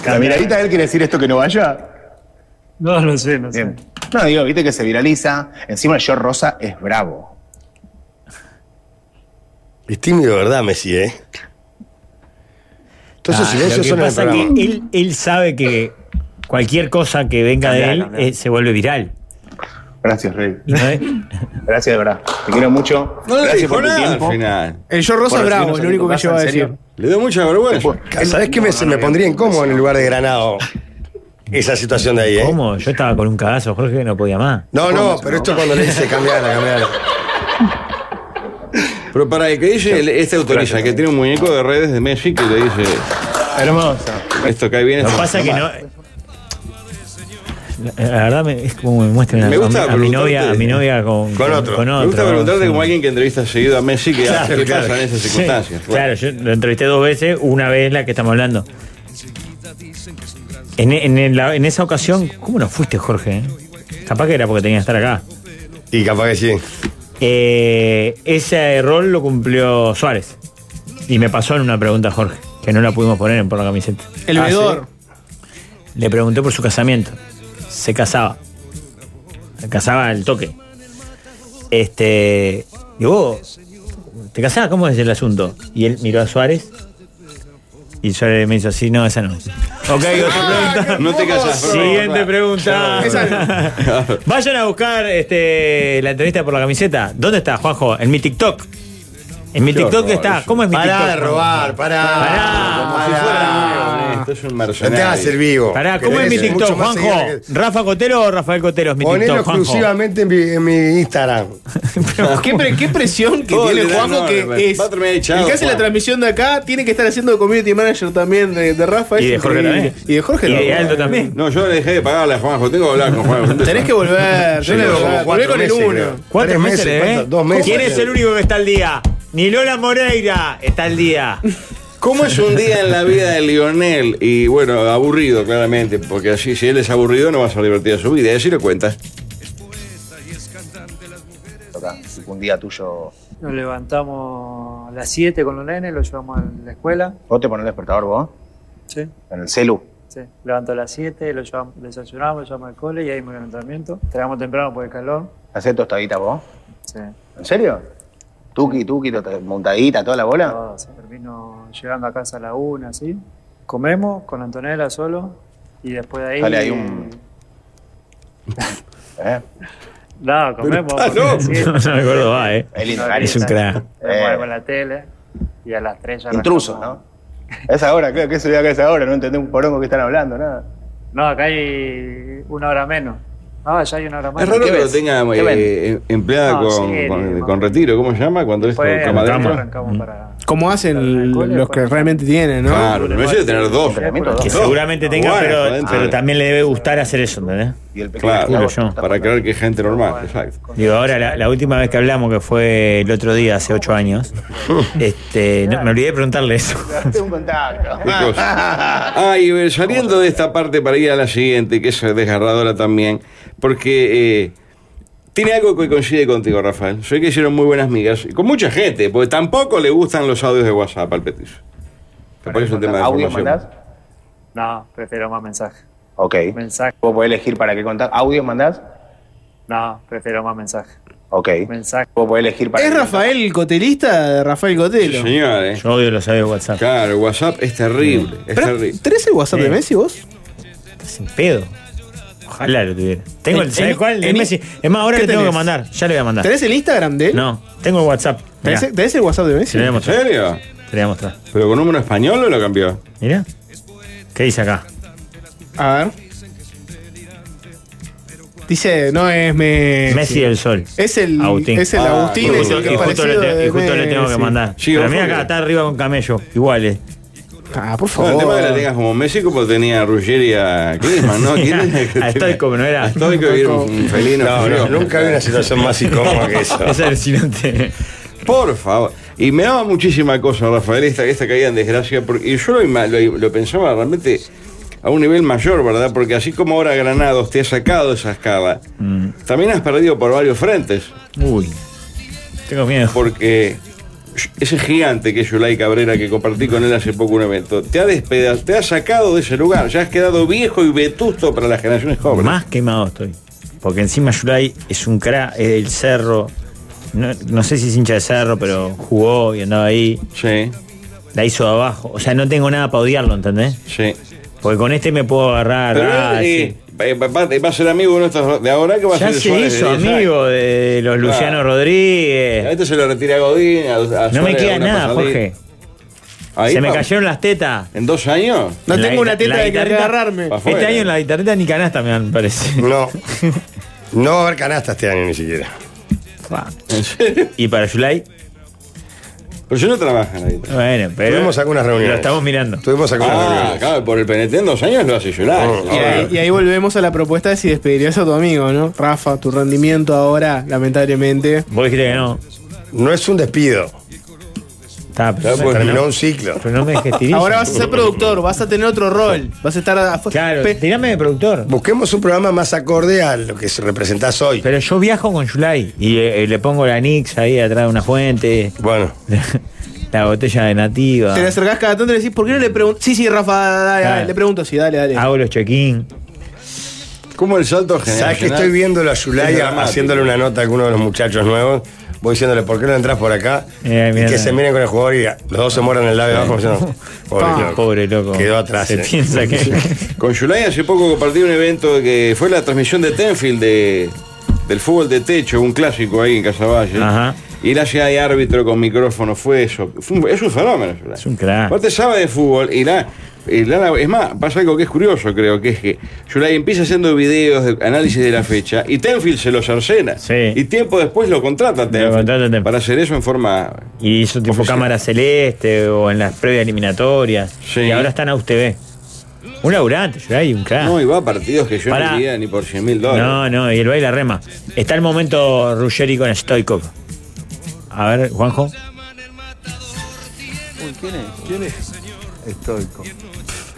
La miradita de él quiere decir esto que no vaya.
No, no sé, no sé.
Bien. No, digo, viste que se viraliza. Encima el yo rosa es bravo.
Es tímido, ¿verdad, Messi, eh? Entonces,
Ah,
silencios
lo que
son en el
pasa que
programa.
él, él sabe que cualquier cosa que venga de él eh, se vuelve viral.
Gracias, Rey.
¿no es?
Gracias, de verdad. Te quiero mucho.
No le
Gracias
dijo
por tu
nada al
tiempo.
final.
El yo rosa
Por
es
recibirnos
bravo, es lo
en tu
único que
casa,
yo voy a
en
decir.
serio.
Le dio mucha vergüenza.
¿Sabés qué me, se me pondría incómodo en el lugar de Granado? Esa situación de ahí, ¿eh?
¿Cómo? Yo estaba con un cagazo, Jorge, no podía más.
No, no, pero esto cuando le dice cambiarla, cambiarla.
Pero para el que dice, el- este autoriza, que tiene un muñeco de redes de Messi que le dice,
Hermoso.
esto cae bien.
Lo que
esto-
pasa que no. La la verdad me- es como me muestran a-
Me
a,
gusta
mi- a mi novia, a
preguntarte-
mi novia con,
Con otro.
Me gusta preguntarte como alguien que entrevista seguido a Messi que
Claro,
qué
claro.
pasa en esas
Sí,
circunstancias. Bueno,
Claro, yo lo entrevisté dos veces, una vez la que estamos hablando. En, en- en la- en esa ocasión, ¿cómo no fuiste, Jorge? eh? Capaz que era porque tenía que estar acá.
Y capaz que sí.
Eh, ese rol lo cumplió Suárez. Y me pasó en una pregunta, Jorge, que no la pudimos poner en por la camiseta.
El
Ah,
vedor.
sí. Le pregunté por su casamiento. Se casaba. Se casaba al toque. Este. Digo, ¿te casabas? ¿Cómo es el asunto? Y él miró a Suárez. Y Suárez me hizo así, no, esa no es. Ok, otra pregunta.
No te callas. por favor.
Siguiente pregunta. Vayan a buscar este, la entrevista por la camiseta. ¿Dónde está, Juanjo? En mi TikTok. En mi
Qué
TikTok
horror,
está.
eso.
¿Cómo es mi
Pará de
TikTok?
robar, pará.
Pará,
Como si
Ah.
fuera esto es un
No te
mercenario.
hagas servir vivo.
Pará, ¿cómo es mi
Querés
TikTok,
mucho más
Juanjo?
seguidores que-
¿Rafa Cotero o Rafael Cotero es mi
Ponelo
TikTok, Juanjo?
exclusivamente en mi, en mi Instagram.
¿Qué, pre- qué presión que
Todo le
tiene
da
Juanjo
nombre, pues.
que es.
Va a terminar echado,
el que hace
Juan.
la transmisión de acá tiene que estar haciendo de community manager también de, de Rafa. es
Y de Jorge
increíble.
también.
Y de Jorge
Y de
también.
Aldo también.
No, yo le dejé de pagarle a Juanjo. Tengo que hablar con Juanjo.
Tenés que volver. Yo
Sí,
le
como
digo, volvé
cuatro
con el
meses,
uno.
creo.
¿Cuántos
Tres
meses, eh?
meses, ¿cuántos? Dos meses.
¿Quién es el único que está al día? Ni Lola Moreira está al día.
¿Cómo es un día en la vida de Lionel? Y bueno, aburrido, claramente, porque así, si él es aburrido, no va a ser divertida su vida. Y así lo cuentas.
Toca. Un día tuyo.
Nos levantamos a las 7 con los nenes, los llevamos a la escuela.
¿Vos te pones el despertador vos?
Sí,
En el celu.
sí. Levanto a las 7, los llevamos, desayunamos, los llevamos al cole y ahí me voy al entrenamiento. Entrenamos temprano por el calor.
¿Hacés tostadita vos?
Sí.
¿En serio? Tuki, tuki, tota- montadita, toda la bola.
Todo, sí. Termino Ah, llegando a casa a la 1, así. Comemos con Antonella solo y después de ahí.
Dale, hay un- ¿Eh?
No, comemos.
Ah,
porque
no.
así es.
No me acuerdo, va, eh.
Es lindo,
No,
cariño.
Es un crack.
Vemos
Eh.
algo en la tele y a las 3 ya.
Intrusos,
arrancamos.
¿no? A esa hora, claro, que eso ya que es ahora, no entendés un porongo que están hablando, nada.
No, acá hay una hora menos. Ah, ya hay una hora más.
Es raro
¿qué
que lo
ves?
tenga
¿Qué
eh,
ven?
em- empleada
No,
con,
sí,
con-
no.
con retiro. ¿Cómo se llama? Cuando es
Después
camarero.
arrancamos para.
Como hacen los que realmente tienen, ¿no?
Claro, pero no es de tener dos.
Entrenamiento,
Que
dos.
seguramente tenga,
Bueno,
pero,
adentro.
pero también le debe gustar hacer eso, ¿entendés?
Y el pequeño
Claro,
esclavo
yo.
está
para creer que es gente normal. Exacto.
Digo, ahora la, la última vez que hablamos, que fue el otro día, hace ocho años, este, no, me olvidé de preguntarle eso.
Hazte un contacto.
Qué cosa. Ay, eh, saliendo de esta parte para ir a la siguiente, que es desgarradora también, porque eh, tiene algo que coincide contigo, Rafael. Sé que hicieron muy buenas migas, y con mucha gente, porque tampoco le gustan los audios de WhatsApp al petiso. Te pones un tema de
¿Audio
formación.
mandás?
No, prefiero más mensaje.
Ok.
Mensaje.
Vos podés elegir para qué contar. ¿Audio mandás?
No, prefiero más mensaje.
Ok.
Mensaje.
Vos podés elegir para
¿Es
qué
Rafael el cotelista de Rafael
Sí,
Cotelo?
señor, eh.
Yo odio los audios de WhatsApp.
Claro, WhatsApp es terrible, es
Pero,
terrible.
¿Tenés el WhatsApp de
Sí.
Messi vos?
Sin pedo. Ojalá lo tuviera. Tengo el,
En-
¿sabes
en-
cuál? El
en-
Messi. Es más, ahora
¿Qué
le tengo que
tenés?
mandar. Ya le voy a mandar.
¿Tenés el Instagram de él?
No, tengo el WhatsApp. Mirá,
¿Tenés, tenés el WhatsApp de
te
Messi?
lo voy a
¿En
mostrar.
serio?
Te lo voy a mostrar.
¿Pero con número español o lo cambió?
Mirá. ¿Qué dice acá?
A ver. Dice, no es Messi.
Messi del Sol.
Es el
Agustín.
Es el
Ah,
Agustín,
Y
es
justo,
el que
y
es
justo le,
parecido
te- y
de
justo le tengo que
Messi.
mandar.
Sí,
Pero
ojo
mira
que-
acá, está arriba con camello. eh. Iguales.
Ah, por
Bueno,
favor.
el tema de la tengas como Messi, como tenía Ruggeri a Klinsmann, ¿no? ¿Quién es el que
A
te-
Stoico, ¿no era?
A Stoico y era un, un felino.
No, no,
frío.
nunca vi una situación más incómoda que eso.
Es alucinante.
Por favor. Y me daba muchísima cosa, Rafael, esta, esta caída en desgracia. Porque, y yo lo, ima- lo- lo pensaba realmente a un nivel mayor, ¿verdad? Porque así como ahora Granados te ha sacado esa escala, también has perdido por varios frentes.
Uy. Tengo miedo.
Porque ese gigante que es Yulay Cabrera que compartí con él hace poco un evento, te ha despedazado, te ha sacado de ese lugar, ya has quedado viejo y vetusto para las generaciones jóvenes.
Más quemado estoy. Porque encima Yulay es un cra, es del cerro. No, no sé si es hincha de cerro, pero jugó y andaba ahí.
Sí.
La hizo de abajo. O sea, no tengo nada para odiarlo, ¿entendés?
Sí.
Porque con este me puedo agarrar.
Pero
ah,
él,
sí.
eh, va, va- va a ser amigo de nuestros de ahora que va a
Ya
ser de
se
Suárez de
hizo
10 años.
amigo de los Luciano
Claro.
Rodríguez.
A este se lo retira a Godín. a- a
No me
Suárez
queda
alguna
nada,
pasadita.
Jorge.
Ahí
se me
va.
cayeron las tetas.
¿En dos años?
No
En la
tengo
guita-
una teta
la
de que
guitarrita-
agarrarme. Pa'
Este
afuera.
año en la guitarrita ni canasta me dan, parece.
No. No va a haber canasta este año ni siquiera.
¿Y para July?
Pero yo no trabajo en la guitarra.
Bueno, pero.
Tuvimos algunas reuniones.
Lo estamos mirando.
Tuvimos algunas
Ah,
reuniones.
claro, por el PNT en dos años lo hace Yulay.
Y ahí, y ahí volvemos a la propuesta de si despedirías a tu amigo, ¿no? Rafa, tu rendimiento ahora, lamentablemente.
Vos dijiste que no.
No es un despido.
Está, pero-
Terminó
pero no-
un ciclo.
Pero no me gestilicen.
Ahora vas a ser productor, vas a tener otro rol, vas a estar afu-
Claro,
pe-
tirame de productor.
Busquemos un programa más acorde a lo que se representás hoy.
Pero yo viajo con July y eh, le pongo la Nix ahí atrás de una fuente,
Bueno,
la botella de nativa.
Te le acercás cada tanto y le decís, ¿por qué no le preguntas? Sí, sí, Rafa, dale, dale,
Claro.
le pregunto, sí, dale, dale.
Hago los check-in.
¿Cómo el salto
sabes que
generacional?
estoy viéndolo a
Es
Yulay
dramático.
haciéndole una nota a alguno de los muchachos nuevos. Voy diciéndole, ¿por qué no entras por acá?
Eh,
y
mira.
que se miren con el jugador y los dos se mueran en el labio abajo. diciendo, Pobre, loco.
Pobre loco.
Quedó atrás,
Se
eh.
piensa que.
Con Yulay hace poco compartí un evento que fue la transmisión de Tenfield de, del fútbol de techo, un clásico ahí en Casaballe.
Ajá.
Y la ciudad de árbitro con micrófono fue eso. Fue un- es un fenómeno, Yulay.
Es un crack.
Aparte sabe de fútbol y la, y la- Es más, pasa algo que es curioso, creo, que es que Yulay empieza haciendo videos de análisis de la fecha y Tenfield se lo cercena.
Sí.
Y tiempo después lo contrata Tenfield
contrata Tenfield.
Para hacer eso en forma...
Y hizo tipo
Oficial.
cámara celeste o en las previas eliminatorias.
Sí.
Y ahora están a UTV. Un laburante, yo un crack.
No, y va a partidos que yo
Ah. Pará.
no iría ni por 100 mil dólares.
No, no, y el baile rema. Está el momento Ruggeri con Stoikov. A ver, Juanjo.
Estoico.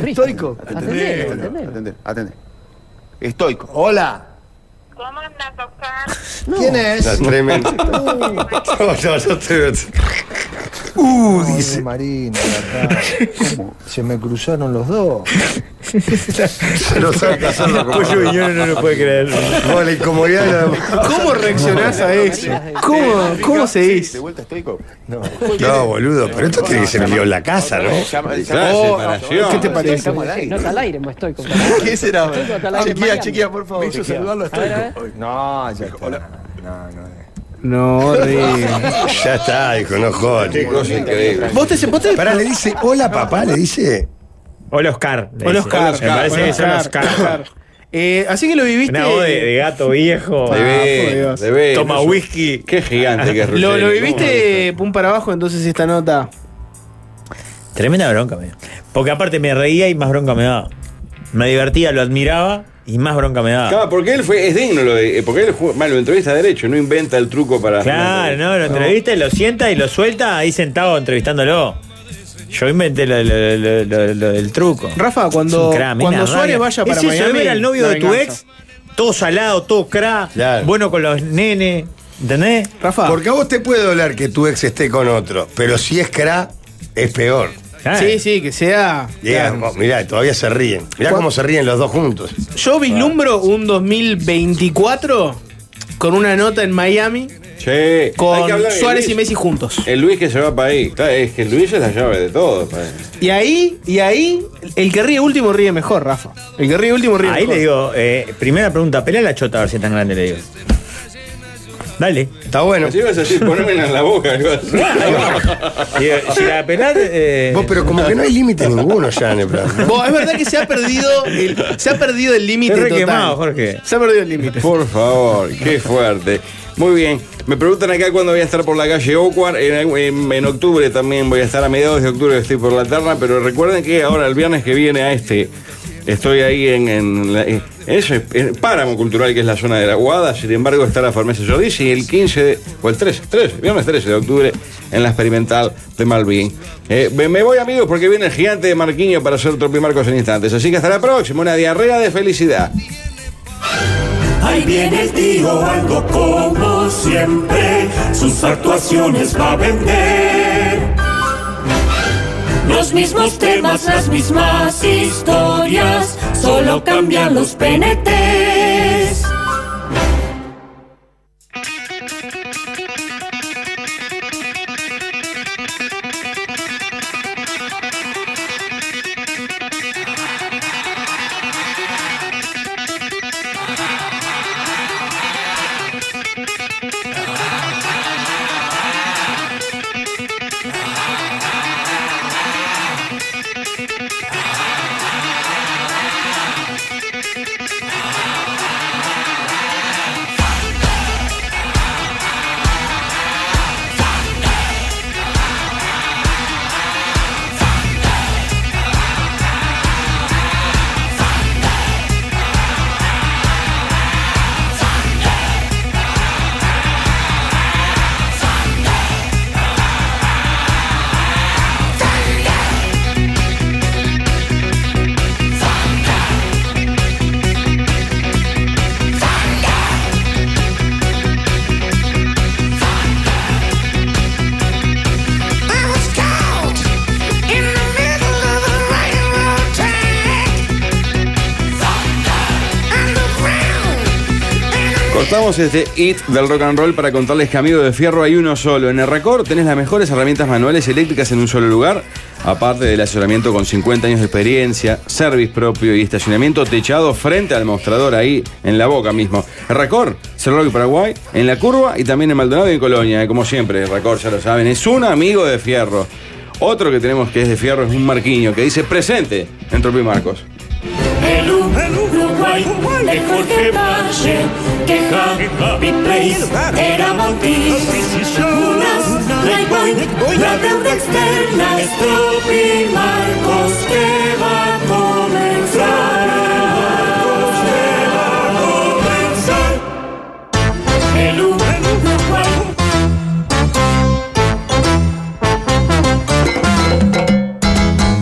Histórico.
Atendé, atendé, atendé, atendé. Estoico. Hola.
¿Quién es?
Está tremendo. No, no, no te-
Uh, dice. Marina, la cara. ¿Cómo? Se me cruzaron los dos.
se lo sabe casar loco.
no lo puede creer.
Con la incomodidad de la-
¿Cómo reaccionás a eso? ¿Cómo, cómo se
¿De
dice?
vuelta estoico? No.
No, boludo, pero esto tiene que ser un lío en la casa, ¿no?
Llama-
Claro,
llama-
separación.
Oh, ¿Qué te parece?
Estamos al aire.
No está al aire, me estoy con.
¿Qué será?
Estoico, está al aire
Chequea,
peleando.
chequea, por favor.
Me hizo saludarlo estoico. A ver, a
No, ya está. No, no.
No, horrible.
Ya está, hijo, no jodas.
Qué cosa increíble.
¿Vos te, vos te-
Pará, le dice, hola papá, le dice.
Hola Oscar. le
Hola,
dice.
Oscar.
Me parece
Hola,
que son Oscar.
Eh, así que lo viviste.
Una voz de, de gato viejo.
De
Ah, por
ver,
Dios.
de ver.
Toma
Eso-
whisky.
Qué gigante que es
lo,
Ruggeri,
lo
¿cómo
viviste pum para abajo entonces esta nota.
Tremenda bronca me dio. Porque aparte me reía y más bronca me daba. Me divertía, lo admiraba y más bronca me daba.
Claro, porque él fue, es digno lo de. eh, Porque él jugó- mal, lo entrevista derecho, no inventa el truco para.
Claro, no, lo entrevista y lo sienta y lo suelta ahí sentado entrevistándolo. Yo inventé lo, lo- lo- lo- lo del truco.
Rafa,
Es
cuando,
un crack, me
cuando
da
Suárez
rabia.
vaya para
es eso,
Miami,
ver al novio
la
de tu
venganza.
ex, todo salado, todo cra,
Claro.
bueno con los nenes, ¿entendés?
Rafa,
Porque a vos te puede doler que tu ex esté con otro, pero si es cra, es peor.
Claro.
sí, sí, que sea.
Llega, oh, mirá, todavía se ríen. Mirá cómo se ríen los dos juntos.
Yo vislumbro un 2024 con una nota en Miami
Che, hay
con
que hablar de
Suárez
Luis.
y Messi juntos.
El Luis que se va para ahí. Claro, es que Luis es la llave de todo. para él.
Y ahí, y ahí, el que ríe último ríe mejor, Rafa. El que ríe último ríe
Ahí
mejor.
le digo, eh, primera pregunta, pelea la chota a ver si es tan grande, le digo. Dale.
Está bueno.
Así vas a decir, ponémela en la boca. algo así.
Digo, si la pelás, eh,
Vos, pero como que no hay límite ninguno ya en el programa.
Vos, es verdad que se ha perdido el, se ha perdido el límite
Te
total.
re quemado, Jorge.
Se ha perdido el límite.
Por favor, qué fuerte. Muy bien. Me preguntan acá cuándo voy a estar por la calle Ocuar. En, en- en octubre también voy a estar a mediados de octubre. Estoy por la terna, pero recuerden que ahora el viernes que viene a este estoy ahí en, en la- en ese en páramo cultural que es la zona de la Guada. Sin embargo, está la farmacia Jordici el 15 de- o el 13, 13, viernes 13 de octubre en la experimental de Malvin. Eh, me, me voy, amigos, porque viene el gigante de Marquinho para hacer Tropimarcos en instantes. Así que hasta la próxima. Una diarrea de felicidad.
Ahí viene el tío, algo como siempre, sus actuaciones va a vender. Los mismos temas, las mismas historias, solo cambian los penetes.
Cortamos este hit del rock and roll para contarles que amigo de fierro hay uno solo. En Erracor tenés las mejores herramientas manuales y eléctricas en un solo lugar, aparte del asesoramiento con 50 años de experiencia, service propio y estacionamiento techado frente al mostrador ahí en la boca mismo. Erracor, Cerro y Paraguay, en la curva y también en Maldonado y en Colonia, eh, como siempre, Erracor ya lo saben, es un amigo de fierro. Otro que tenemos que es de fierro es un marquiño que dice presente en Tropi Marcos.
El Uruguay de Jorge Valle, que Happy Place era Montis. Unas Playboy, la deuda externa es Tropi Marcos, que va a comenzar. Marcos, que va a comenzar. El Uruguay.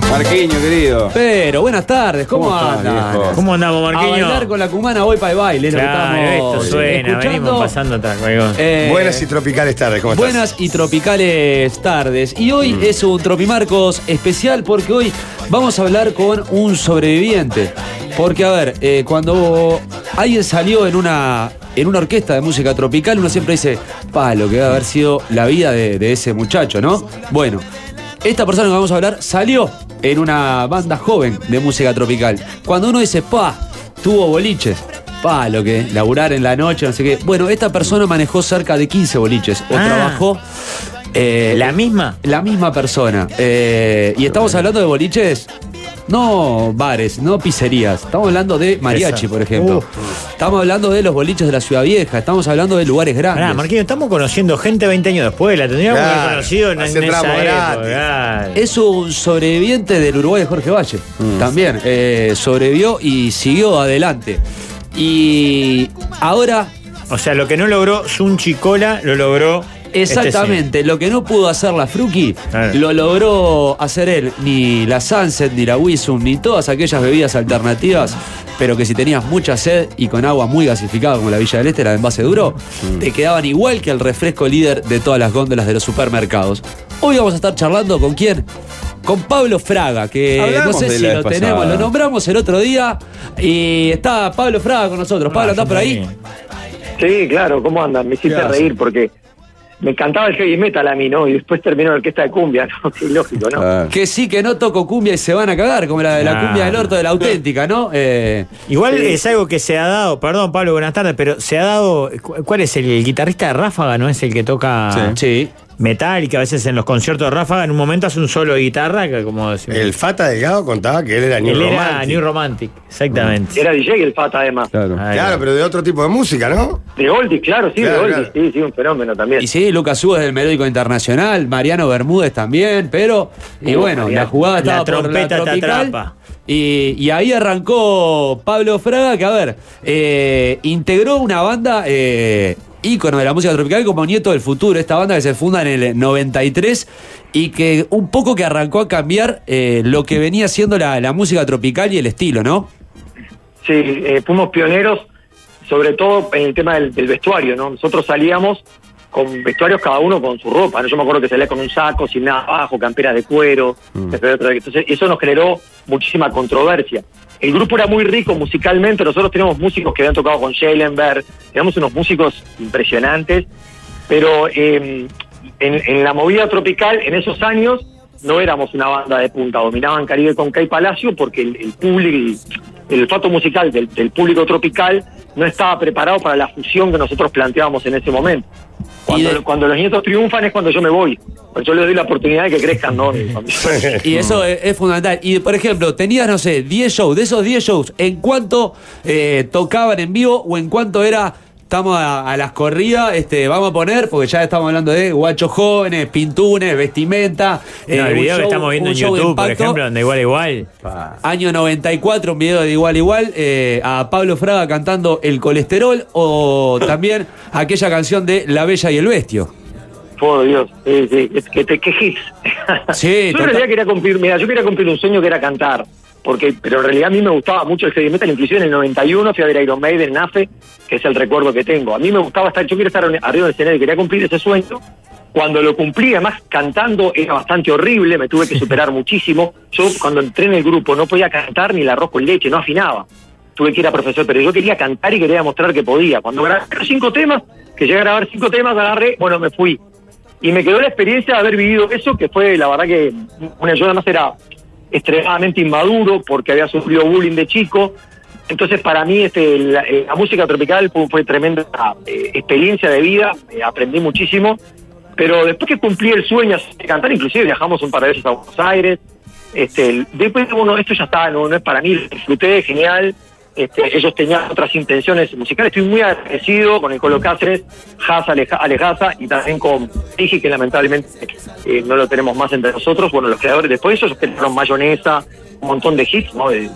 Marquiño, querido.
Pero buenas tardes, ¿cómo,
¿Cómo estás,
andan?
viejo?
¿Cómo andamos,
A
Marquiño?
bailar con la cumana hoy para el baile. es lo que
Claro,
estamos
esto suena,
escuchando.
venimos pasando tal, amigo.
Eh,
Buenas y tropicales tardes, ¿cómo estás? Mm.
Buenas y tropicales tardes. Y hoy es un Tropimarcos especial porque hoy vamos a hablar con un sobreviviente. Porque, a ver, eh, cuando alguien salió en una, en una orquesta de música tropical, uno siempre dice, pa, lo que debe haber sido la vida de, de ese muchacho, ¿no? Bueno, esta persona que vamos a hablar salió en una banda joven de música tropical. Cuando uno dice, pa, tuvo boliches. Pa, lo que, laburar en la noche, no sé qué. Bueno, esta persona manejó cerca de 15 boliches o
Ah.
trabajó.
eh, ¿La misma?
La misma persona. Eh, y estamos hablando de boliches, no bares, no pizzerías. Estamos hablando de mariachi,
Esa.
por ejemplo. Estamos hablando de los boliches de la ciudad vieja. Estamos hablando de lugares grandes.
Pará, Marquinhos, estamos conociendo gente 20 años después, la tendríamos que haber conocido en, en esa época. claro.
Es un sobreviviente del Uruguay de Jorge Valle.
Mm.
También eh, sobrevivió y siguió adelante. Y ahora.
O sea, lo que no logró Sunchicola lo logró. este
Exactamente, lo que no pudo hacer la Fruki lo logró hacer él, ni la Sunset, ni la Wisum, ni todas aquellas bebidas alternativas, pero que si tenías mucha sed y con agua muy gasificada como la Villa del Este, la de envase duro, te quedaban igual que el refresco líder de todas las góndolas de los supermercados. Hoy vamos a estar charlando con quién? Con Pablo Fraga, que
Hablamos
Eh, no sé
de
si
la
lo
vez
tenemos,
pasada.
lo nombramos el otro día y está Pablo Fraga con nosotros.
Ah,
Pablo, ¿estás por ahí?
Sí, claro, ¿cómo andan? Me hiciste
¿Qué hace?
reír porque me encantaba el heavy metal a mí, ¿no? Y después terminó la orquesta de cumbia, ¿no? Qué lógico, ¿no?
Que sí, que no toco cumbia y se van a cagar, como la de la
Claro.
cumbia del orto de la auténtica, ¿no? Eh,
Igual
sí.
es algo que se ha dado, perdón Pablo, buenas tardes, pero se ha dado, cu- ¿cuál es el, el guitarrista de Ráfaga? ¿No es el que toca metal y que a veces en los conciertos de Ráfaga en un momento hace un solo de guitarra? que como
El Fata Delgado contaba que él era New
Él era
Romantic.
New Romantic, exactamente.
Era DJ el Fata, además.
Claro.
Claro, pero de otro tipo de música, ¿no?
De Oldie, claro, sí,
Claro,
de Oldie, sí, sí, un fenómeno también.
Y sí, Lucas Hugo es del Melódico Internacional, Mariano Bermúdez también, pero. Y
Sí,
bueno,
Mariano.
la jugada
La
estaba por
trompeta te
tropical,
atrapa.
Y, y ahí arrancó Pablo Fraga, que a ver, eh, integró una banda eh, ícono de la música tropical como Nieto del Futuro, esta banda que se funda en el 93 y que un poco que arrancó a cambiar eh, lo que venía siendo la, la música tropical y el estilo, ¿no?
Sí, eh, fuimos pioneros, sobre todo en el tema del, del vestuario, ¿no? Nosotros salíamos con vestuarios cada uno con su ropa. ¿no? Yo me acuerdo que salía con un saco, sin nada abajo, camperas de cuero. etcétera, etcétera. Entonces, eso nos generó muchísima controversia. El grupo era muy rico musicalmente. Nosotros teníamos músicos que habían tocado con Schellenberg, teníamos unos músicos impresionantes, pero eh, en, en la movida tropical, en esos años, no éramos una banda de punta. Dominaban Caribe con Kai Palacio porque el, el público, el olfato musical del, del público tropical no estaba preparado para la fusión que nosotros planteábamos en ese momento. Cuando, cuando los nietos triunfan es cuando yo me voy. Pero yo les doy la oportunidad de que crezcan, ¿no?
Y
Mm.
eso es, es fundamental. Y por ejemplo, tenías, no sé, 10 shows. De esos 10 shows, ¿en cuánto eh, tocaban en vivo o en cuánto era? Estamos a, a las corridas, este, vamos a poner, porque ya estamos hablando de guachos jóvenes, pintunes, vestimenta. eh,
No, el
un
video que
show-
estamos viendo
un
en
show de
YouTube, por
impacto.
ejemplo, donde igual igual.
Año 94, un video de igual igual, eh, a Pablo Fraga cantando El colesterol o también aquella canción de La Bella y el Bestio.
Por Dios, sí, sí, es que te- qué hits.
Sí,
yo en realidad quería cumplir, mira, yo quería cumplir un sueño que era cantar, porque, pero en realidad a mí me gustaba mucho el heavy metal, inclusive en el 91 fui a ver Iron Maiden, NAFE, que es el recuerdo que tengo. A mí me gustaba estar, yo quiero estar arriba del escenario, quería cumplir ese sueño. Cuando lo cumplí, además cantando era bastante horrible, me tuve que superar muchísimo. Yo cuando entré en el grupo no podía cantar ni el arroz con leche, no afinaba. Tuve que ir a profesor, pero yo quería cantar y quería mostrar que podía. Cuando grabé los cinco temas, que llegué a grabar cinco temas, agarré, bueno, me fui y me quedó la experiencia de haber vivido eso, que fue la verdad que bueno, yo además era extremadamente inmaduro porque había sufrido bullying de chico. Entonces para mí este, la, eh, la música tropical fue, fue tremenda eh, experiencia de vida, eh, aprendí muchísimo, pero después que cumplí el sueño de cantar, inclusive viajamos un par de veces a Buenos Aires, este, el- después dije, bueno, esto ya está, no, no es para mí, lo disfruté, genial, este, ellos tenían otras intenciones musicales. Estoy muy agradecido con el Colo Cáceres, Haza, Alejaza y también con Digi, que lamentablemente eh, no lo tenemos más entre nosotros. Bueno, los creadores después ellos crearon mayonesa, un montón de hits, ¿no? De- de-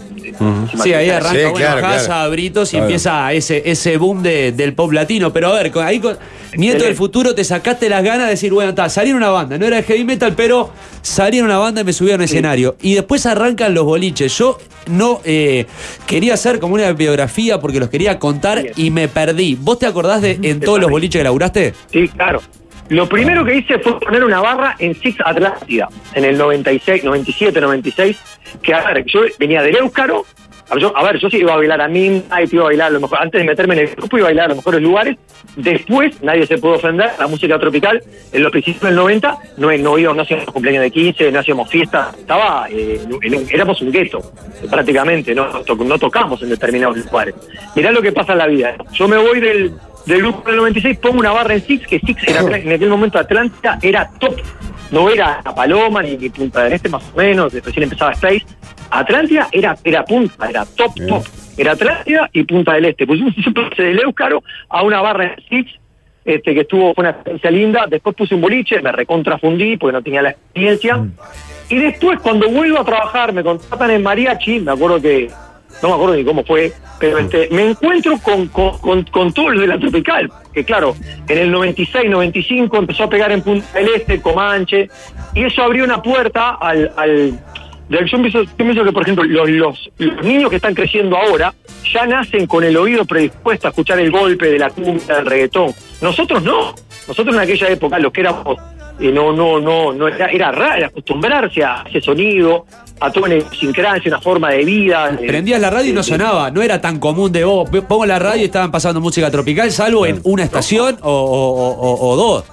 Sí, ahí arranca
Sí,
Ah,
bueno,
claro,
Haas,
claro.
a Britos y
Claro.
empieza ese, ese boom de- del pop latino. Pero a ver, con- ahí con Nieto del Futuro te sacaste las ganas de decir, bueno, está, salí en una banda. No era de heavy metal, pero salí en una banda y me subí a un escenario. Y después arrancan los boliches. Yo no eh, quería hacer como una biografía porque los quería contar y me perdí. ¿Vos te acordás de en todos los boliches que laburaste?
Sí, claro. Lo primero que hice fue poner una barra en Six Atlántida, en el 96, 97, 96, que a ver, yo venía de Éuscaro, a ver, yo, a ver, yo sí iba a bailar a Midnight, iba a bailar a lo mejor, antes de meterme en el grupo iba a bailar a los mejores lugares, después nadie se pudo ofender, la música tropical, en los principios del 90, no, no íbamos, no hacíamos cumpleaños de 15, no hacíamos fiestas, estaba, eh, en un- éramos un gueto, eh, prácticamente, no, to- no tocamos en determinados lugares. Mirá lo que pasa en la vida, yo me voy del, del grupo del 96, pongo una barra en Six, que Six era, en aquel momento Atlanta era top. No era la Paloma ni, ni Punta del Este, más o menos, después empezaba Space. Atlántida era, era punta, era top, top. Era Atlántida y Punta del Este. Pusimos un pase del Éuscaro a una barra en Six, este, que estuvo, fue una experiencia linda. Después puse un boliche, me recontrafundí porque no tenía la experiencia. Y después, cuando vuelvo a trabajar, me contratan en mariachi, me acuerdo que, no me acuerdo ni cómo fue, pero este, me encuentro con, con, con, con todo lo de la tropical, que claro, en el 96, 95 empezó a pegar en Punta del Este, Comanche, y eso abrió una puerta al... al del- yo, pienso, yo pienso que, por ejemplo, los, los, los niños que están creciendo ahora ya nacen con el oído predispuesto a escuchar el golpe de la cumbia, del reggaetón. Nosotros no. Nosotros en aquella época, los que éramos eh, no, no, no, no era, era raro acostumbrarse a ese sonido, a toda una idiosincrasia, una forma de vida. de-
Prendías la radio y no
de- de-
sonaba, no era tan común de vos. Pongo la radio y estaban pasando música tropical, salvo en una estación o- o- o- o- o dos.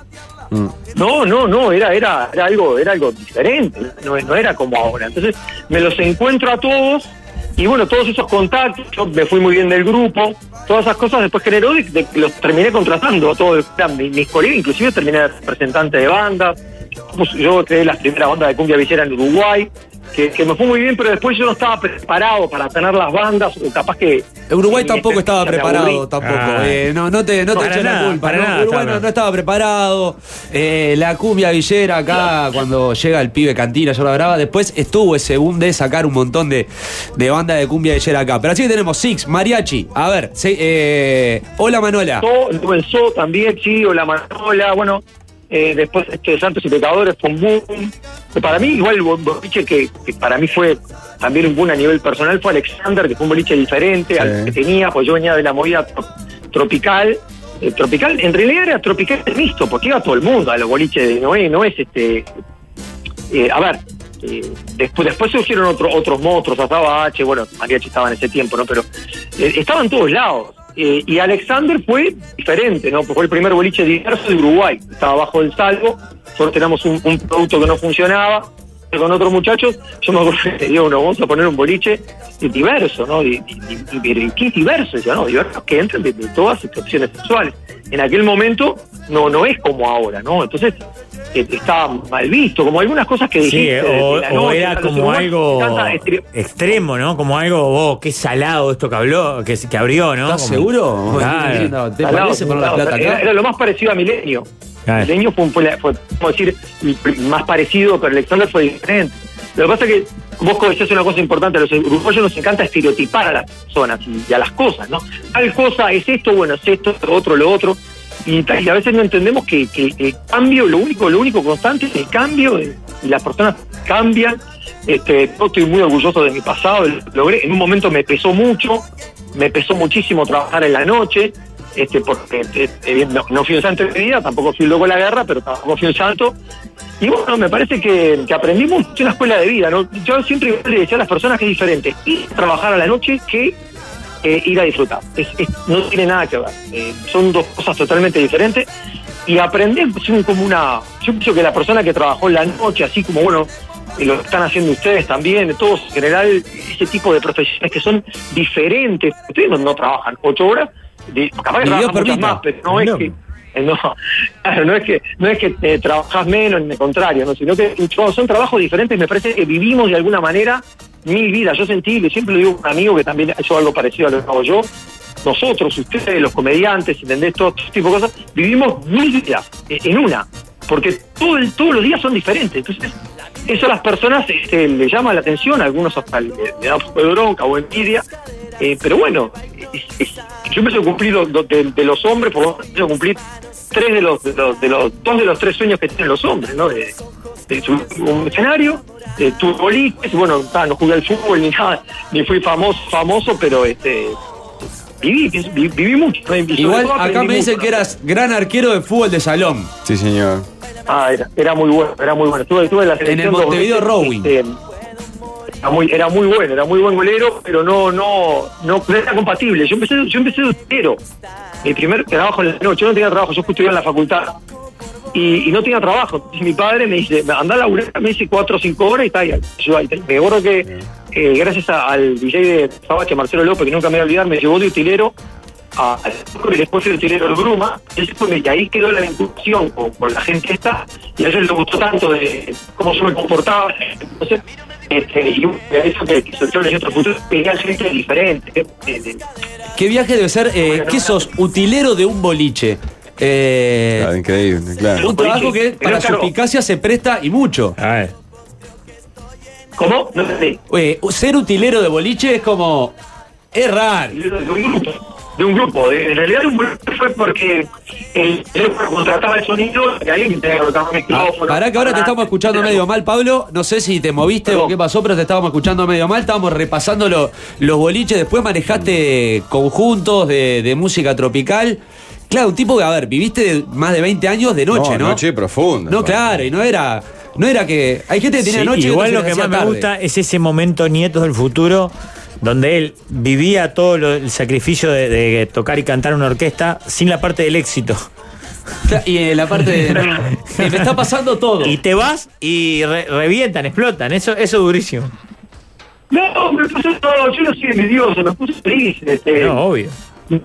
No, no, no, era, era, era algo, era algo diferente, no, no era como ahora. Entonces, me los encuentro a todos, y bueno, todos esos contactos, yo me fui muy bien del grupo, todas esas cosas después generó de, de- los terminé contratando a todos, eran mis, mis colegas, inclusive terminé de representante de bandas, Pues, yo creé las primeras bandas de cumbia villera en Uruguay, que, que me fue muy bien, pero después yo no estaba preparado para tener las bandas, o capaz que...
Uruguay
mi
tampoco estaba
experiencia me
preparado
aburrí.
tampoco.
Ah.
Eh, no, no te, no te
Para
echo la
nada,
culpa.
para
¿no?
nada
Uruguay no,
estaba.
no estaba preparado. Eh, la cumbia villera acá, cuando llega el pibe Cantina, yo la graba. Después estuvo ese boom de sacar un montón de, de bandas de cumbia villera acá. Pero así que tenemos Six, Mariachi. A ver, se- eh, hola Manola.
Comenzó, comenzó también, sí, o la Manola, bueno, eh, después este, Santos y Pecadores fue un boom. Que Para mí, igual, un boliche que, que para mí fue también un boom a nivel personal fue Alexander, que fue un boliche diferente al que tenía, pues yo venía de la movida tro- tropical, eh, tropical, en realidad era tropical mixto, porque iba todo el mundo a los boliches de Noé, no es este. eh, a ver, eh, después, después surgieron otro- otros monstruos, Azabache, bueno, Mariachi estaba en ese tiempo, ¿no? Pero eh, estaba en todos lados. Eh, y Alexander fue diferente, ¿no? Fue el primer boliche diverso de Uruguay, estaba bajo el salvo, solo teníamos un, un producto que no funcionaba, con otros muchachos, yo me acuerdo que digo, bueno, vamos a poner un boliche diverso, ¿no? Y, y- y- pero ¿y ¿qué diverso? Yo, no, diversos que entran de, de todas sus opciones sexuales. En aquel momento no no es como ahora, ¿no? Entonces eh, está mal visto, como algunas cosas que
Sí,
dijiste.
o,
de la
o
noche, a
era
los
como
uruguayos,
algo
tanta estri-
extremo, ¿no? Como algo, oh, qué salado esto que habló, que, que abrió, ¿no?
¿Estás
Como-
seguro?
Claro.
No, ¿Te
al lado,
parece poner la
al lado,
plata
era,
acá? Ah.
era lo más parecido a Milenio. Milenio fue, un- fue la- fue, como decir, más parecido, pero Alexander fue diferente. Lo que pasa es que vos decías una cosa importante, a los uruguayos nos encanta estereotipar a las personas y, y a las cosas, ¿no? Tal cosa es esto, bueno, es esto, lo otro, lo otro. Y, tal- y a veces no entendemos que, que el cambio, lo único, lo único constante es el cambio eh, y las personas cambian. Este, yo estoy muy orgulloso de mi pasado, lo logré, en un momento me pesó mucho, me pesó muchísimo trabajar en la noche, este, porque eh, eh, no, no fui un santo de mi vida, tampoco fui un loco de la guerra, pero tampoco fui un santo. Y bueno, me parece que, que aprendí mucho en la escuela de vida, ¿no? Yo siempre igual le decía a las personas que es diferente ir a trabajar a la noche que eh, ir a disfrutar. Es- es- no tiene nada que ver. Eh, son dos cosas totalmente diferentes. Y aprender es un- como una... Yo pienso que la persona que trabajó en la noche, así como, bueno, eh, lo que están haciendo ustedes también, todos en general, ese tipo de profesiones que son diferentes. Ustedes no, no trabajan ocho horas, de- capaz que
Ni Dios
trabajan muchas
permita.
más, pero no es
No.
que... eh, No, claro, no es que, no es que eh, trabajas menos, en el contrario, ¿no? sino que son- son trabajos diferentes. Me parece que vivimos de alguna manera mil vidas. Yo sentí, le siempre lo digo a un amigo que también ha hecho algo parecido a lo que hago yo. Nosotros, ustedes, los comediantes, ¿entendés? Todo este tipo de cosas, vivimos mil vidas eh, en una. Porque todo el- todos los días son diferentes. Entonces, eso a las personas este, le llama la atención, a algunos hasta le, le da un poco de bronca o envidia. Eh, pero bueno, es- es- yo me he cumplido de, de los hombres, por lo menos empiezo a cumplir tres de los, de los, de los- dos de los tres sueños que tienen los hombres, ¿no? De- de su- un escenario, eh, tuve boliches, bueno, ta, no jugué al fútbol ni nada, ni fui famoso, famoso, pero este viví, vi- viví mucho. ¿no? Y sobre
Igual
todo
acá
aprendí
me dicen
mucho,
que
¿no?
eras gran arquero de fútbol de salón.
Sí, señor.
Ah, era, era muy bueno, era muy bueno. Estuve, estuve en la selección
el
dos
Montevideo
veces,
Rowing.
este, era muy, era muy bueno, era muy buen golero, pero no, no, no, no era compatible. Yo empecé, yo empecé de cero. Mi primer trabajo en la noche, yo no tenía trabajo, yo justo iba en la facultad y, y no tenía trabajo. Entonces, mi padre me dice, anda a laburar, me dice cuatro o cinco horas y está ahí. Yo ahí, me acuerdo que eh, gracias a- al DJ de Zabache, Marcelo López, que nunca me voy a olvidar, me llevó de utilero a, y después fui utilero de Bruma, y después me- y ahí quedó la vinculación con, con la gente esta, y a ellos les gustó tanto de cómo yo me comportaba. Entonces, este, y eso que, que yo en otro futuro, tenía gente diferente. de- de-
¿Qué viaje debe ser? Eh, ¿Qué sos? Utilero de un boliche. Eh,
increíble, claro.
Un trabajo que
Pero
para su
claro.
eficacia se presta y mucho.
¿Cómo? No entendí.
Eh, ser utilero de boliche es como. Es raro.
de un grupo. De un grupo. De- En realidad un grupo fue porque el teléfono contrataba el sonido y alguien tenía que contratar un micrófono.
Ah, Pará que ahora te estamos escuchando medio mal, Pablo. No sé si te moviste o qué pasó, pero te estábamos escuchando medio mal. Estábamos repasando lo- los boliches. Después manejaste conjuntos de, de música tropical. Claro, un tipo que, a ver, viviste de- más de 20 años de noche, ¿no?
Noche profunda.
No, claro, y no era. No era que. Hay gente que tiene
Sí,
noche. y
igual
otra
lo
se
que
hacía
más me
tarde.
gusta es ese momento Nietos del Futuro, donde él vivía todo lo- el sacrificio de, de tocar y cantar una orquesta sin la parte del éxito.
Claro, Y en la parte de. no, no. Y te está pasando todo.
Y te vas y re- revientan, explotan. Eso, eso es durísimo.
No, me pasó todo, yo no soy envidioso, me puse feliz. Este,
No, obvio.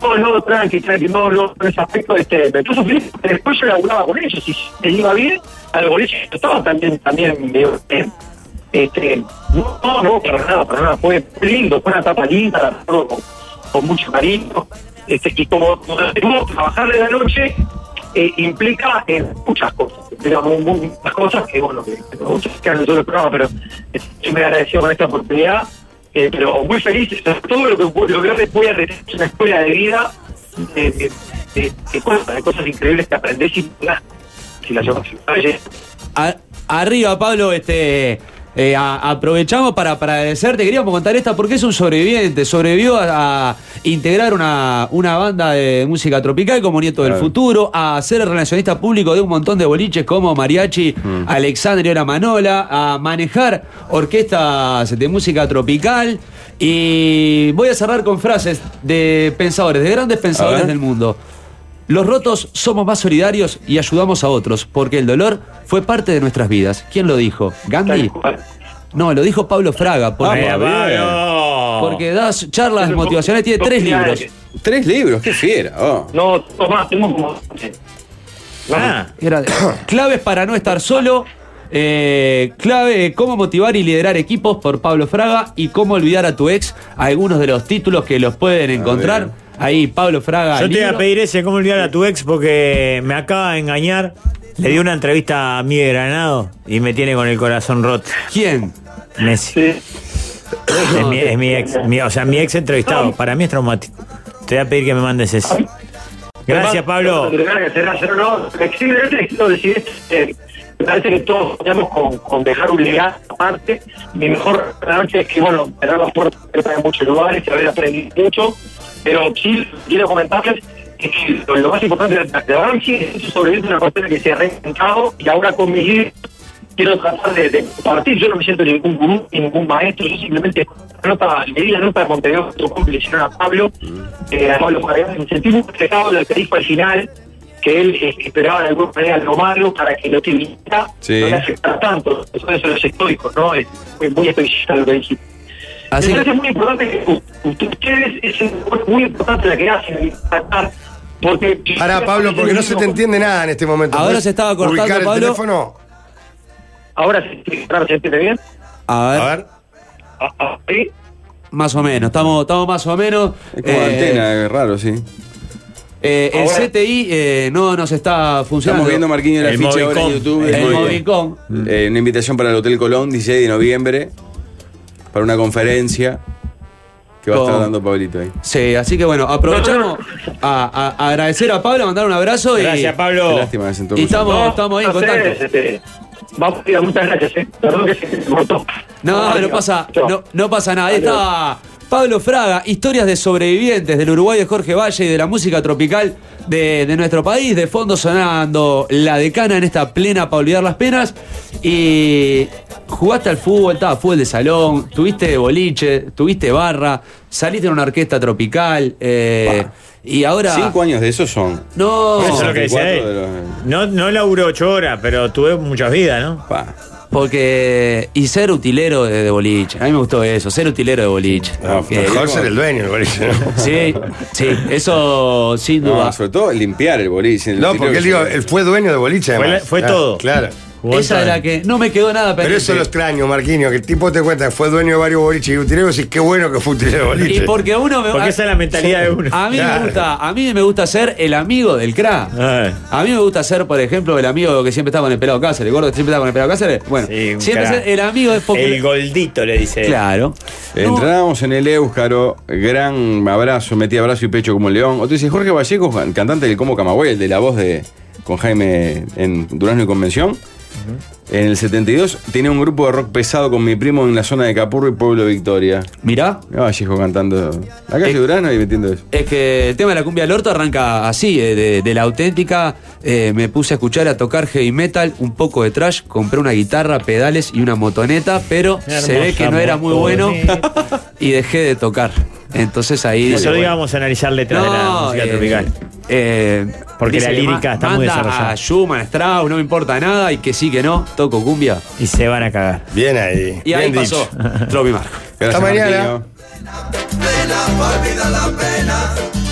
No, no, tranqui, tranqui, no, no, en ese aspecto, este, me puso feliz, porque después yo laburaba con ellos, y me iba bien, al boliche yo estaba también, también, medio, eh, este, no, no, no, para nada, para nada, fue lindo, fue una etapa linda, la recuerdo con, con mucho cariño, este, y como, como decimos, trabajar de la noche eh, implica en muchas cosas, implica mu- mu- muchas cosas que, bueno, que, que muchas quedan en todo el programa, pero eh, yo me agradecido con esta oportunidad, eh, pero muy feliz, sobre todo lo que logré voy a retener es una escuela de vida, de, de- de- de cosas, de cosas increíbles que aprendés y si la llevas a
A- arriba, Pablo, este. eh, a- aprovechamos para, para agradecerte. Queríamos contar esta porque es un sobreviviente. Sobrevivió a, a integrar una, una banda de música tropical como Nieto del
Claro.
Futuro, a ser el relacionista público de un montón de boliches como Mariachi,
Mm.
Alexandre Ora Manola, a manejar orquestas de música tropical. Y voy a cerrar con frases de pensadores, de grandes pensadores
ver.
del mundo. Los rotos somos más solidarios y ayudamos a otros, porque el dolor fue parte de nuestras vidas. ¿Quién lo dijo? ¿Gandhi? No, lo dijo Pablo Fraga.
Ah,
Porque,
Vamos, Pablo.
porque das charlas motivacionales, tiene tres libros.
Tres libros, qué fiera. oh.
No, Tomás, tenemos como. eh,
Ah. Era- claves para no estar solo. eh, clave cómo motivar y liderar equipos por Pablo Fraga y cómo olvidar a tu ex. Algunos de los títulos que los pueden encontrar. Ahí Pablo
Ah,
Fraga.
Yo
el
te voy a
libro.
pedir ese, ¿cómo olvidar a tu ex? Porque me acaba de engañar. Le di una entrevista a Miguel Granado y me tiene con el corazón roto.
¿Quién?
Messi. Es, mi, es mi ex. mi- o sea, mi ex entrevistado. Para mí es traumático. Te voy a pedir que me mandes eso. Gracias, Pablo.
No, exhibirte, quiero decir, eh, me parece que todos soñamos con, con dejar un legado aparte. Mi mejor noche es que, bueno, tener las puertas abiertas en muchos lugares y haber aprendido mucho. Pero sí, quiero comentarles que sí, lo, lo más importante de, de Banshee es sobrevivir a una persona que se ha reinventado y ahora con mis libros quiero tratar de, de compartir. Yo no me siento ningún gurú, ni ningún maestro, yo simplemente nota, leí la nota de Montevideo que le hicieron a Pablo, eh, a Pablo Cargas, me sentí muy reflejado en lo que dijo al final, que él eh, esperaba de alguna manera tomarlo para que lo que viniera
Sí.
no le afectara tanto. Eso es los estoicos, ¿no? Es muy, muy estoicista lo que dijiste.
Así
Me parece muy importante que u- ustedes es un labor muy importante la que hacen, tratar, porque...
Pará, Pablo, porque no se te entiende nada en este momento.
Ahora
¿Puedes
se estaba cortando,
ubicar el
Pablo.
teléfono?
Ahora sí, ahora se entiende bien.
A ver. Más o menos, estamos, estamos más o menos.
Es como
eh,
antena, es raro, sí.
eh, el
Ahora-
CTI eh, no nos está funcionando.
Estamos viendo Marquinhos la ficha ahora en YouTube.
El
Muy bien.
Movicom.
Eh, una invitación para el Hotel Colón, 16 de noviembre, para una conferencia que va a estar
Con-
dando Pablito ahí.
Sí, así que bueno, aprovechamos a, a- a agradecer a Pablo, mandar un abrazo y.
Gracias, Pablo.
Oh.
Qué lástima, me sentó
Y
muy
estamos,
sentado.
estamos ahí en
No sé,
contacto.
este, Vamos, tía, muchas gracias. eh. Perdón que se cortó.
No, no pasa, no, no pasa nada. Ahí está Pablo Fraga, historias de sobrevivientes del Uruguay de Jorge Valle y de la música tropical de, de nuestro país. De fondo sonando la decana en esta plena para olvidar las penas. Y jugaste al fútbol, estaba fútbol de salón, tuviste boliche, tuviste barra, saliste en una orquesta tropical. eh, y ahora.
Cinco años de esos son.
No,
Eso es lo que decía él. No, no laburó ocho horas, pero tuve muchas vidas, ¿no?
Porque. Y ser utilero de, de boliche. A mí me gustó eso, ser utilero de boliche. Eh, Que-
mejor ser el
dueño del boliche, ¿no?
Sí, sí, eso sin
No,
duda.
sobre todo limpiar el boliche. el
No,
interior
porque él,
que
digo,
se-
él fue dueño de boliche,
Fue
además.
la- fue
Claro,
todo.
Claro.
Esa era la que no me quedó nada
Pero eso lo extraño, Marquinhos, que el tipo te cuenta que fue dueño de varios boliches y utileros y qué bueno que fue utilero de
Y
boliche.
porque a uno me a- A mí
Claro.
me gusta, a mí me gusta ser el amigo del cra.
Ah.
A mí me gusta ser, por ejemplo, el amigo que siempre está con el pelado Cáceres, el gordo que siempre está con el pelado Cáceres. Bueno, siempre
cra.
ser el amigo es porque
El
Goldito le dice.
Claro.
Entrábamos en el Éuscaro, gran abrazo, metí abrazo y pecho como un león. Otro dice Jorge Vallejo, can- cantante del Como Camagüey, el de la voz de con Jaime en Durazno y Convención. En el 72 tenía un grupo de rock pesado con mi primo en la zona de Capurro y Pueblo Victoria.
Mirá. Eh,
Vallejo cantando. La calle Durazno y metiendo eso.
Es que el tema de la cumbia del orto arranca así, eh, de, de la auténtica. eh, me puse a escuchar, a tocar heavy metal, un poco de trash, compré una guitarra, pedales y una motoneta, pero se ve que no era muy bueno y dejé de tocar. Entonces ahí.
Eso lo
bueno.
íbamos a analizar letras de la
No,
música
eh,
tropical.
eh,
Porque
dice
la
que
lírica
ma-
está muy
manda
desarrollada.
A Schumann, Strauss, no me importa nada y que sí, que no, toco cumbia.
Y se van a cagar.
Bien ahí.
Y ahí
Bien
pasó.
dicho.
Tropi Marco.
Hasta mañana.
Martín.